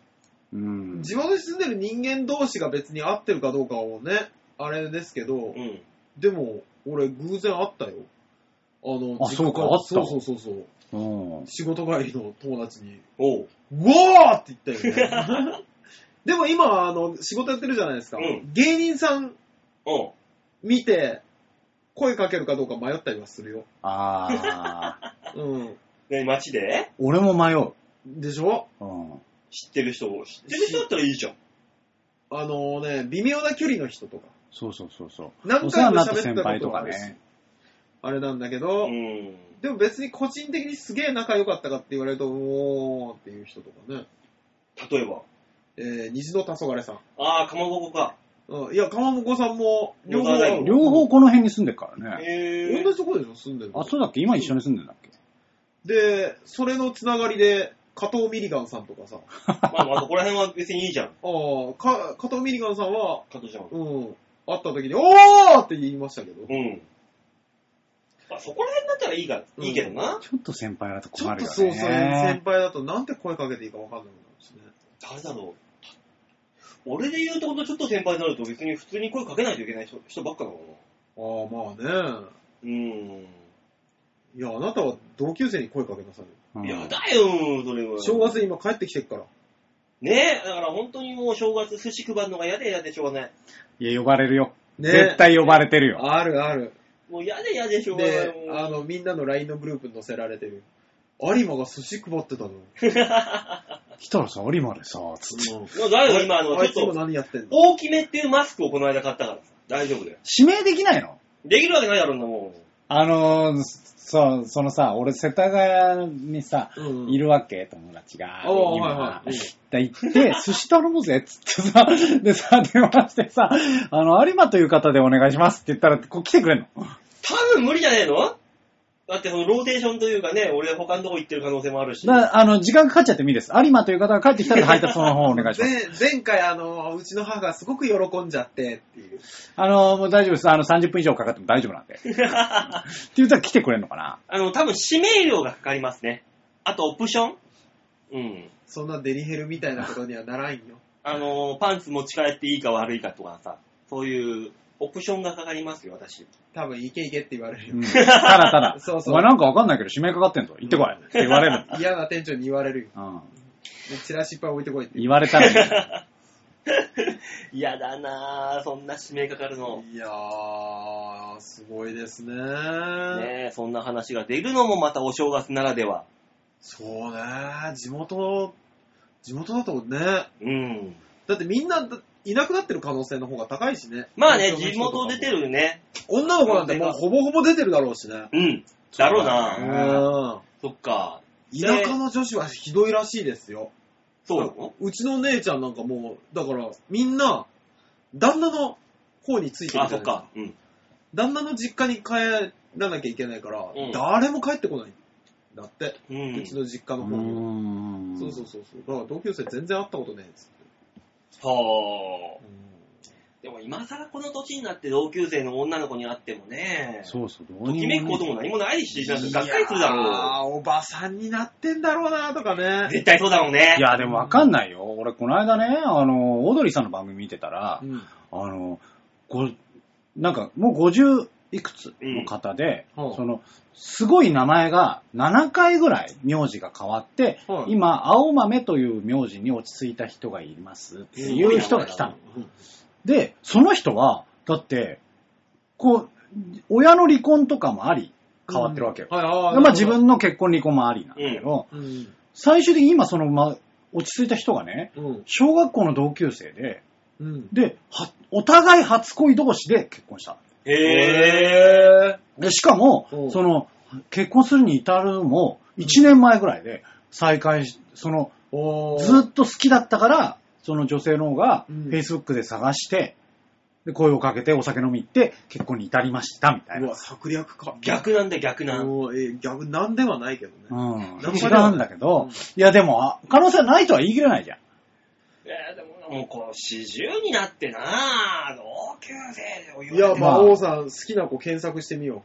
[SPEAKER 4] うん。
[SPEAKER 3] 地元に住んでる人間同士が別に合ってるかどうかをね、あれですけど
[SPEAKER 2] ら。う、ん。
[SPEAKER 3] でも、俺、偶然会ったよ。あの、
[SPEAKER 4] あそう
[SPEAKER 3] 実
[SPEAKER 4] か
[SPEAKER 3] 家
[SPEAKER 4] 会った
[SPEAKER 3] そうそうそうそう。
[SPEAKER 4] うん。
[SPEAKER 3] 仕事帰りの友達に、
[SPEAKER 2] おう。
[SPEAKER 3] うわーって言ったよね。でも今、あの、仕事やってるじゃないですか。
[SPEAKER 2] うん
[SPEAKER 3] 芸人さん
[SPEAKER 2] うん。
[SPEAKER 3] 見て、声かけるかどうか迷ったりはするよ。
[SPEAKER 4] あー。
[SPEAKER 3] うん。
[SPEAKER 2] ね、街で
[SPEAKER 4] 俺も迷う。
[SPEAKER 3] でしょ
[SPEAKER 4] うん。
[SPEAKER 2] 知ってる人を、知ってる人だったらいいじゃん。
[SPEAKER 3] あのね、微妙な距離の人とか、
[SPEAKER 4] そうそうそうそう。
[SPEAKER 3] 何
[SPEAKER 4] お世
[SPEAKER 3] 回
[SPEAKER 4] 話に
[SPEAKER 3] も
[SPEAKER 4] なった
[SPEAKER 3] 喋
[SPEAKER 4] 先
[SPEAKER 3] ったこ
[SPEAKER 4] 輩
[SPEAKER 3] と
[SPEAKER 4] と
[SPEAKER 3] があ
[SPEAKER 4] か
[SPEAKER 3] るし、
[SPEAKER 4] ね。
[SPEAKER 3] あれなんだけ
[SPEAKER 2] う
[SPEAKER 3] ど、
[SPEAKER 2] ん。
[SPEAKER 3] でも別に個人的にすげえ仲良かったかって言われると、おーっていう人とかね。
[SPEAKER 2] 例えば。
[SPEAKER 3] えー、虹の黄昏さん。
[SPEAKER 2] ああ、かまぼこか。
[SPEAKER 3] うん、いや、川本さんも、両方
[SPEAKER 2] 野沢大、吾
[SPEAKER 4] 両方この辺に住んでるからね。
[SPEAKER 2] へえ
[SPEAKER 3] 同。じとこでしょ、住んでるの
[SPEAKER 4] あ、そうだっけ今一緒に住んでんだっけ
[SPEAKER 3] で、それのつながりで、加藤ミリガンさんとかさ、あ
[SPEAKER 2] まあまあ、そこら辺は別にいいじゃん。
[SPEAKER 3] ーか加藤ミリガンさんは、
[SPEAKER 2] 加藤ちゃん。
[SPEAKER 3] うん、会った時に、おーって言いましたけど、
[SPEAKER 2] うん。まあ、そこら辺だったらいいが、いいけどな。
[SPEAKER 4] ちょっと先輩だと
[SPEAKER 3] ちょ
[SPEAKER 4] 困
[SPEAKER 3] っ
[SPEAKER 4] る
[SPEAKER 3] と
[SPEAKER 4] よね。
[SPEAKER 3] そうそう、先輩だとなんて声かけていいかわかんなくなるしね。
[SPEAKER 2] 誰だろう。俺で言うとほんとちょっと先輩になると別に普通に声かけないといけない人人ばっかだもんな。
[SPEAKER 3] ああ、まあね。
[SPEAKER 2] うーん。
[SPEAKER 3] いや、あなたは同級生に声かけなさいよ。
[SPEAKER 4] うん
[SPEAKER 2] やだよ、それは。
[SPEAKER 3] 正月今帰ってきてっから。
[SPEAKER 2] ねえ、だから本当にもう正月寿司配るのが嫌で嫌でしょうがない。
[SPEAKER 4] いや、呼ばれるよ。
[SPEAKER 3] ね
[SPEAKER 4] 絶対呼ばれてるよ。
[SPEAKER 3] あるある。
[SPEAKER 2] もう嫌で嫌でしょうがない。
[SPEAKER 3] で
[SPEAKER 2] も、う
[SPEAKER 3] あの、みんなの LINE のグループに載せられてる。有馬が寿司配ってたの。
[SPEAKER 4] 来たらさ、有馬でさ、つって。
[SPEAKER 2] もう誰が今、あの、
[SPEAKER 3] あい
[SPEAKER 2] ち
[SPEAKER 3] つ
[SPEAKER 2] ょ
[SPEAKER 3] も
[SPEAKER 2] っと、
[SPEAKER 3] 何やってんの
[SPEAKER 2] 大きめっていうマスクをこの間買ったからさ。大丈夫だよ。
[SPEAKER 4] 指名できないの
[SPEAKER 2] できるわけないだろ、んなもん。
[SPEAKER 4] あのー、そう、そのさ、俺、世田谷にさ、
[SPEAKER 3] うん
[SPEAKER 4] いるわけ、友達が。
[SPEAKER 3] おー
[SPEAKER 4] 今
[SPEAKER 3] はいはい
[SPEAKER 4] で行って、寿司頼むぜ、っつってさ、 でさ、電話してさ、あの、有馬という方でお願いしますって言ったら、こう来てくれんの。
[SPEAKER 2] 多分無理じゃねえのだってそのローテーションというかね、俺他のとこ行ってる可能性もあるし。
[SPEAKER 4] だあの、時間かかっちゃってもいいです。有馬という方が帰ってき たら配達の方をお願いします。
[SPEAKER 3] 前前回、あの、うちの母がすごく喜んじゃってっていう。
[SPEAKER 4] あの、もう大丈夫です。あの、30分以上かかっても大丈夫 なんで。って言ったら来てくれんのかな。
[SPEAKER 2] あの、多分指名料がかかりますね。あとオプションうん。
[SPEAKER 3] そんなデリヘルみたいなことにはならんよ。
[SPEAKER 2] あの、パンツ持ち帰っていいか悪いかとかさ、そういうオプションがかかりますよ、私。
[SPEAKER 3] 多分、いけいけって言われるよ
[SPEAKER 4] うん。。ただただ、
[SPEAKER 3] そうそう
[SPEAKER 4] お前なんかわかんないけど、指名かかってんぞ。行ってこい。って言われる。
[SPEAKER 3] 嫌な店長に言われるよ。
[SPEAKER 4] うん。
[SPEAKER 3] でチラシいっぱい置いてこいって。
[SPEAKER 4] 言われたらね、
[SPEAKER 2] 嫌だなぁ、そんな指名かかるの。
[SPEAKER 3] いやー、すごいですね
[SPEAKER 2] ねえ、そんな話が出るのもまたお正月ならでは。
[SPEAKER 3] そうね地元、地元だとね。
[SPEAKER 2] うん。
[SPEAKER 3] だってみんないなくなってる可能性の方が高いしね。
[SPEAKER 2] まあね、地元出て
[SPEAKER 3] る。
[SPEAKER 2] るね。
[SPEAKER 3] 女の子なんてもうほぼほぼ出てるだろうしね。
[SPEAKER 2] うん。だろう
[SPEAKER 4] そう
[SPEAKER 2] な。
[SPEAKER 4] だね
[SPEAKER 3] ん。
[SPEAKER 2] そっか。
[SPEAKER 3] 田舎の女子はひどいらしいですよ。
[SPEAKER 2] そうなの
[SPEAKER 3] うちの姉ちゃんなんかもう、だからみんな、旦那の方についてるじゃな
[SPEAKER 2] あ、
[SPEAKER 3] いで
[SPEAKER 2] そ
[SPEAKER 3] す
[SPEAKER 2] っか。。うん。
[SPEAKER 3] 旦那の実家に帰らなきゃいけないから、
[SPEAKER 2] うん
[SPEAKER 3] 誰も帰ってこないんだって、
[SPEAKER 2] う
[SPEAKER 3] うんち。の実家の方には。そうそうそうそう。だから同級生全然会ったことねえっつって。
[SPEAKER 2] はあ。でも今更この年になって同級生の女の子に会ってもね、
[SPEAKER 4] そうそう、
[SPEAKER 2] と
[SPEAKER 4] ど
[SPEAKER 2] きめくことも何もないし、なんかがっかりするだろ
[SPEAKER 3] ああ、おばさんになってんだろうなとか
[SPEAKER 2] う。
[SPEAKER 3] ね。
[SPEAKER 2] 絶対そうだろうね。
[SPEAKER 4] いや、でもわかんないよ。俺、この間ね、あの、オードリーさんの番組見てたら
[SPEAKER 3] う、ん。
[SPEAKER 4] あの、ごなんか、もう50いくつの方で、
[SPEAKER 3] うん
[SPEAKER 4] その、すごい名前が7回ぐらい名字が変わって、
[SPEAKER 3] はい
[SPEAKER 4] 今、青豆という名字に落ち着いた人がいますっていう人が来たの。で、その人は、だって、こう、親の離婚とかもあり、変わってるわけよ。
[SPEAKER 3] はい、あ
[SPEAKER 4] でまあ自。分の結婚離婚もありなんだけど、
[SPEAKER 3] うん。
[SPEAKER 4] 最終的に今その、ま、落ち着いた人がね、
[SPEAKER 3] うん。
[SPEAKER 4] 小学校の同級生で、
[SPEAKER 3] うん。
[SPEAKER 4] で、はお互い初恋同士で結婚した。
[SPEAKER 2] へぇー。
[SPEAKER 4] で、しかも
[SPEAKER 3] う、ん
[SPEAKER 4] その、結婚するに至るのも、1年前ぐらいで再会し、その、
[SPEAKER 3] おー
[SPEAKER 4] ずっと好きだったから、その女性の方が、
[SPEAKER 3] うん
[SPEAKER 4] Facebook で探して、で声をかけてお酒飲み行って、結婚に至りました、みたいうな
[SPEAKER 3] わ、。策略か。
[SPEAKER 2] 逆なんだ、逆なん。
[SPEAKER 3] おーえー逆なんではないけど
[SPEAKER 4] う
[SPEAKER 3] ね。
[SPEAKER 4] ん。
[SPEAKER 3] なん
[SPEAKER 4] 違
[SPEAKER 3] かでも
[SPEAKER 4] うんだけ
[SPEAKER 3] う
[SPEAKER 4] ど、
[SPEAKER 3] ん
[SPEAKER 4] いやでも、あ可能性ないとは言い切れないじゃん。
[SPEAKER 2] えー、でも、もうこう、四十になってなぁ、同級生でお
[SPEAKER 3] い
[SPEAKER 2] 呼ば
[SPEAKER 3] や、
[SPEAKER 2] れて
[SPEAKER 4] ま
[SPEAKER 3] 魔
[SPEAKER 4] あ
[SPEAKER 3] 王さん、好きな子検索してみよ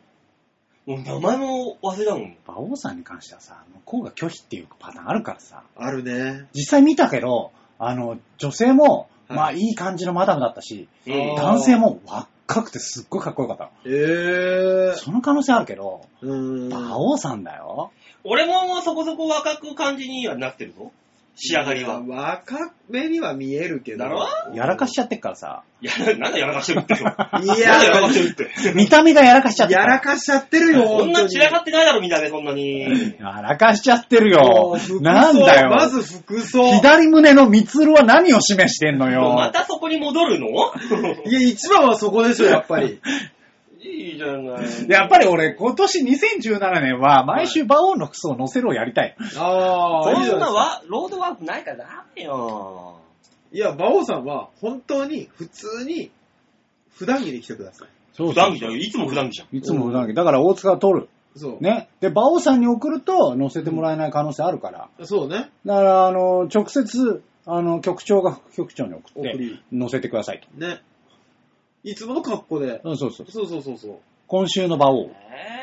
[SPEAKER 2] もう名前も忘れたもん。
[SPEAKER 4] 馬王さんに関してはさ、向こうが拒否っていうパターンあるからさ、
[SPEAKER 3] う。あるね。
[SPEAKER 4] 実際見たけど、あの、女性も、
[SPEAKER 3] はい
[SPEAKER 4] まあいい感じのマダムだったし、
[SPEAKER 3] あー
[SPEAKER 4] 男性も若くてすっごいかっこよかった
[SPEAKER 3] ええ
[SPEAKER 4] の。その可能性あるけど、
[SPEAKER 3] うーん。
[SPEAKER 4] 馬王さんだよ。
[SPEAKER 2] 俺もそこそこ若く感じにはなってるぞ。仕上がりは。
[SPEAKER 3] いや若めには見えるけ
[SPEAKER 2] だ
[SPEAKER 3] ど。
[SPEAKER 2] ろ
[SPEAKER 4] やらかしちゃってっからさ、
[SPEAKER 2] いや、なんだやらかしてる って。いや、
[SPEAKER 3] い
[SPEAKER 2] なんだやら
[SPEAKER 3] や
[SPEAKER 2] かしてるって。
[SPEAKER 4] 見た目がやらかしちゃってっ
[SPEAKER 3] や
[SPEAKER 4] から
[SPEAKER 3] かしちゃってるよ。
[SPEAKER 2] そんな散らか
[SPEAKER 3] っ
[SPEAKER 2] ってないだろ、みんなで、そんなに。
[SPEAKER 4] やらかしちゃってるよ。なんだよ。
[SPEAKER 3] まず服装。
[SPEAKER 4] 左胸のミツルは何を示してんの
[SPEAKER 2] ま
[SPEAKER 4] よ。
[SPEAKER 2] たそこに戻るの
[SPEAKER 3] いや、一番はそこでしょ、やっぱ り。
[SPEAKER 2] いいじゃない。
[SPEAKER 4] やっぱり俺、今年2017年は、毎週馬王の服装を乗せろをやりたい。
[SPEAKER 3] ああ、いいじ
[SPEAKER 2] そ
[SPEAKER 3] ゃ
[SPEAKER 2] んない
[SPEAKER 3] なですか
[SPEAKER 2] わロードワークないからダメよ。
[SPEAKER 3] いや、馬王さんは、本当に、普通に、普段着で来てください。
[SPEAKER 4] そ
[SPEAKER 2] 普段着じゃん。いつも普段着じゃん。
[SPEAKER 4] いつも普段着。だから大塚を取る。
[SPEAKER 3] そう。
[SPEAKER 4] ね。で、馬王さんに送ると乗せてもらえない可能性あるから。
[SPEAKER 3] そうね。
[SPEAKER 4] だから、あの、直接、あの、局長が副局長に送っ
[SPEAKER 3] 送
[SPEAKER 4] て
[SPEAKER 3] り、
[SPEAKER 4] 乗せてくださいと。
[SPEAKER 3] ね。いつもの格好で。
[SPEAKER 4] うん、そうそう。
[SPEAKER 3] そうそうそうそう。
[SPEAKER 4] 今週の馬王、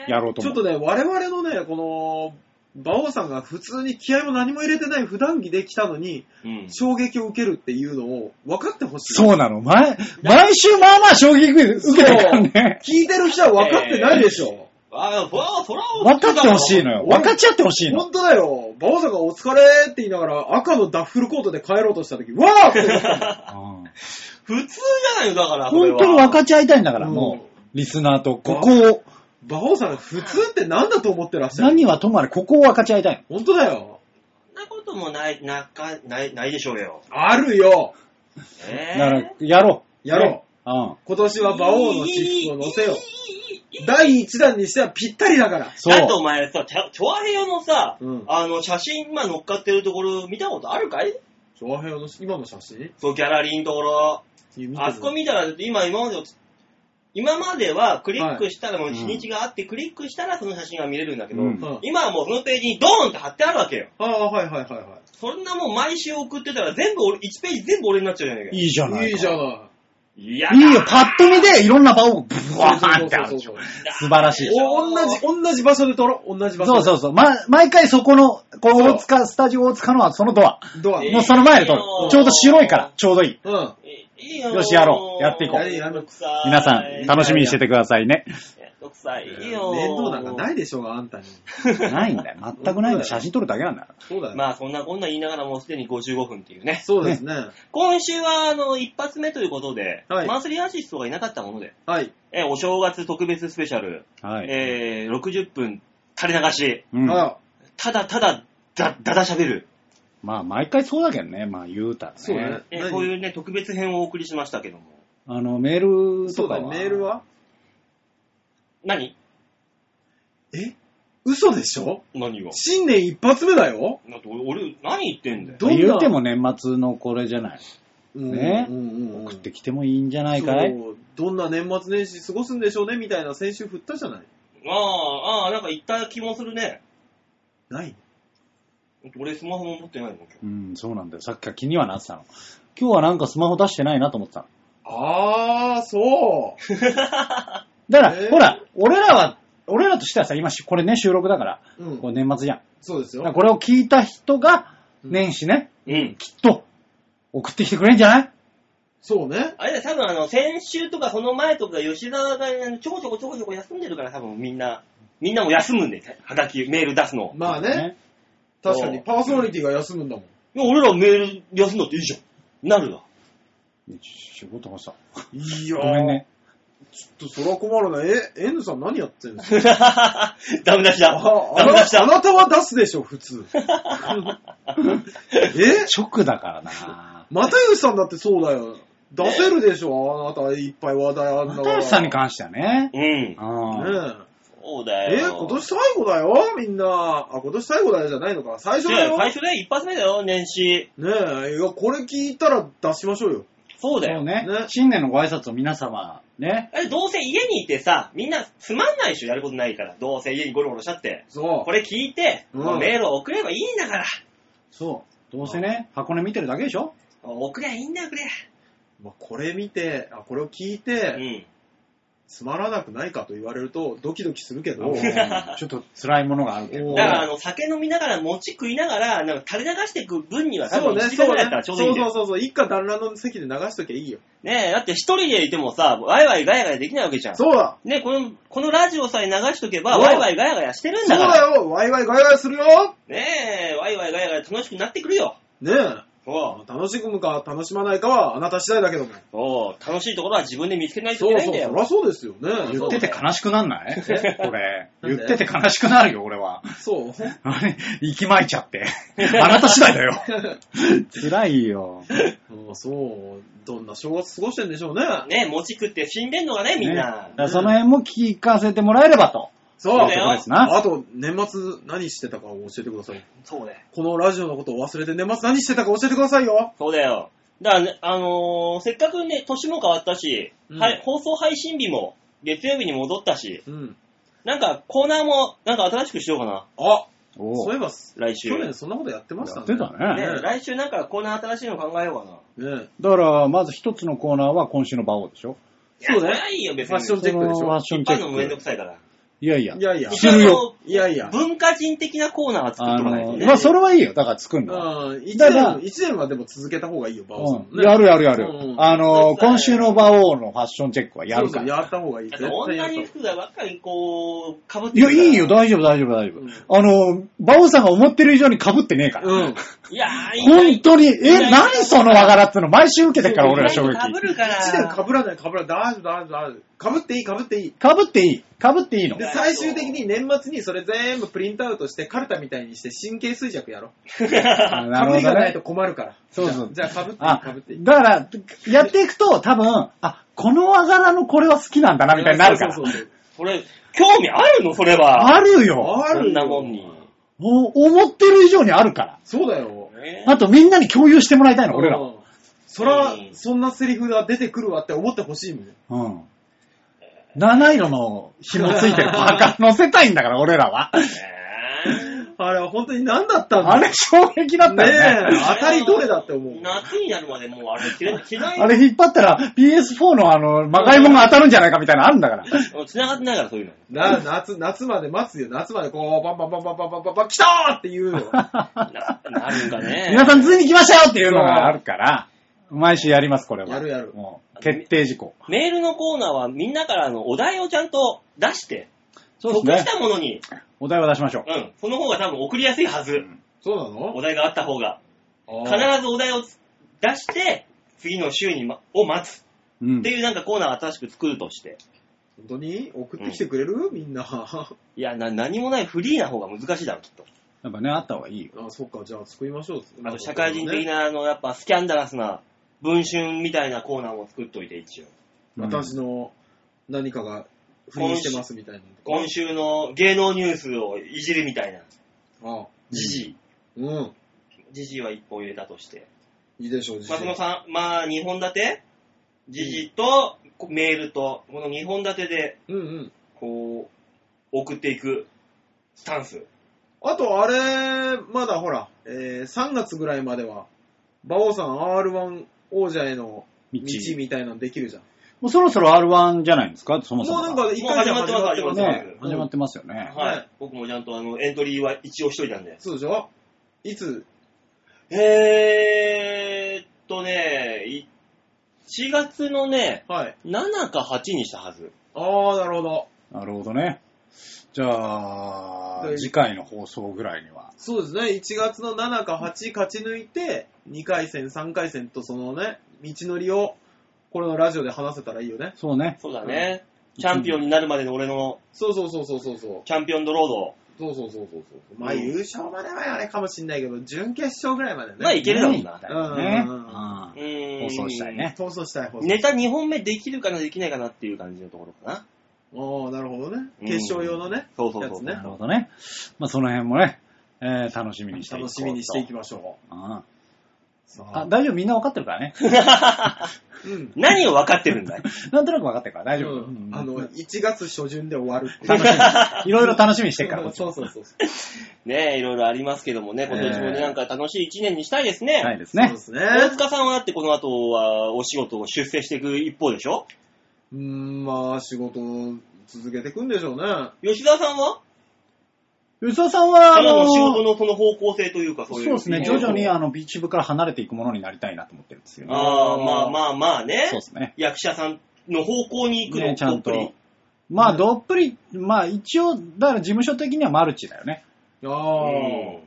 [SPEAKER 2] え
[SPEAKER 4] やろうと
[SPEAKER 3] ちょ
[SPEAKER 4] 思
[SPEAKER 3] っ
[SPEAKER 4] う。
[SPEAKER 3] とね、我々のね、この、馬王さんが普通に気合も何も入れてない普段着で来たのに、
[SPEAKER 2] うん。
[SPEAKER 3] 衝撃を受けるっていうのを分かってほしい。
[SPEAKER 4] そうなの。毎、毎週まあまあ衝撃受けてるからね。
[SPEAKER 3] 聞いてる人は分かってないでしょ。
[SPEAKER 2] ああ、そら、そら、
[SPEAKER 4] 分かってほしいのよ。
[SPEAKER 3] 俺
[SPEAKER 4] 分かっちゃってほしいの。
[SPEAKER 3] 本当だよ。馬王さんがお疲れって言いながら赤のダッフルコートで帰ろうとした時、わーってなったの
[SPEAKER 4] 本
[SPEAKER 2] 普通じゃないよ、だから。
[SPEAKER 4] 当に分
[SPEAKER 2] っ
[SPEAKER 4] かち合いたいんだから、
[SPEAKER 3] うん
[SPEAKER 4] もう、リスナーと、ここを、
[SPEAKER 3] 馬王さんが普通って何だと思ってらっしゃる
[SPEAKER 4] 何はともあれ、ここを分かち合いたい
[SPEAKER 3] 本当だよ。
[SPEAKER 2] そんなこともない、なか、ない、ないでしょうよ。
[SPEAKER 3] あるよ。
[SPEAKER 2] え
[SPEAKER 4] の。だから、やろう。
[SPEAKER 3] やろ
[SPEAKER 4] う。
[SPEAKER 3] う。今年は馬王の私服を乗せよう。
[SPEAKER 2] いいいいいい
[SPEAKER 3] 第1弾にしてはぴったりだから。
[SPEAKER 4] そう
[SPEAKER 2] だってお前さ、チョチョアヘヨのさ、
[SPEAKER 3] うん
[SPEAKER 2] あの、写真今乗っかってるところ見たことあるかい
[SPEAKER 3] 昭和平和の今の写真
[SPEAKER 2] そう、ギャラリーのところ。あそこ見たら、今、今まで、今まではクリックしたら、もう日にちがあって、クリックしたらその写真が見れるんだけど、
[SPEAKER 4] うん
[SPEAKER 3] うん
[SPEAKER 2] 今はもうそのページにドーンって貼ってあるわけよ。
[SPEAKER 3] ああ、はいはいは
[SPEAKER 2] そんなもん毎週送ってたら全部俺、1ページ全部俺になっちゃうじゃないか。
[SPEAKER 4] いいじゃ
[SPEAKER 3] い
[SPEAKER 4] ない
[SPEAKER 3] はい。い
[SPEAKER 4] か。
[SPEAKER 3] いじゃない
[SPEAKER 2] やだ
[SPEAKER 4] いいよ、パッと見でいろんな場をブワーンってあるでしょ
[SPEAKER 3] そうそうそうそう
[SPEAKER 4] 素晴らしいでしょ。
[SPEAKER 3] お同じ、同じ場所で撮ろう。同じ場所
[SPEAKER 4] そ
[SPEAKER 3] で。
[SPEAKER 4] うそうそう。ま、毎回そこの、こう、大塚、スタジオ大塚のはそのドア。
[SPEAKER 3] う。ドア。
[SPEAKER 2] え
[SPEAKER 4] もうその前で撮る
[SPEAKER 2] いいよ。
[SPEAKER 4] ちょうど白いから、ちょうどいい。
[SPEAKER 3] うん。
[SPEAKER 2] いいよ。
[SPEAKER 4] よしやろうやっていこう
[SPEAKER 2] めんどくさい
[SPEAKER 4] 皆さん、楽しみにしててくださいね。
[SPEAKER 2] めんどくさい。いいよ。
[SPEAKER 3] 面倒なんかないでしょうが、あんたに。
[SPEAKER 4] ないんだよ。全くないんだよ。写真撮るだけなんだか
[SPEAKER 3] そうだよ。
[SPEAKER 2] まあそんなこんな言いながらもうすでに55分っていうね。
[SPEAKER 3] そうですね。
[SPEAKER 2] 今週はあの一発目ということで、
[SPEAKER 3] はい
[SPEAKER 2] マンスリーアシストがいなかったもので、
[SPEAKER 3] はい。
[SPEAKER 2] えーお正月特別スペシャル、
[SPEAKER 4] ら。はい。
[SPEAKER 2] えー60分垂れ流し、
[SPEAKER 4] うん。
[SPEAKER 3] あ
[SPEAKER 2] ただただだだだ喋る、
[SPEAKER 4] まあ、毎回そうだけどね。まあ、言うたら
[SPEAKER 3] そうだね
[SPEAKER 4] ね。
[SPEAKER 2] えー
[SPEAKER 3] 何
[SPEAKER 2] こういうね、特別編をお送りしましたけども。
[SPEAKER 4] あの、メール
[SPEAKER 3] そ
[SPEAKER 4] と
[SPEAKER 3] う
[SPEAKER 4] か
[SPEAKER 3] だよ、
[SPEAKER 4] は。
[SPEAKER 3] メールは
[SPEAKER 2] 何
[SPEAKER 3] え嘘でしょ
[SPEAKER 2] 何が
[SPEAKER 3] 新年一発目だよ
[SPEAKER 2] だって俺、俺何言ってんだよ。
[SPEAKER 3] どんな
[SPEAKER 4] 言うても年末のこれじゃない。ね
[SPEAKER 3] うんうんうん
[SPEAKER 4] 送ってきてもいいんじゃないかい
[SPEAKER 3] そうどんな年末年始過ごすんでしょうねみたいな先週振ったじゃない
[SPEAKER 2] ああ、ああ、なんか言った気もするね。
[SPEAKER 3] ない
[SPEAKER 2] 俺スマホも持ってないもん、今日。
[SPEAKER 4] うん、そうなんだよ。さっきから気にはなってたの。今日はなんかスマホ出してないなと思ってたの。
[SPEAKER 3] ああ、そう。
[SPEAKER 4] だから、
[SPEAKER 3] えー
[SPEAKER 4] ほら、俺らは、俺らとしてはさ、今し、これね、収録だから、
[SPEAKER 3] うん
[SPEAKER 4] こう年末じゃん。
[SPEAKER 3] そうです
[SPEAKER 4] だ
[SPEAKER 3] よ。
[SPEAKER 4] からこれを聞いた人が、
[SPEAKER 3] うん
[SPEAKER 4] 年始ね、
[SPEAKER 2] うん。
[SPEAKER 4] きっと、送ってきてくれんじゃない
[SPEAKER 3] そうね。
[SPEAKER 2] あれだよ、多分あの、先週とかその前とか吉沢があのちょこちょこちょこちょこ休んでるから、多分みんな、みんなも休むんで、はがき、メール出すの。
[SPEAKER 3] まあね、確かにパーソナリティが休むんだもん。
[SPEAKER 2] いや俺らメール休んだっていいじゃん。なるわ。
[SPEAKER 4] ね仕事がさ、
[SPEAKER 3] いや
[SPEAKER 4] ごめんね。
[SPEAKER 3] ちょっとそら困るな。え、N さん何やってん の
[SPEAKER 2] ダメ出しだ。
[SPEAKER 3] ああ
[SPEAKER 2] ダメ出し
[SPEAKER 3] なあ
[SPEAKER 2] だ。
[SPEAKER 3] なたは出すでしょ、普 通。え
[SPEAKER 4] 直だか らな。
[SPEAKER 3] 又吉さんだってそうだよ。出せるでしょ、あなたいっぱい話題あんだから。
[SPEAKER 4] 又吉さんに関してはね。
[SPEAKER 2] うん。
[SPEAKER 4] うん。
[SPEAKER 3] ね
[SPEAKER 2] そうだ
[SPEAKER 3] え。え、
[SPEAKER 2] よ。
[SPEAKER 3] 今年最後だよ、みんな。あ、今年最後だよじゃないのか。最初
[SPEAKER 2] じ
[SPEAKER 3] だ
[SPEAKER 2] ゃあ
[SPEAKER 3] よ。
[SPEAKER 2] 最初で一発目だよ、年始。
[SPEAKER 3] ねえ、いや、これ聞いたら出しましょうよ。
[SPEAKER 2] そうだ
[SPEAKER 4] そ
[SPEAKER 2] よ。
[SPEAKER 4] う
[SPEAKER 3] ね。
[SPEAKER 4] ね新年のご挨拶を皆様、ね。
[SPEAKER 2] あれどうせ家にいてさ、みんなつまんないでしょ、やることないから。どうせ家にゴロゴロしちゃって。
[SPEAKER 3] そ
[SPEAKER 2] これ聞いて、
[SPEAKER 3] うん
[SPEAKER 2] もうメールを送ればいいんだから。
[SPEAKER 4] そう。どうせね、箱根見てるだけでしょ
[SPEAKER 2] 送りゃいいんだよ、送りゃ。
[SPEAKER 3] う。まあ、これ見て、あ、これを聞いうて、
[SPEAKER 2] ん。
[SPEAKER 3] つまらなくないかと言われると、ドキドキするけ
[SPEAKER 4] う
[SPEAKER 3] ど
[SPEAKER 4] ん、 ちょっと辛いものがあるけど
[SPEAKER 3] お
[SPEAKER 2] だ
[SPEAKER 3] ー。
[SPEAKER 2] から、あの、酒飲みながら、餅食いながら、なんか垂れ流していく分には、多
[SPEAKER 3] そう
[SPEAKER 2] 分
[SPEAKER 3] ね、
[SPEAKER 2] 1時間
[SPEAKER 3] そ
[SPEAKER 2] ぐ
[SPEAKER 3] う
[SPEAKER 2] らい
[SPEAKER 3] ね
[SPEAKER 2] だったら。ちょ
[SPEAKER 3] そうう
[SPEAKER 2] どいいんだ
[SPEAKER 3] そう
[SPEAKER 2] よ。
[SPEAKER 3] そうそう、一家団らんの席で流しときゃいいよ。
[SPEAKER 2] ねえ、だって一人でいてもさ、ワイワイガヤガヤできないわけじゃん。
[SPEAKER 3] そうだ
[SPEAKER 2] ねえ、この、このラジオさえ流しとけば、
[SPEAKER 3] うん
[SPEAKER 2] ワイワイガヤガヤしてるん
[SPEAKER 3] そう
[SPEAKER 2] だから。
[SPEAKER 3] だよワイワイガヤガヤするよ
[SPEAKER 2] ねえ、ワイワイガヤガヤ楽しくなってくるよ。
[SPEAKER 3] ねえ。
[SPEAKER 2] そう。
[SPEAKER 3] 楽しむか楽しまないかはあなた次第だけども。
[SPEAKER 2] そう、楽しいところは自分で見つけないとい
[SPEAKER 3] そ
[SPEAKER 2] け
[SPEAKER 3] う
[SPEAKER 2] ないん
[SPEAKER 3] そう、
[SPEAKER 2] だよ
[SPEAKER 3] そ。らそうですよね。
[SPEAKER 4] 言ってて悲しくなんないこれ。
[SPEAKER 3] なん
[SPEAKER 4] 言
[SPEAKER 3] で
[SPEAKER 4] ってて悲しくなるよ、俺は。
[SPEAKER 3] そう。
[SPEAKER 4] あれ、息巻いちゃって。 あなた次第だよ。辛いよ。
[SPEAKER 3] うんそう。どんな正月過ごしてんでしょうね。
[SPEAKER 2] ねえ、餅食って死んでんのがね、みん
[SPEAKER 4] ね
[SPEAKER 2] な
[SPEAKER 4] だ。からその辺も聞かせてもらえればと。
[SPEAKER 3] そう。
[SPEAKER 2] だよ
[SPEAKER 4] そうですな。
[SPEAKER 3] あと、年末何してたかを教えてください。
[SPEAKER 2] そうだよ。
[SPEAKER 3] このラジオのことを忘れて年末何してたか教えてくださいよ。
[SPEAKER 2] そうだよ。だからね、あのーせっかくね、年も変わったし、
[SPEAKER 3] うん
[SPEAKER 2] はい、放送配信日も月曜日に戻ったし、
[SPEAKER 3] うん。
[SPEAKER 2] なんかコーナーもなんか新しくしようかな、
[SPEAKER 3] あ、
[SPEAKER 4] お
[SPEAKER 3] そういえば、
[SPEAKER 2] 来週。
[SPEAKER 3] 去年そんなことやってました
[SPEAKER 4] やってたね。
[SPEAKER 2] ね、来週なんかコーナー新しいの考えようかな。
[SPEAKER 3] ね。
[SPEAKER 4] だから、まず一つのコーナーは今週の場をでしょ
[SPEAKER 3] そうね
[SPEAKER 2] いやないよ、別
[SPEAKER 3] ファッション
[SPEAKER 2] に。
[SPEAKER 3] チェックでしょ
[SPEAKER 4] そのファッショ
[SPEAKER 2] 一
[SPEAKER 4] ンチェ
[SPEAKER 2] 般のもめん
[SPEAKER 4] ッ
[SPEAKER 2] ど
[SPEAKER 4] ク。
[SPEAKER 2] くさいから。
[SPEAKER 4] いやいや
[SPEAKER 3] い。やいや。
[SPEAKER 4] 知るよ
[SPEAKER 3] いやいや。
[SPEAKER 2] 文化人的なコーナーは作っ
[SPEAKER 4] あ
[SPEAKER 2] とかないと
[SPEAKER 4] の、
[SPEAKER 2] ね。
[SPEAKER 4] まあ、それはいいよ。だから作るのは。
[SPEAKER 3] うん。一
[SPEAKER 4] だから
[SPEAKER 3] 年、一年はでも続けた方がいいよ、バオさんも
[SPEAKER 4] うん。
[SPEAKER 3] ね。
[SPEAKER 4] やるやるやる
[SPEAKER 3] う。ん
[SPEAKER 4] あの、
[SPEAKER 2] 絶対
[SPEAKER 4] 今週の馬王のファッションチェックはやるか
[SPEAKER 3] そうそう
[SPEAKER 4] ら。
[SPEAKER 3] やった方がいい。
[SPEAKER 2] だって
[SPEAKER 3] 絶対や
[SPEAKER 2] 同
[SPEAKER 3] った方が
[SPEAKER 2] じ
[SPEAKER 3] いい
[SPEAKER 2] 服がばっかりこう、かぶって
[SPEAKER 4] いや、いいよ。
[SPEAKER 2] だ
[SPEAKER 4] 大丈夫、大丈夫、大丈
[SPEAKER 3] うん
[SPEAKER 4] 夫。あの、馬王さんが思ってる以上に被ってねえから。
[SPEAKER 3] うん。
[SPEAKER 2] いやー、意外
[SPEAKER 4] 本当に、
[SPEAKER 2] 意外
[SPEAKER 4] え、
[SPEAKER 2] と
[SPEAKER 4] 何その和柄っての毎週 受けてっから、俺ら衝撃。
[SPEAKER 2] かぶるから。
[SPEAKER 3] 一年かぶらない、かぶらない。大丈夫、大丈夫、大丈夫。かぶっていい、かぶっていい。
[SPEAKER 4] かぶっていい。かぶっていいの
[SPEAKER 3] で、。最終的に年末にそれ全部プリントアウトして、カルタみたいにして神経衰弱やろ。
[SPEAKER 4] あな
[SPEAKER 3] か
[SPEAKER 4] る
[SPEAKER 3] ぶ
[SPEAKER 4] ほ
[SPEAKER 3] りが
[SPEAKER 4] ど
[SPEAKER 3] ない
[SPEAKER 4] ね
[SPEAKER 3] と。困るから。
[SPEAKER 4] そうそう
[SPEAKER 3] じゃあ、かぶっていい、
[SPEAKER 4] あ
[SPEAKER 3] かぶってい、い。
[SPEAKER 4] だから、やっていくと多分、あ、この和柄のこれは好きなんだな、みたいになるから
[SPEAKER 3] そう。そうそう
[SPEAKER 2] それ、興味あるのそれは。
[SPEAKER 4] あるよ
[SPEAKER 3] あ
[SPEAKER 2] そん
[SPEAKER 3] る
[SPEAKER 2] なもんに。
[SPEAKER 4] もう思ってる以上にあるから。
[SPEAKER 3] そうだよ。
[SPEAKER 2] ね
[SPEAKER 4] あとみんなに共有してもらいたいの、俺ら
[SPEAKER 3] う
[SPEAKER 4] は。
[SPEAKER 3] ん。そら
[SPEAKER 2] う、ん
[SPEAKER 3] そんなセリフが出てくるわって思ってほしいもん。
[SPEAKER 4] うん。七色の紐ついてるバカ乗せたいんだから、俺らは。
[SPEAKER 2] ね
[SPEAKER 3] あれは本当に何だったんだ
[SPEAKER 4] あれ衝撃だったよね。
[SPEAKER 3] ねえ当たりどれだって思う
[SPEAKER 2] 夏になるまでもうあれ切れ切れない。
[SPEAKER 4] あれ引っ張ったら PS4 のあの、まがいもんが当たるんじゃないかみたいなのあるんだから。
[SPEAKER 2] 繋がってないからそういうの。
[SPEAKER 3] な、夏、夏まで待つよ。夏までこう、バンバンバンバンバンバンバンバン、来たーって言うの。
[SPEAKER 2] ななるんだね。
[SPEAKER 4] 皆さんついに来ましたよっていうのがあるから、毎週やります、これは。
[SPEAKER 3] やるやる
[SPEAKER 4] もう、決定事項。
[SPEAKER 2] メールのコーナーはみんなからのお題をちゃんと出して、
[SPEAKER 4] そう
[SPEAKER 2] 得
[SPEAKER 4] です
[SPEAKER 2] し
[SPEAKER 4] ね。
[SPEAKER 2] たものに、
[SPEAKER 4] お題は出しましょう。
[SPEAKER 2] うん、その方が多分送りやすいはず。
[SPEAKER 3] そうな
[SPEAKER 2] お
[SPEAKER 3] の
[SPEAKER 2] 題があった方が。
[SPEAKER 3] あ
[SPEAKER 2] 必
[SPEAKER 3] ー
[SPEAKER 2] ずお題をつ出して、次の週にま、を待つ。
[SPEAKER 4] うん
[SPEAKER 2] って。いうなんかコーナー新しく作るとして。
[SPEAKER 3] 本当に送ってきてくれる、みんな。あ、
[SPEAKER 2] いや、な、何もないフリーな方が難しいだろ、きっと。
[SPEAKER 4] やっぱね、あった方がいいよ。
[SPEAKER 3] そっか、じゃあ作りましょう。
[SPEAKER 2] あと、社会人的
[SPEAKER 3] な。
[SPEAKER 2] な、あの、やっぱスキャンダラスな、文春みたいなコーナーも作っといて、一応。
[SPEAKER 3] 私の何かが不倫してますみたいな。
[SPEAKER 2] 今週の芸能ニュースをいじるみたいな。
[SPEAKER 3] ああ
[SPEAKER 2] ジジ
[SPEAKER 3] うん。
[SPEAKER 2] イ。ジジイは一本入れたとして。
[SPEAKER 3] いいでしょう、
[SPEAKER 2] まあ、その
[SPEAKER 3] さ
[SPEAKER 2] さん、まあ、2本立て時事とこメールと、この2本立てで、
[SPEAKER 3] ん。うんうん。
[SPEAKER 2] こう、送っていくスタンス。
[SPEAKER 3] あと、あれ、まだほら、えー、3月ぐらいまでは、馬王さん R1 王者への
[SPEAKER 4] 道
[SPEAKER 3] 道みたいなのできるじゃん。
[SPEAKER 4] もうそろそろ R1 じゃないんですかそもそ
[SPEAKER 3] も
[SPEAKER 4] も
[SPEAKER 3] う
[SPEAKER 4] が。
[SPEAKER 3] なんか一回じゃ
[SPEAKER 2] もう始まってます
[SPEAKER 3] ね
[SPEAKER 4] ね、始まってますよね。
[SPEAKER 2] は
[SPEAKER 3] はい
[SPEAKER 2] い。僕もちゃんとあの、エントリーは一応しといたんで。
[SPEAKER 3] そうでしょいつ
[SPEAKER 2] えーっとね、い4月のね、
[SPEAKER 3] はい。
[SPEAKER 2] 7か8にしたはず。
[SPEAKER 3] ああ、なるほど。
[SPEAKER 4] なるほどね。じゃあ
[SPEAKER 3] は、い
[SPEAKER 4] 次回の放送ぐらいには。
[SPEAKER 3] そうですね。1月の7か8勝ち抜いて、2回戦、3回戦とそのね、道のりを、これのラジオで話せたらいいよね。
[SPEAKER 4] そうね。
[SPEAKER 2] そうだね。チャンピオンになるまでの俺の
[SPEAKER 3] そうそうそうそうそうそう。
[SPEAKER 2] チャンピオンドロード。
[SPEAKER 3] そうそうそうそうそう。まあ優勝まではあれかもしんないけど、準決勝ぐらいまでね。
[SPEAKER 2] まあいけるだろうな。
[SPEAKER 4] ね。
[SPEAKER 3] うん
[SPEAKER 2] う
[SPEAKER 4] うん
[SPEAKER 2] ーん。
[SPEAKER 4] 放送したいね。
[SPEAKER 3] 闘争したい方
[SPEAKER 2] ネタ2本目できるかな、できないかなっていう感じのところかな。
[SPEAKER 3] おー、なるほどね。
[SPEAKER 2] うん
[SPEAKER 3] 決勝用のね。
[SPEAKER 2] そうそうそう
[SPEAKER 3] やつね
[SPEAKER 4] なるほどね。まあその辺もね、えー楽しみにしていこう
[SPEAKER 3] 楽
[SPEAKER 4] と
[SPEAKER 3] しみにしていきましょ
[SPEAKER 4] うん
[SPEAKER 3] う。
[SPEAKER 4] あ、大丈夫みんな分かってるからね。
[SPEAKER 3] うん。
[SPEAKER 2] 何を分かってるん だい
[SPEAKER 4] なんとなく分かってるから大丈夫。
[SPEAKER 3] う
[SPEAKER 4] うん
[SPEAKER 3] ん
[SPEAKER 4] うん
[SPEAKER 3] あの、1月初旬で終わるっていう
[SPEAKER 4] 楽しみに。いろいろ楽しみにしてるから、こっち
[SPEAKER 3] そ
[SPEAKER 4] も
[SPEAKER 3] うそうそうそう。
[SPEAKER 2] ねえ、いろいろありますけどもね、今年も
[SPEAKER 4] え
[SPEAKER 2] ね、
[SPEAKER 4] え
[SPEAKER 2] なんか楽しい1年にしたいですね。
[SPEAKER 4] はいです
[SPEAKER 3] そう
[SPEAKER 4] ね
[SPEAKER 3] で。すね。
[SPEAKER 2] 大塚さんはだってこの後はお仕事を出世していく一方でしょ
[SPEAKER 3] うーん、まあ、仕事を続けていくんでしょうね。
[SPEAKER 2] 吉沢さんは
[SPEAKER 4] 吉沢さんは、
[SPEAKER 2] あ
[SPEAKER 4] あの
[SPEAKER 2] の、仕事のその方向性というか、そう
[SPEAKER 4] そ
[SPEAKER 2] いうう。
[SPEAKER 4] ですね、徐々に
[SPEAKER 2] あ
[SPEAKER 4] あの、ビーチ部から離れていくものになりたいなと思ってるんですよね。
[SPEAKER 2] あー、まあまあまあね
[SPEAKER 4] そう。ですね。
[SPEAKER 2] 役者さんの方向に行くの
[SPEAKER 4] ね、ちゃん
[SPEAKER 2] どっぷ
[SPEAKER 4] と
[SPEAKER 2] り。
[SPEAKER 4] まあ、
[SPEAKER 3] うん
[SPEAKER 4] どっぷり、まあ一応、だから事務所的にはマルチだよね。
[SPEAKER 3] あ
[SPEAKER 2] う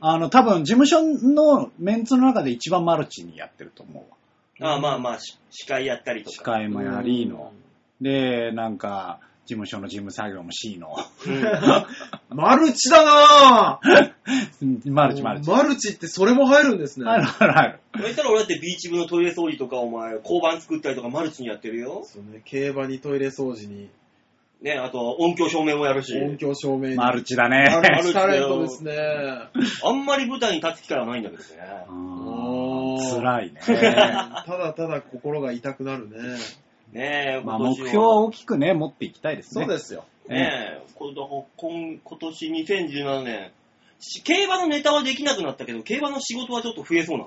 [SPEAKER 3] あ。
[SPEAKER 2] ん
[SPEAKER 4] あの、多分事務所のメンツの中で一番マルチにやってると思うわ。
[SPEAKER 2] ああまあまあ、し司会やったりと
[SPEAKER 4] 司
[SPEAKER 2] か。
[SPEAKER 4] 会もやりの。で、なんか、事務所の事務作業も C の。
[SPEAKER 3] うん。マルチだなぁ
[SPEAKER 4] マルチマルチ。
[SPEAKER 3] マルチってそれも入るんですね。
[SPEAKER 4] あるあるある。
[SPEAKER 2] うんそしたら俺だってビーチ部のトイレ掃除とか、お前、交番作ったりとかマルチにやってるよ。
[SPEAKER 3] そうね、競馬にトイレ掃除に、
[SPEAKER 2] ね、あと音響照明もやるし。
[SPEAKER 3] 音響照明に。
[SPEAKER 4] マルチだ
[SPEAKER 3] マ
[SPEAKER 4] ね。
[SPEAKER 3] ルチタレントですね。
[SPEAKER 2] あんまり舞台に立つ機会はないんだけどね
[SPEAKER 4] う。
[SPEAKER 3] お
[SPEAKER 4] ん
[SPEAKER 3] ー
[SPEAKER 4] 辛いね。
[SPEAKER 3] ただただ心が痛くなるね。
[SPEAKER 2] ねえ、今
[SPEAKER 4] まあ、目
[SPEAKER 2] 年
[SPEAKER 4] 標は大きくね、持っていきたいですね。
[SPEAKER 3] そうですよ。
[SPEAKER 2] ねえ、これだから今今年2017年、し競馬のネタはできなくなったけど、競馬の仕事はちょっと増えそうな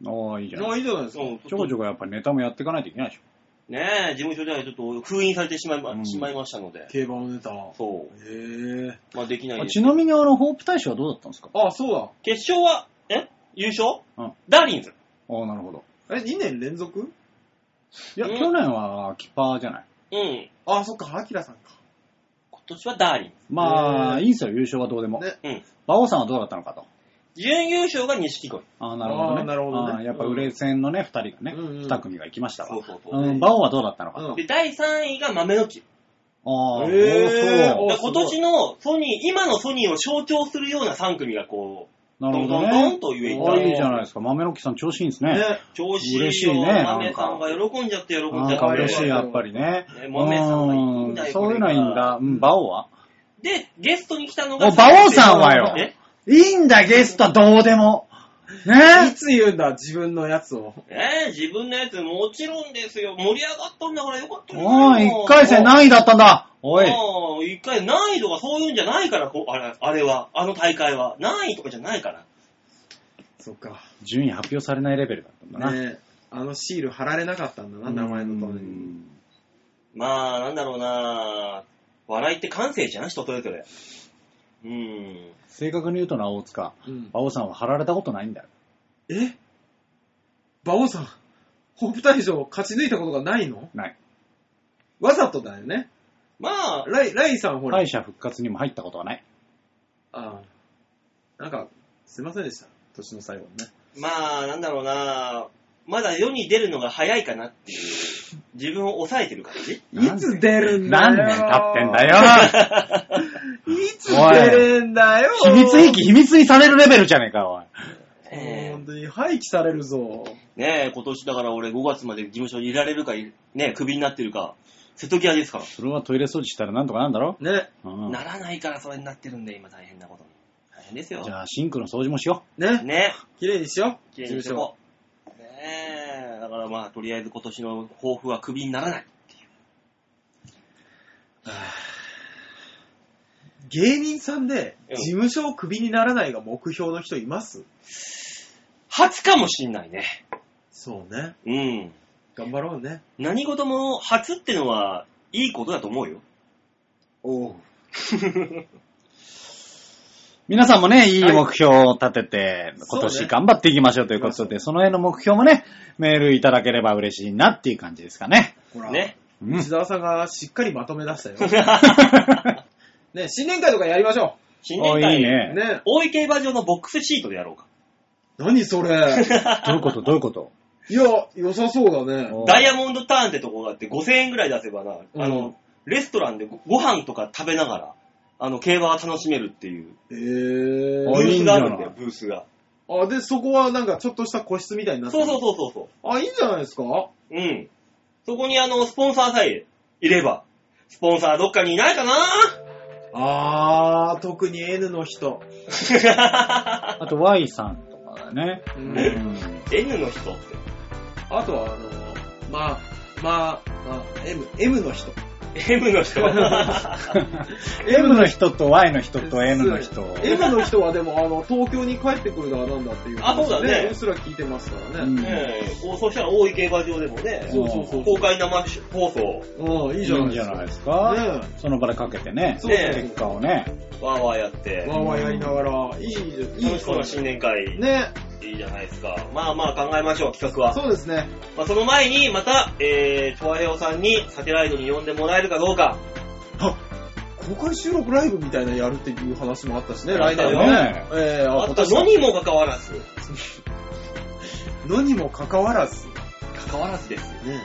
[SPEAKER 2] の。
[SPEAKER 4] おーいいじゃん
[SPEAKER 3] あ。いいじゃないですか。
[SPEAKER 2] うん
[SPEAKER 4] ちょこちょこやっぱネタもやっていかないといけないでしょ。
[SPEAKER 2] ねえ、事務所ではちょっと封印されてしまい,、ま
[SPEAKER 4] うん
[SPEAKER 2] しまいましたので、
[SPEAKER 3] 競馬のネタ。
[SPEAKER 2] そ
[SPEAKER 3] へえ。
[SPEAKER 2] う、まあできない
[SPEAKER 4] あ
[SPEAKER 2] です
[SPEAKER 4] ちなみにあの、ホープ大賞はどうだったんですか
[SPEAKER 3] あ、そう
[SPEAKER 2] 決勝は、え優勝、
[SPEAKER 4] うん
[SPEAKER 2] ダーリンズ。
[SPEAKER 4] ああ、なるほど。
[SPEAKER 3] だ。え、2年連続
[SPEAKER 4] いや、
[SPEAKER 2] うん
[SPEAKER 4] 去年はキッパーじゃない。
[SPEAKER 2] うん。
[SPEAKER 3] あ、そっか、アキラさんか。
[SPEAKER 2] 今年はダーリン
[SPEAKER 4] まあ、
[SPEAKER 3] えー
[SPEAKER 4] いいんですよ、優勝はどうでも。
[SPEAKER 3] ね
[SPEAKER 2] ズ。うん。
[SPEAKER 4] 馬王さんはどうだったのかと。
[SPEAKER 2] 準優勝が錦鯉。
[SPEAKER 4] ああ、なるほどね。
[SPEAKER 3] あーなるほどね
[SPEAKER 4] あーやっぱ、売れ線のね、二人がね、
[SPEAKER 3] うんうん
[SPEAKER 4] 二組が行きましたわ。
[SPEAKER 2] そうそうそう
[SPEAKER 4] うん、馬王はどうだったのかと。
[SPEAKER 3] うん
[SPEAKER 2] で、第3位が豆の木。
[SPEAKER 4] ああ、
[SPEAKER 3] へー
[SPEAKER 4] そう
[SPEAKER 3] お
[SPEAKER 2] だから
[SPEAKER 3] すご
[SPEAKER 2] 今
[SPEAKER 3] い
[SPEAKER 2] 年のソニー、今のソニーを象徴するような3組がこう、
[SPEAKER 4] なるほど
[SPEAKER 2] ど
[SPEAKER 4] ね。
[SPEAKER 2] んどんどんと言え
[SPEAKER 4] あいいじゃないですか。豆の木さん調子いいんですね。
[SPEAKER 3] ね。
[SPEAKER 2] 調子いいよ。
[SPEAKER 4] 嬉しいね
[SPEAKER 2] 豆さんが喜んじゃって喜んじ
[SPEAKER 4] な
[SPEAKER 2] ゃ
[SPEAKER 4] ん
[SPEAKER 2] っ
[SPEAKER 4] か
[SPEAKER 2] て。
[SPEAKER 4] 嬉しい、
[SPEAKER 3] あ
[SPEAKER 4] やっぱりね
[SPEAKER 2] ね。豆さんはいいんだよ
[SPEAKER 4] うそういうのはいいんだ。うん、バオは
[SPEAKER 2] で、ゲストに来たのが。
[SPEAKER 4] お馬王さんはよ
[SPEAKER 2] え
[SPEAKER 4] いいんだ、ゲストはどうでも。ね
[SPEAKER 3] いつ言うんだ、自分のやつを。
[SPEAKER 2] えー自分のやつもちろんですよ。盛り上がったんだからよかった
[SPEAKER 4] おい、一回戦
[SPEAKER 2] い
[SPEAKER 4] 何位だったんだおい。
[SPEAKER 2] おい。一回難易度がそういうんじゃないから、こうあれあれは、あの大会は。難易とかじゃないから。
[SPEAKER 3] そっか。
[SPEAKER 4] 順位発表されないレベルだったんだな。
[SPEAKER 3] ねあのシール貼られなかったんだな、名前の通り
[SPEAKER 4] う
[SPEAKER 3] に。
[SPEAKER 4] ん
[SPEAKER 2] まあ、なんだろうな笑いって感性じゃん、人それぞれ。うん。
[SPEAKER 4] 正確に言うとな、大塚。
[SPEAKER 3] うん
[SPEAKER 4] バオさんは貼られたことないんだよ。
[SPEAKER 3] え馬王さん、ホープ大賞を勝ち抜いたことがないの
[SPEAKER 4] ない。
[SPEAKER 3] わざとだよね。
[SPEAKER 2] まあ、
[SPEAKER 3] ライライさんほら、
[SPEAKER 4] 敗者復活にも入ったことはない。
[SPEAKER 3] ああなんか、すいませんでした。年の最後にね。
[SPEAKER 2] まあ、なんだろうなまだ世に出るのが早いかなっていう、自分を抑えてる感じ
[SPEAKER 4] なん
[SPEAKER 3] いつ出るんだよ。
[SPEAKER 4] 何年経ってんだ。 よ。
[SPEAKER 3] いつ出るんだよ。
[SPEAKER 4] 秘密兵器、秘密にされるレベルじゃねえか、おい。
[SPEAKER 2] ええ
[SPEAKER 3] 本当に廃棄されるぞ。
[SPEAKER 2] ねえ、今年だから俺5月まで事務所にいられるか、いねえ、クビになってるか、瀬戸際ですから。
[SPEAKER 4] それはトイレ掃除したらなんとかなんだろ
[SPEAKER 3] ね、
[SPEAKER 4] うん。
[SPEAKER 2] ならないからそれになってるんで、今大変なことに。大変ですよ
[SPEAKER 4] じ。ゃあ、シンクの掃除もしよ
[SPEAKER 3] ね、
[SPEAKER 2] ね
[SPEAKER 3] 綺麗にしよ
[SPEAKER 2] え、
[SPEAKER 3] う。
[SPEAKER 2] きれいにしてこう。ねえ、だからまあ、とりあえず今年の抱負はクビにならない。
[SPEAKER 3] 芸人さんで
[SPEAKER 2] うん
[SPEAKER 3] 事務所をクビにならないが目標の人います
[SPEAKER 2] 初かもしんないね。
[SPEAKER 3] そうね。
[SPEAKER 2] うん。
[SPEAKER 3] 頑張ろうね。
[SPEAKER 2] 何事も初ってのは、いいことだと思うよ。
[SPEAKER 3] おう。
[SPEAKER 4] う。皆さんもね、いい
[SPEAKER 3] はい
[SPEAKER 4] 目標を立てて、今
[SPEAKER 3] そう
[SPEAKER 4] 年
[SPEAKER 3] ね
[SPEAKER 4] 頑張っていきましょうということで、その辺の目標もね、メールいただければ嬉しいなっていう感じですかね。
[SPEAKER 3] ほら。
[SPEAKER 2] ね。
[SPEAKER 4] うん。
[SPEAKER 3] 内沢さんがしっかりまとめ出したよ。ね、新年会とかやりましょ
[SPEAKER 2] 新
[SPEAKER 4] お
[SPEAKER 2] 年
[SPEAKER 4] い
[SPEAKER 2] 会、
[SPEAKER 4] いね
[SPEAKER 3] う。。ね。
[SPEAKER 2] 大井競馬場のボックスシートでやろうか。
[SPEAKER 3] 何それ。
[SPEAKER 4] どういうことどういうこと
[SPEAKER 3] いや、良さそうだね。
[SPEAKER 4] お
[SPEAKER 2] ダイヤモンドターンってとこがあって5000円ぐらい出せばな、あ
[SPEAKER 3] う
[SPEAKER 2] の
[SPEAKER 3] ん、
[SPEAKER 2] レストランでごご飯とか食べながら、あの、競馬は楽しめるっていう、
[SPEAKER 3] え
[SPEAKER 2] ブ
[SPEAKER 4] お
[SPEAKER 3] ー。
[SPEAKER 4] い
[SPEAKER 2] ー
[SPEAKER 4] いん
[SPEAKER 2] ス
[SPEAKER 4] じ
[SPEAKER 2] が
[SPEAKER 4] ゃ
[SPEAKER 2] あ
[SPEAKER 4] ない
[SPEAKER 2] るんだよ、ブースが。
[SPEAKER 3] あ、で、そこはなんかちょっとした個室みたいになって
[SPEAKER 2] そう
[SPEAKER 3] る
[SPEAKER 2] そうそうそうそ
[SPEAKER 3] あ、いいんじゃないですか
[SPEAKER 2] う。うん。そこにあの、スポンサーさえいれば、スポンサーどっかにいないか
[SPEAKER 3] あー、特に N の人。
[SPEAKER 2] な
[SPEAKER 4] あと Y さんとかだね。
[SPEAKER 3] う
[SPEAKER 4] うんん。
[SPEAKER 2] ?N の人って。
[SPEAKER 3] あとは、あのー、まあ、まあ、まあ、M、M の人。
[SPEAKER 2] M の人。
[SPEAKER 4] M の人と Y の人と N の人。
[SPEAKER 3] M の人はでも、あの、東京に帰ってくるだなんだっていう、
[SPEAKER 2] あそうだね
[SPEAKER 3] うっすら聞いてますから
[SPEAKER 4] うん
[SPEAKER 3] ね。
[SPEAKER 2] ねえ、おそうしたら大井競馬場でもね、
[SPEAKER 3] そうそうそう。
[SPEAKER 2] 公開生放送、
[SPEAKER 3] うん、いいじゃ
[SPEAKER 4] いい
[SPEAKER 3] なんい
[SPEAKER 4] じ
[SPEAKER 3] で
[SPEAKER 4] ゃ
[SPEAKER 3] す
[SPEAKER 4] ない
[SPEAKER 3] か。
[SPEAKER 4] ですか。
[SPEAKER 3] ね
[SPEAKER 4] その場でかけてね
[SPEAKER 3] え。、そ
[SPEAKER 2] ねえ
[SPEAKER 3] う
[SPEAKER 4] 結
[SPEAKER 3] そ
[SPEAKER 4] 果をね。
[SPEAKER 2] わーわーやって
[SPEAKER 3] う。、わーわーやりながら、いい、いい。
[SPEAKER 2] 楽しそうな新年会、
[SPEAKER 3] ね、
[SPEAKER 2] いいじゃないですか。まあまあ考えましょう、企画は。
[SPEAKER 3] そうですね。
[SPEAKER 2] まあ、その前に、また、えー、トワヘオさんにサテライトに呼んでもらえるかどうか。
[SPEAKER 3] 公開収録ライブみたいなのやるっていう話もあったしね、
[SPEAKER 2] あ
[SPEAKER 3] 来
[SPEAKER 2] ったよ
[SPEAKER 3] 年はね。えー、
[SPEAKER 2] あ
[SPEAKER 3] 今
[SPEAKER 2] と、
[SPEAKER 3] 年
[SPEAKER 2] のにもかかわらず。
[SPEAKER 3] のにもかかわらず、
[SPEAKER 2] かかわらずですよ。
[SPEAKER 3] ね、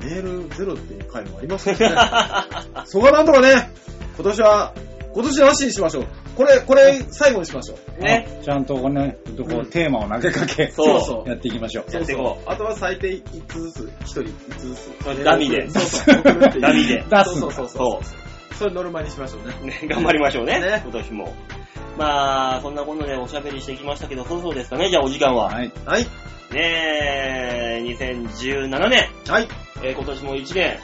[SPEAKER 3] メールゼロっていう回もありますからね。そこはなんとかね、今年は、今年なしにしましょう。これ、これ、最後にしましょう。
[SPEAKER 2] ね。
[SPEAKER 4] あちゃんとこうね、こう
[SPEAKER 3] うん
[SPEAKER 4] テーマを投げかけ、
[SPEAKER 2] そう
[SPEAKER 3] そう
[SPEAKER 4] やっていきましょう。
[SPEAKER 2] やっていこ
[SPEAKER 3] あとは最低5つずつ、1人5つず
[SPEAKER 2] それ
[SPEAKER 3] つ。
[SPEAKER 2] ダミで
[SPEAKER 3] そうそう、送るっていう
[SPEAKER 2] ダミで
[SPEAKER 4] 出すんだ
[SPEAKER 3] そうそうそう
[SPEAKER 2] そ
[SPEAKER 3] そう。それノルマにしましょうね。
[SPEAKER 2] う。ね、 頑張りましょうね。
[SPEAKER 3] ね
[SPEAKER 2] 今年も。まあ、そんなことでおしゃべりしてきましたけど、そろそろですかね、じゃあお時間は。
[SPEAKER 4] はい。
[SPEAKER 3] はい。
[SPEAKER 2] ねえ、2017年、
[SPEAKER 3] はい。
[SPEAKER 2] えー今年も1年、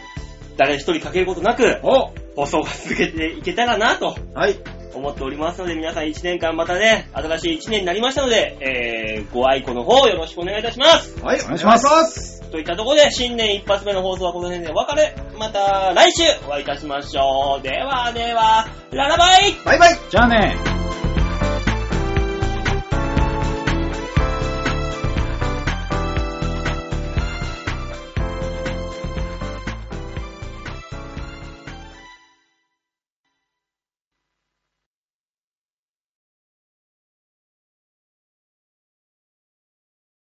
[SPEAKER 2] 誰一人欠けることなく、
[SPEAKER 3] お
[SPEAKER 2] 放送が続けていけたらなと
[SPEAKER 3] はい。
[SPEAKER 2] 思っておりますので、皆さん1年間またね、新しい1年になりましたので、えー、ご愛顧の方よろしくお願いいたします。
[SPEAKER 3] はい。
[SPEAKER 4] お願いします
[SPEAKER 3] お願いします。
[SPEAKER 2] といったところで、新年一発目の放送はこの辺でお別れ。また来週お会いいたしましょう。ではでは、ララバイ
[SPEAKER 3] バイバイ
[SPEAKER 4] じゃあね。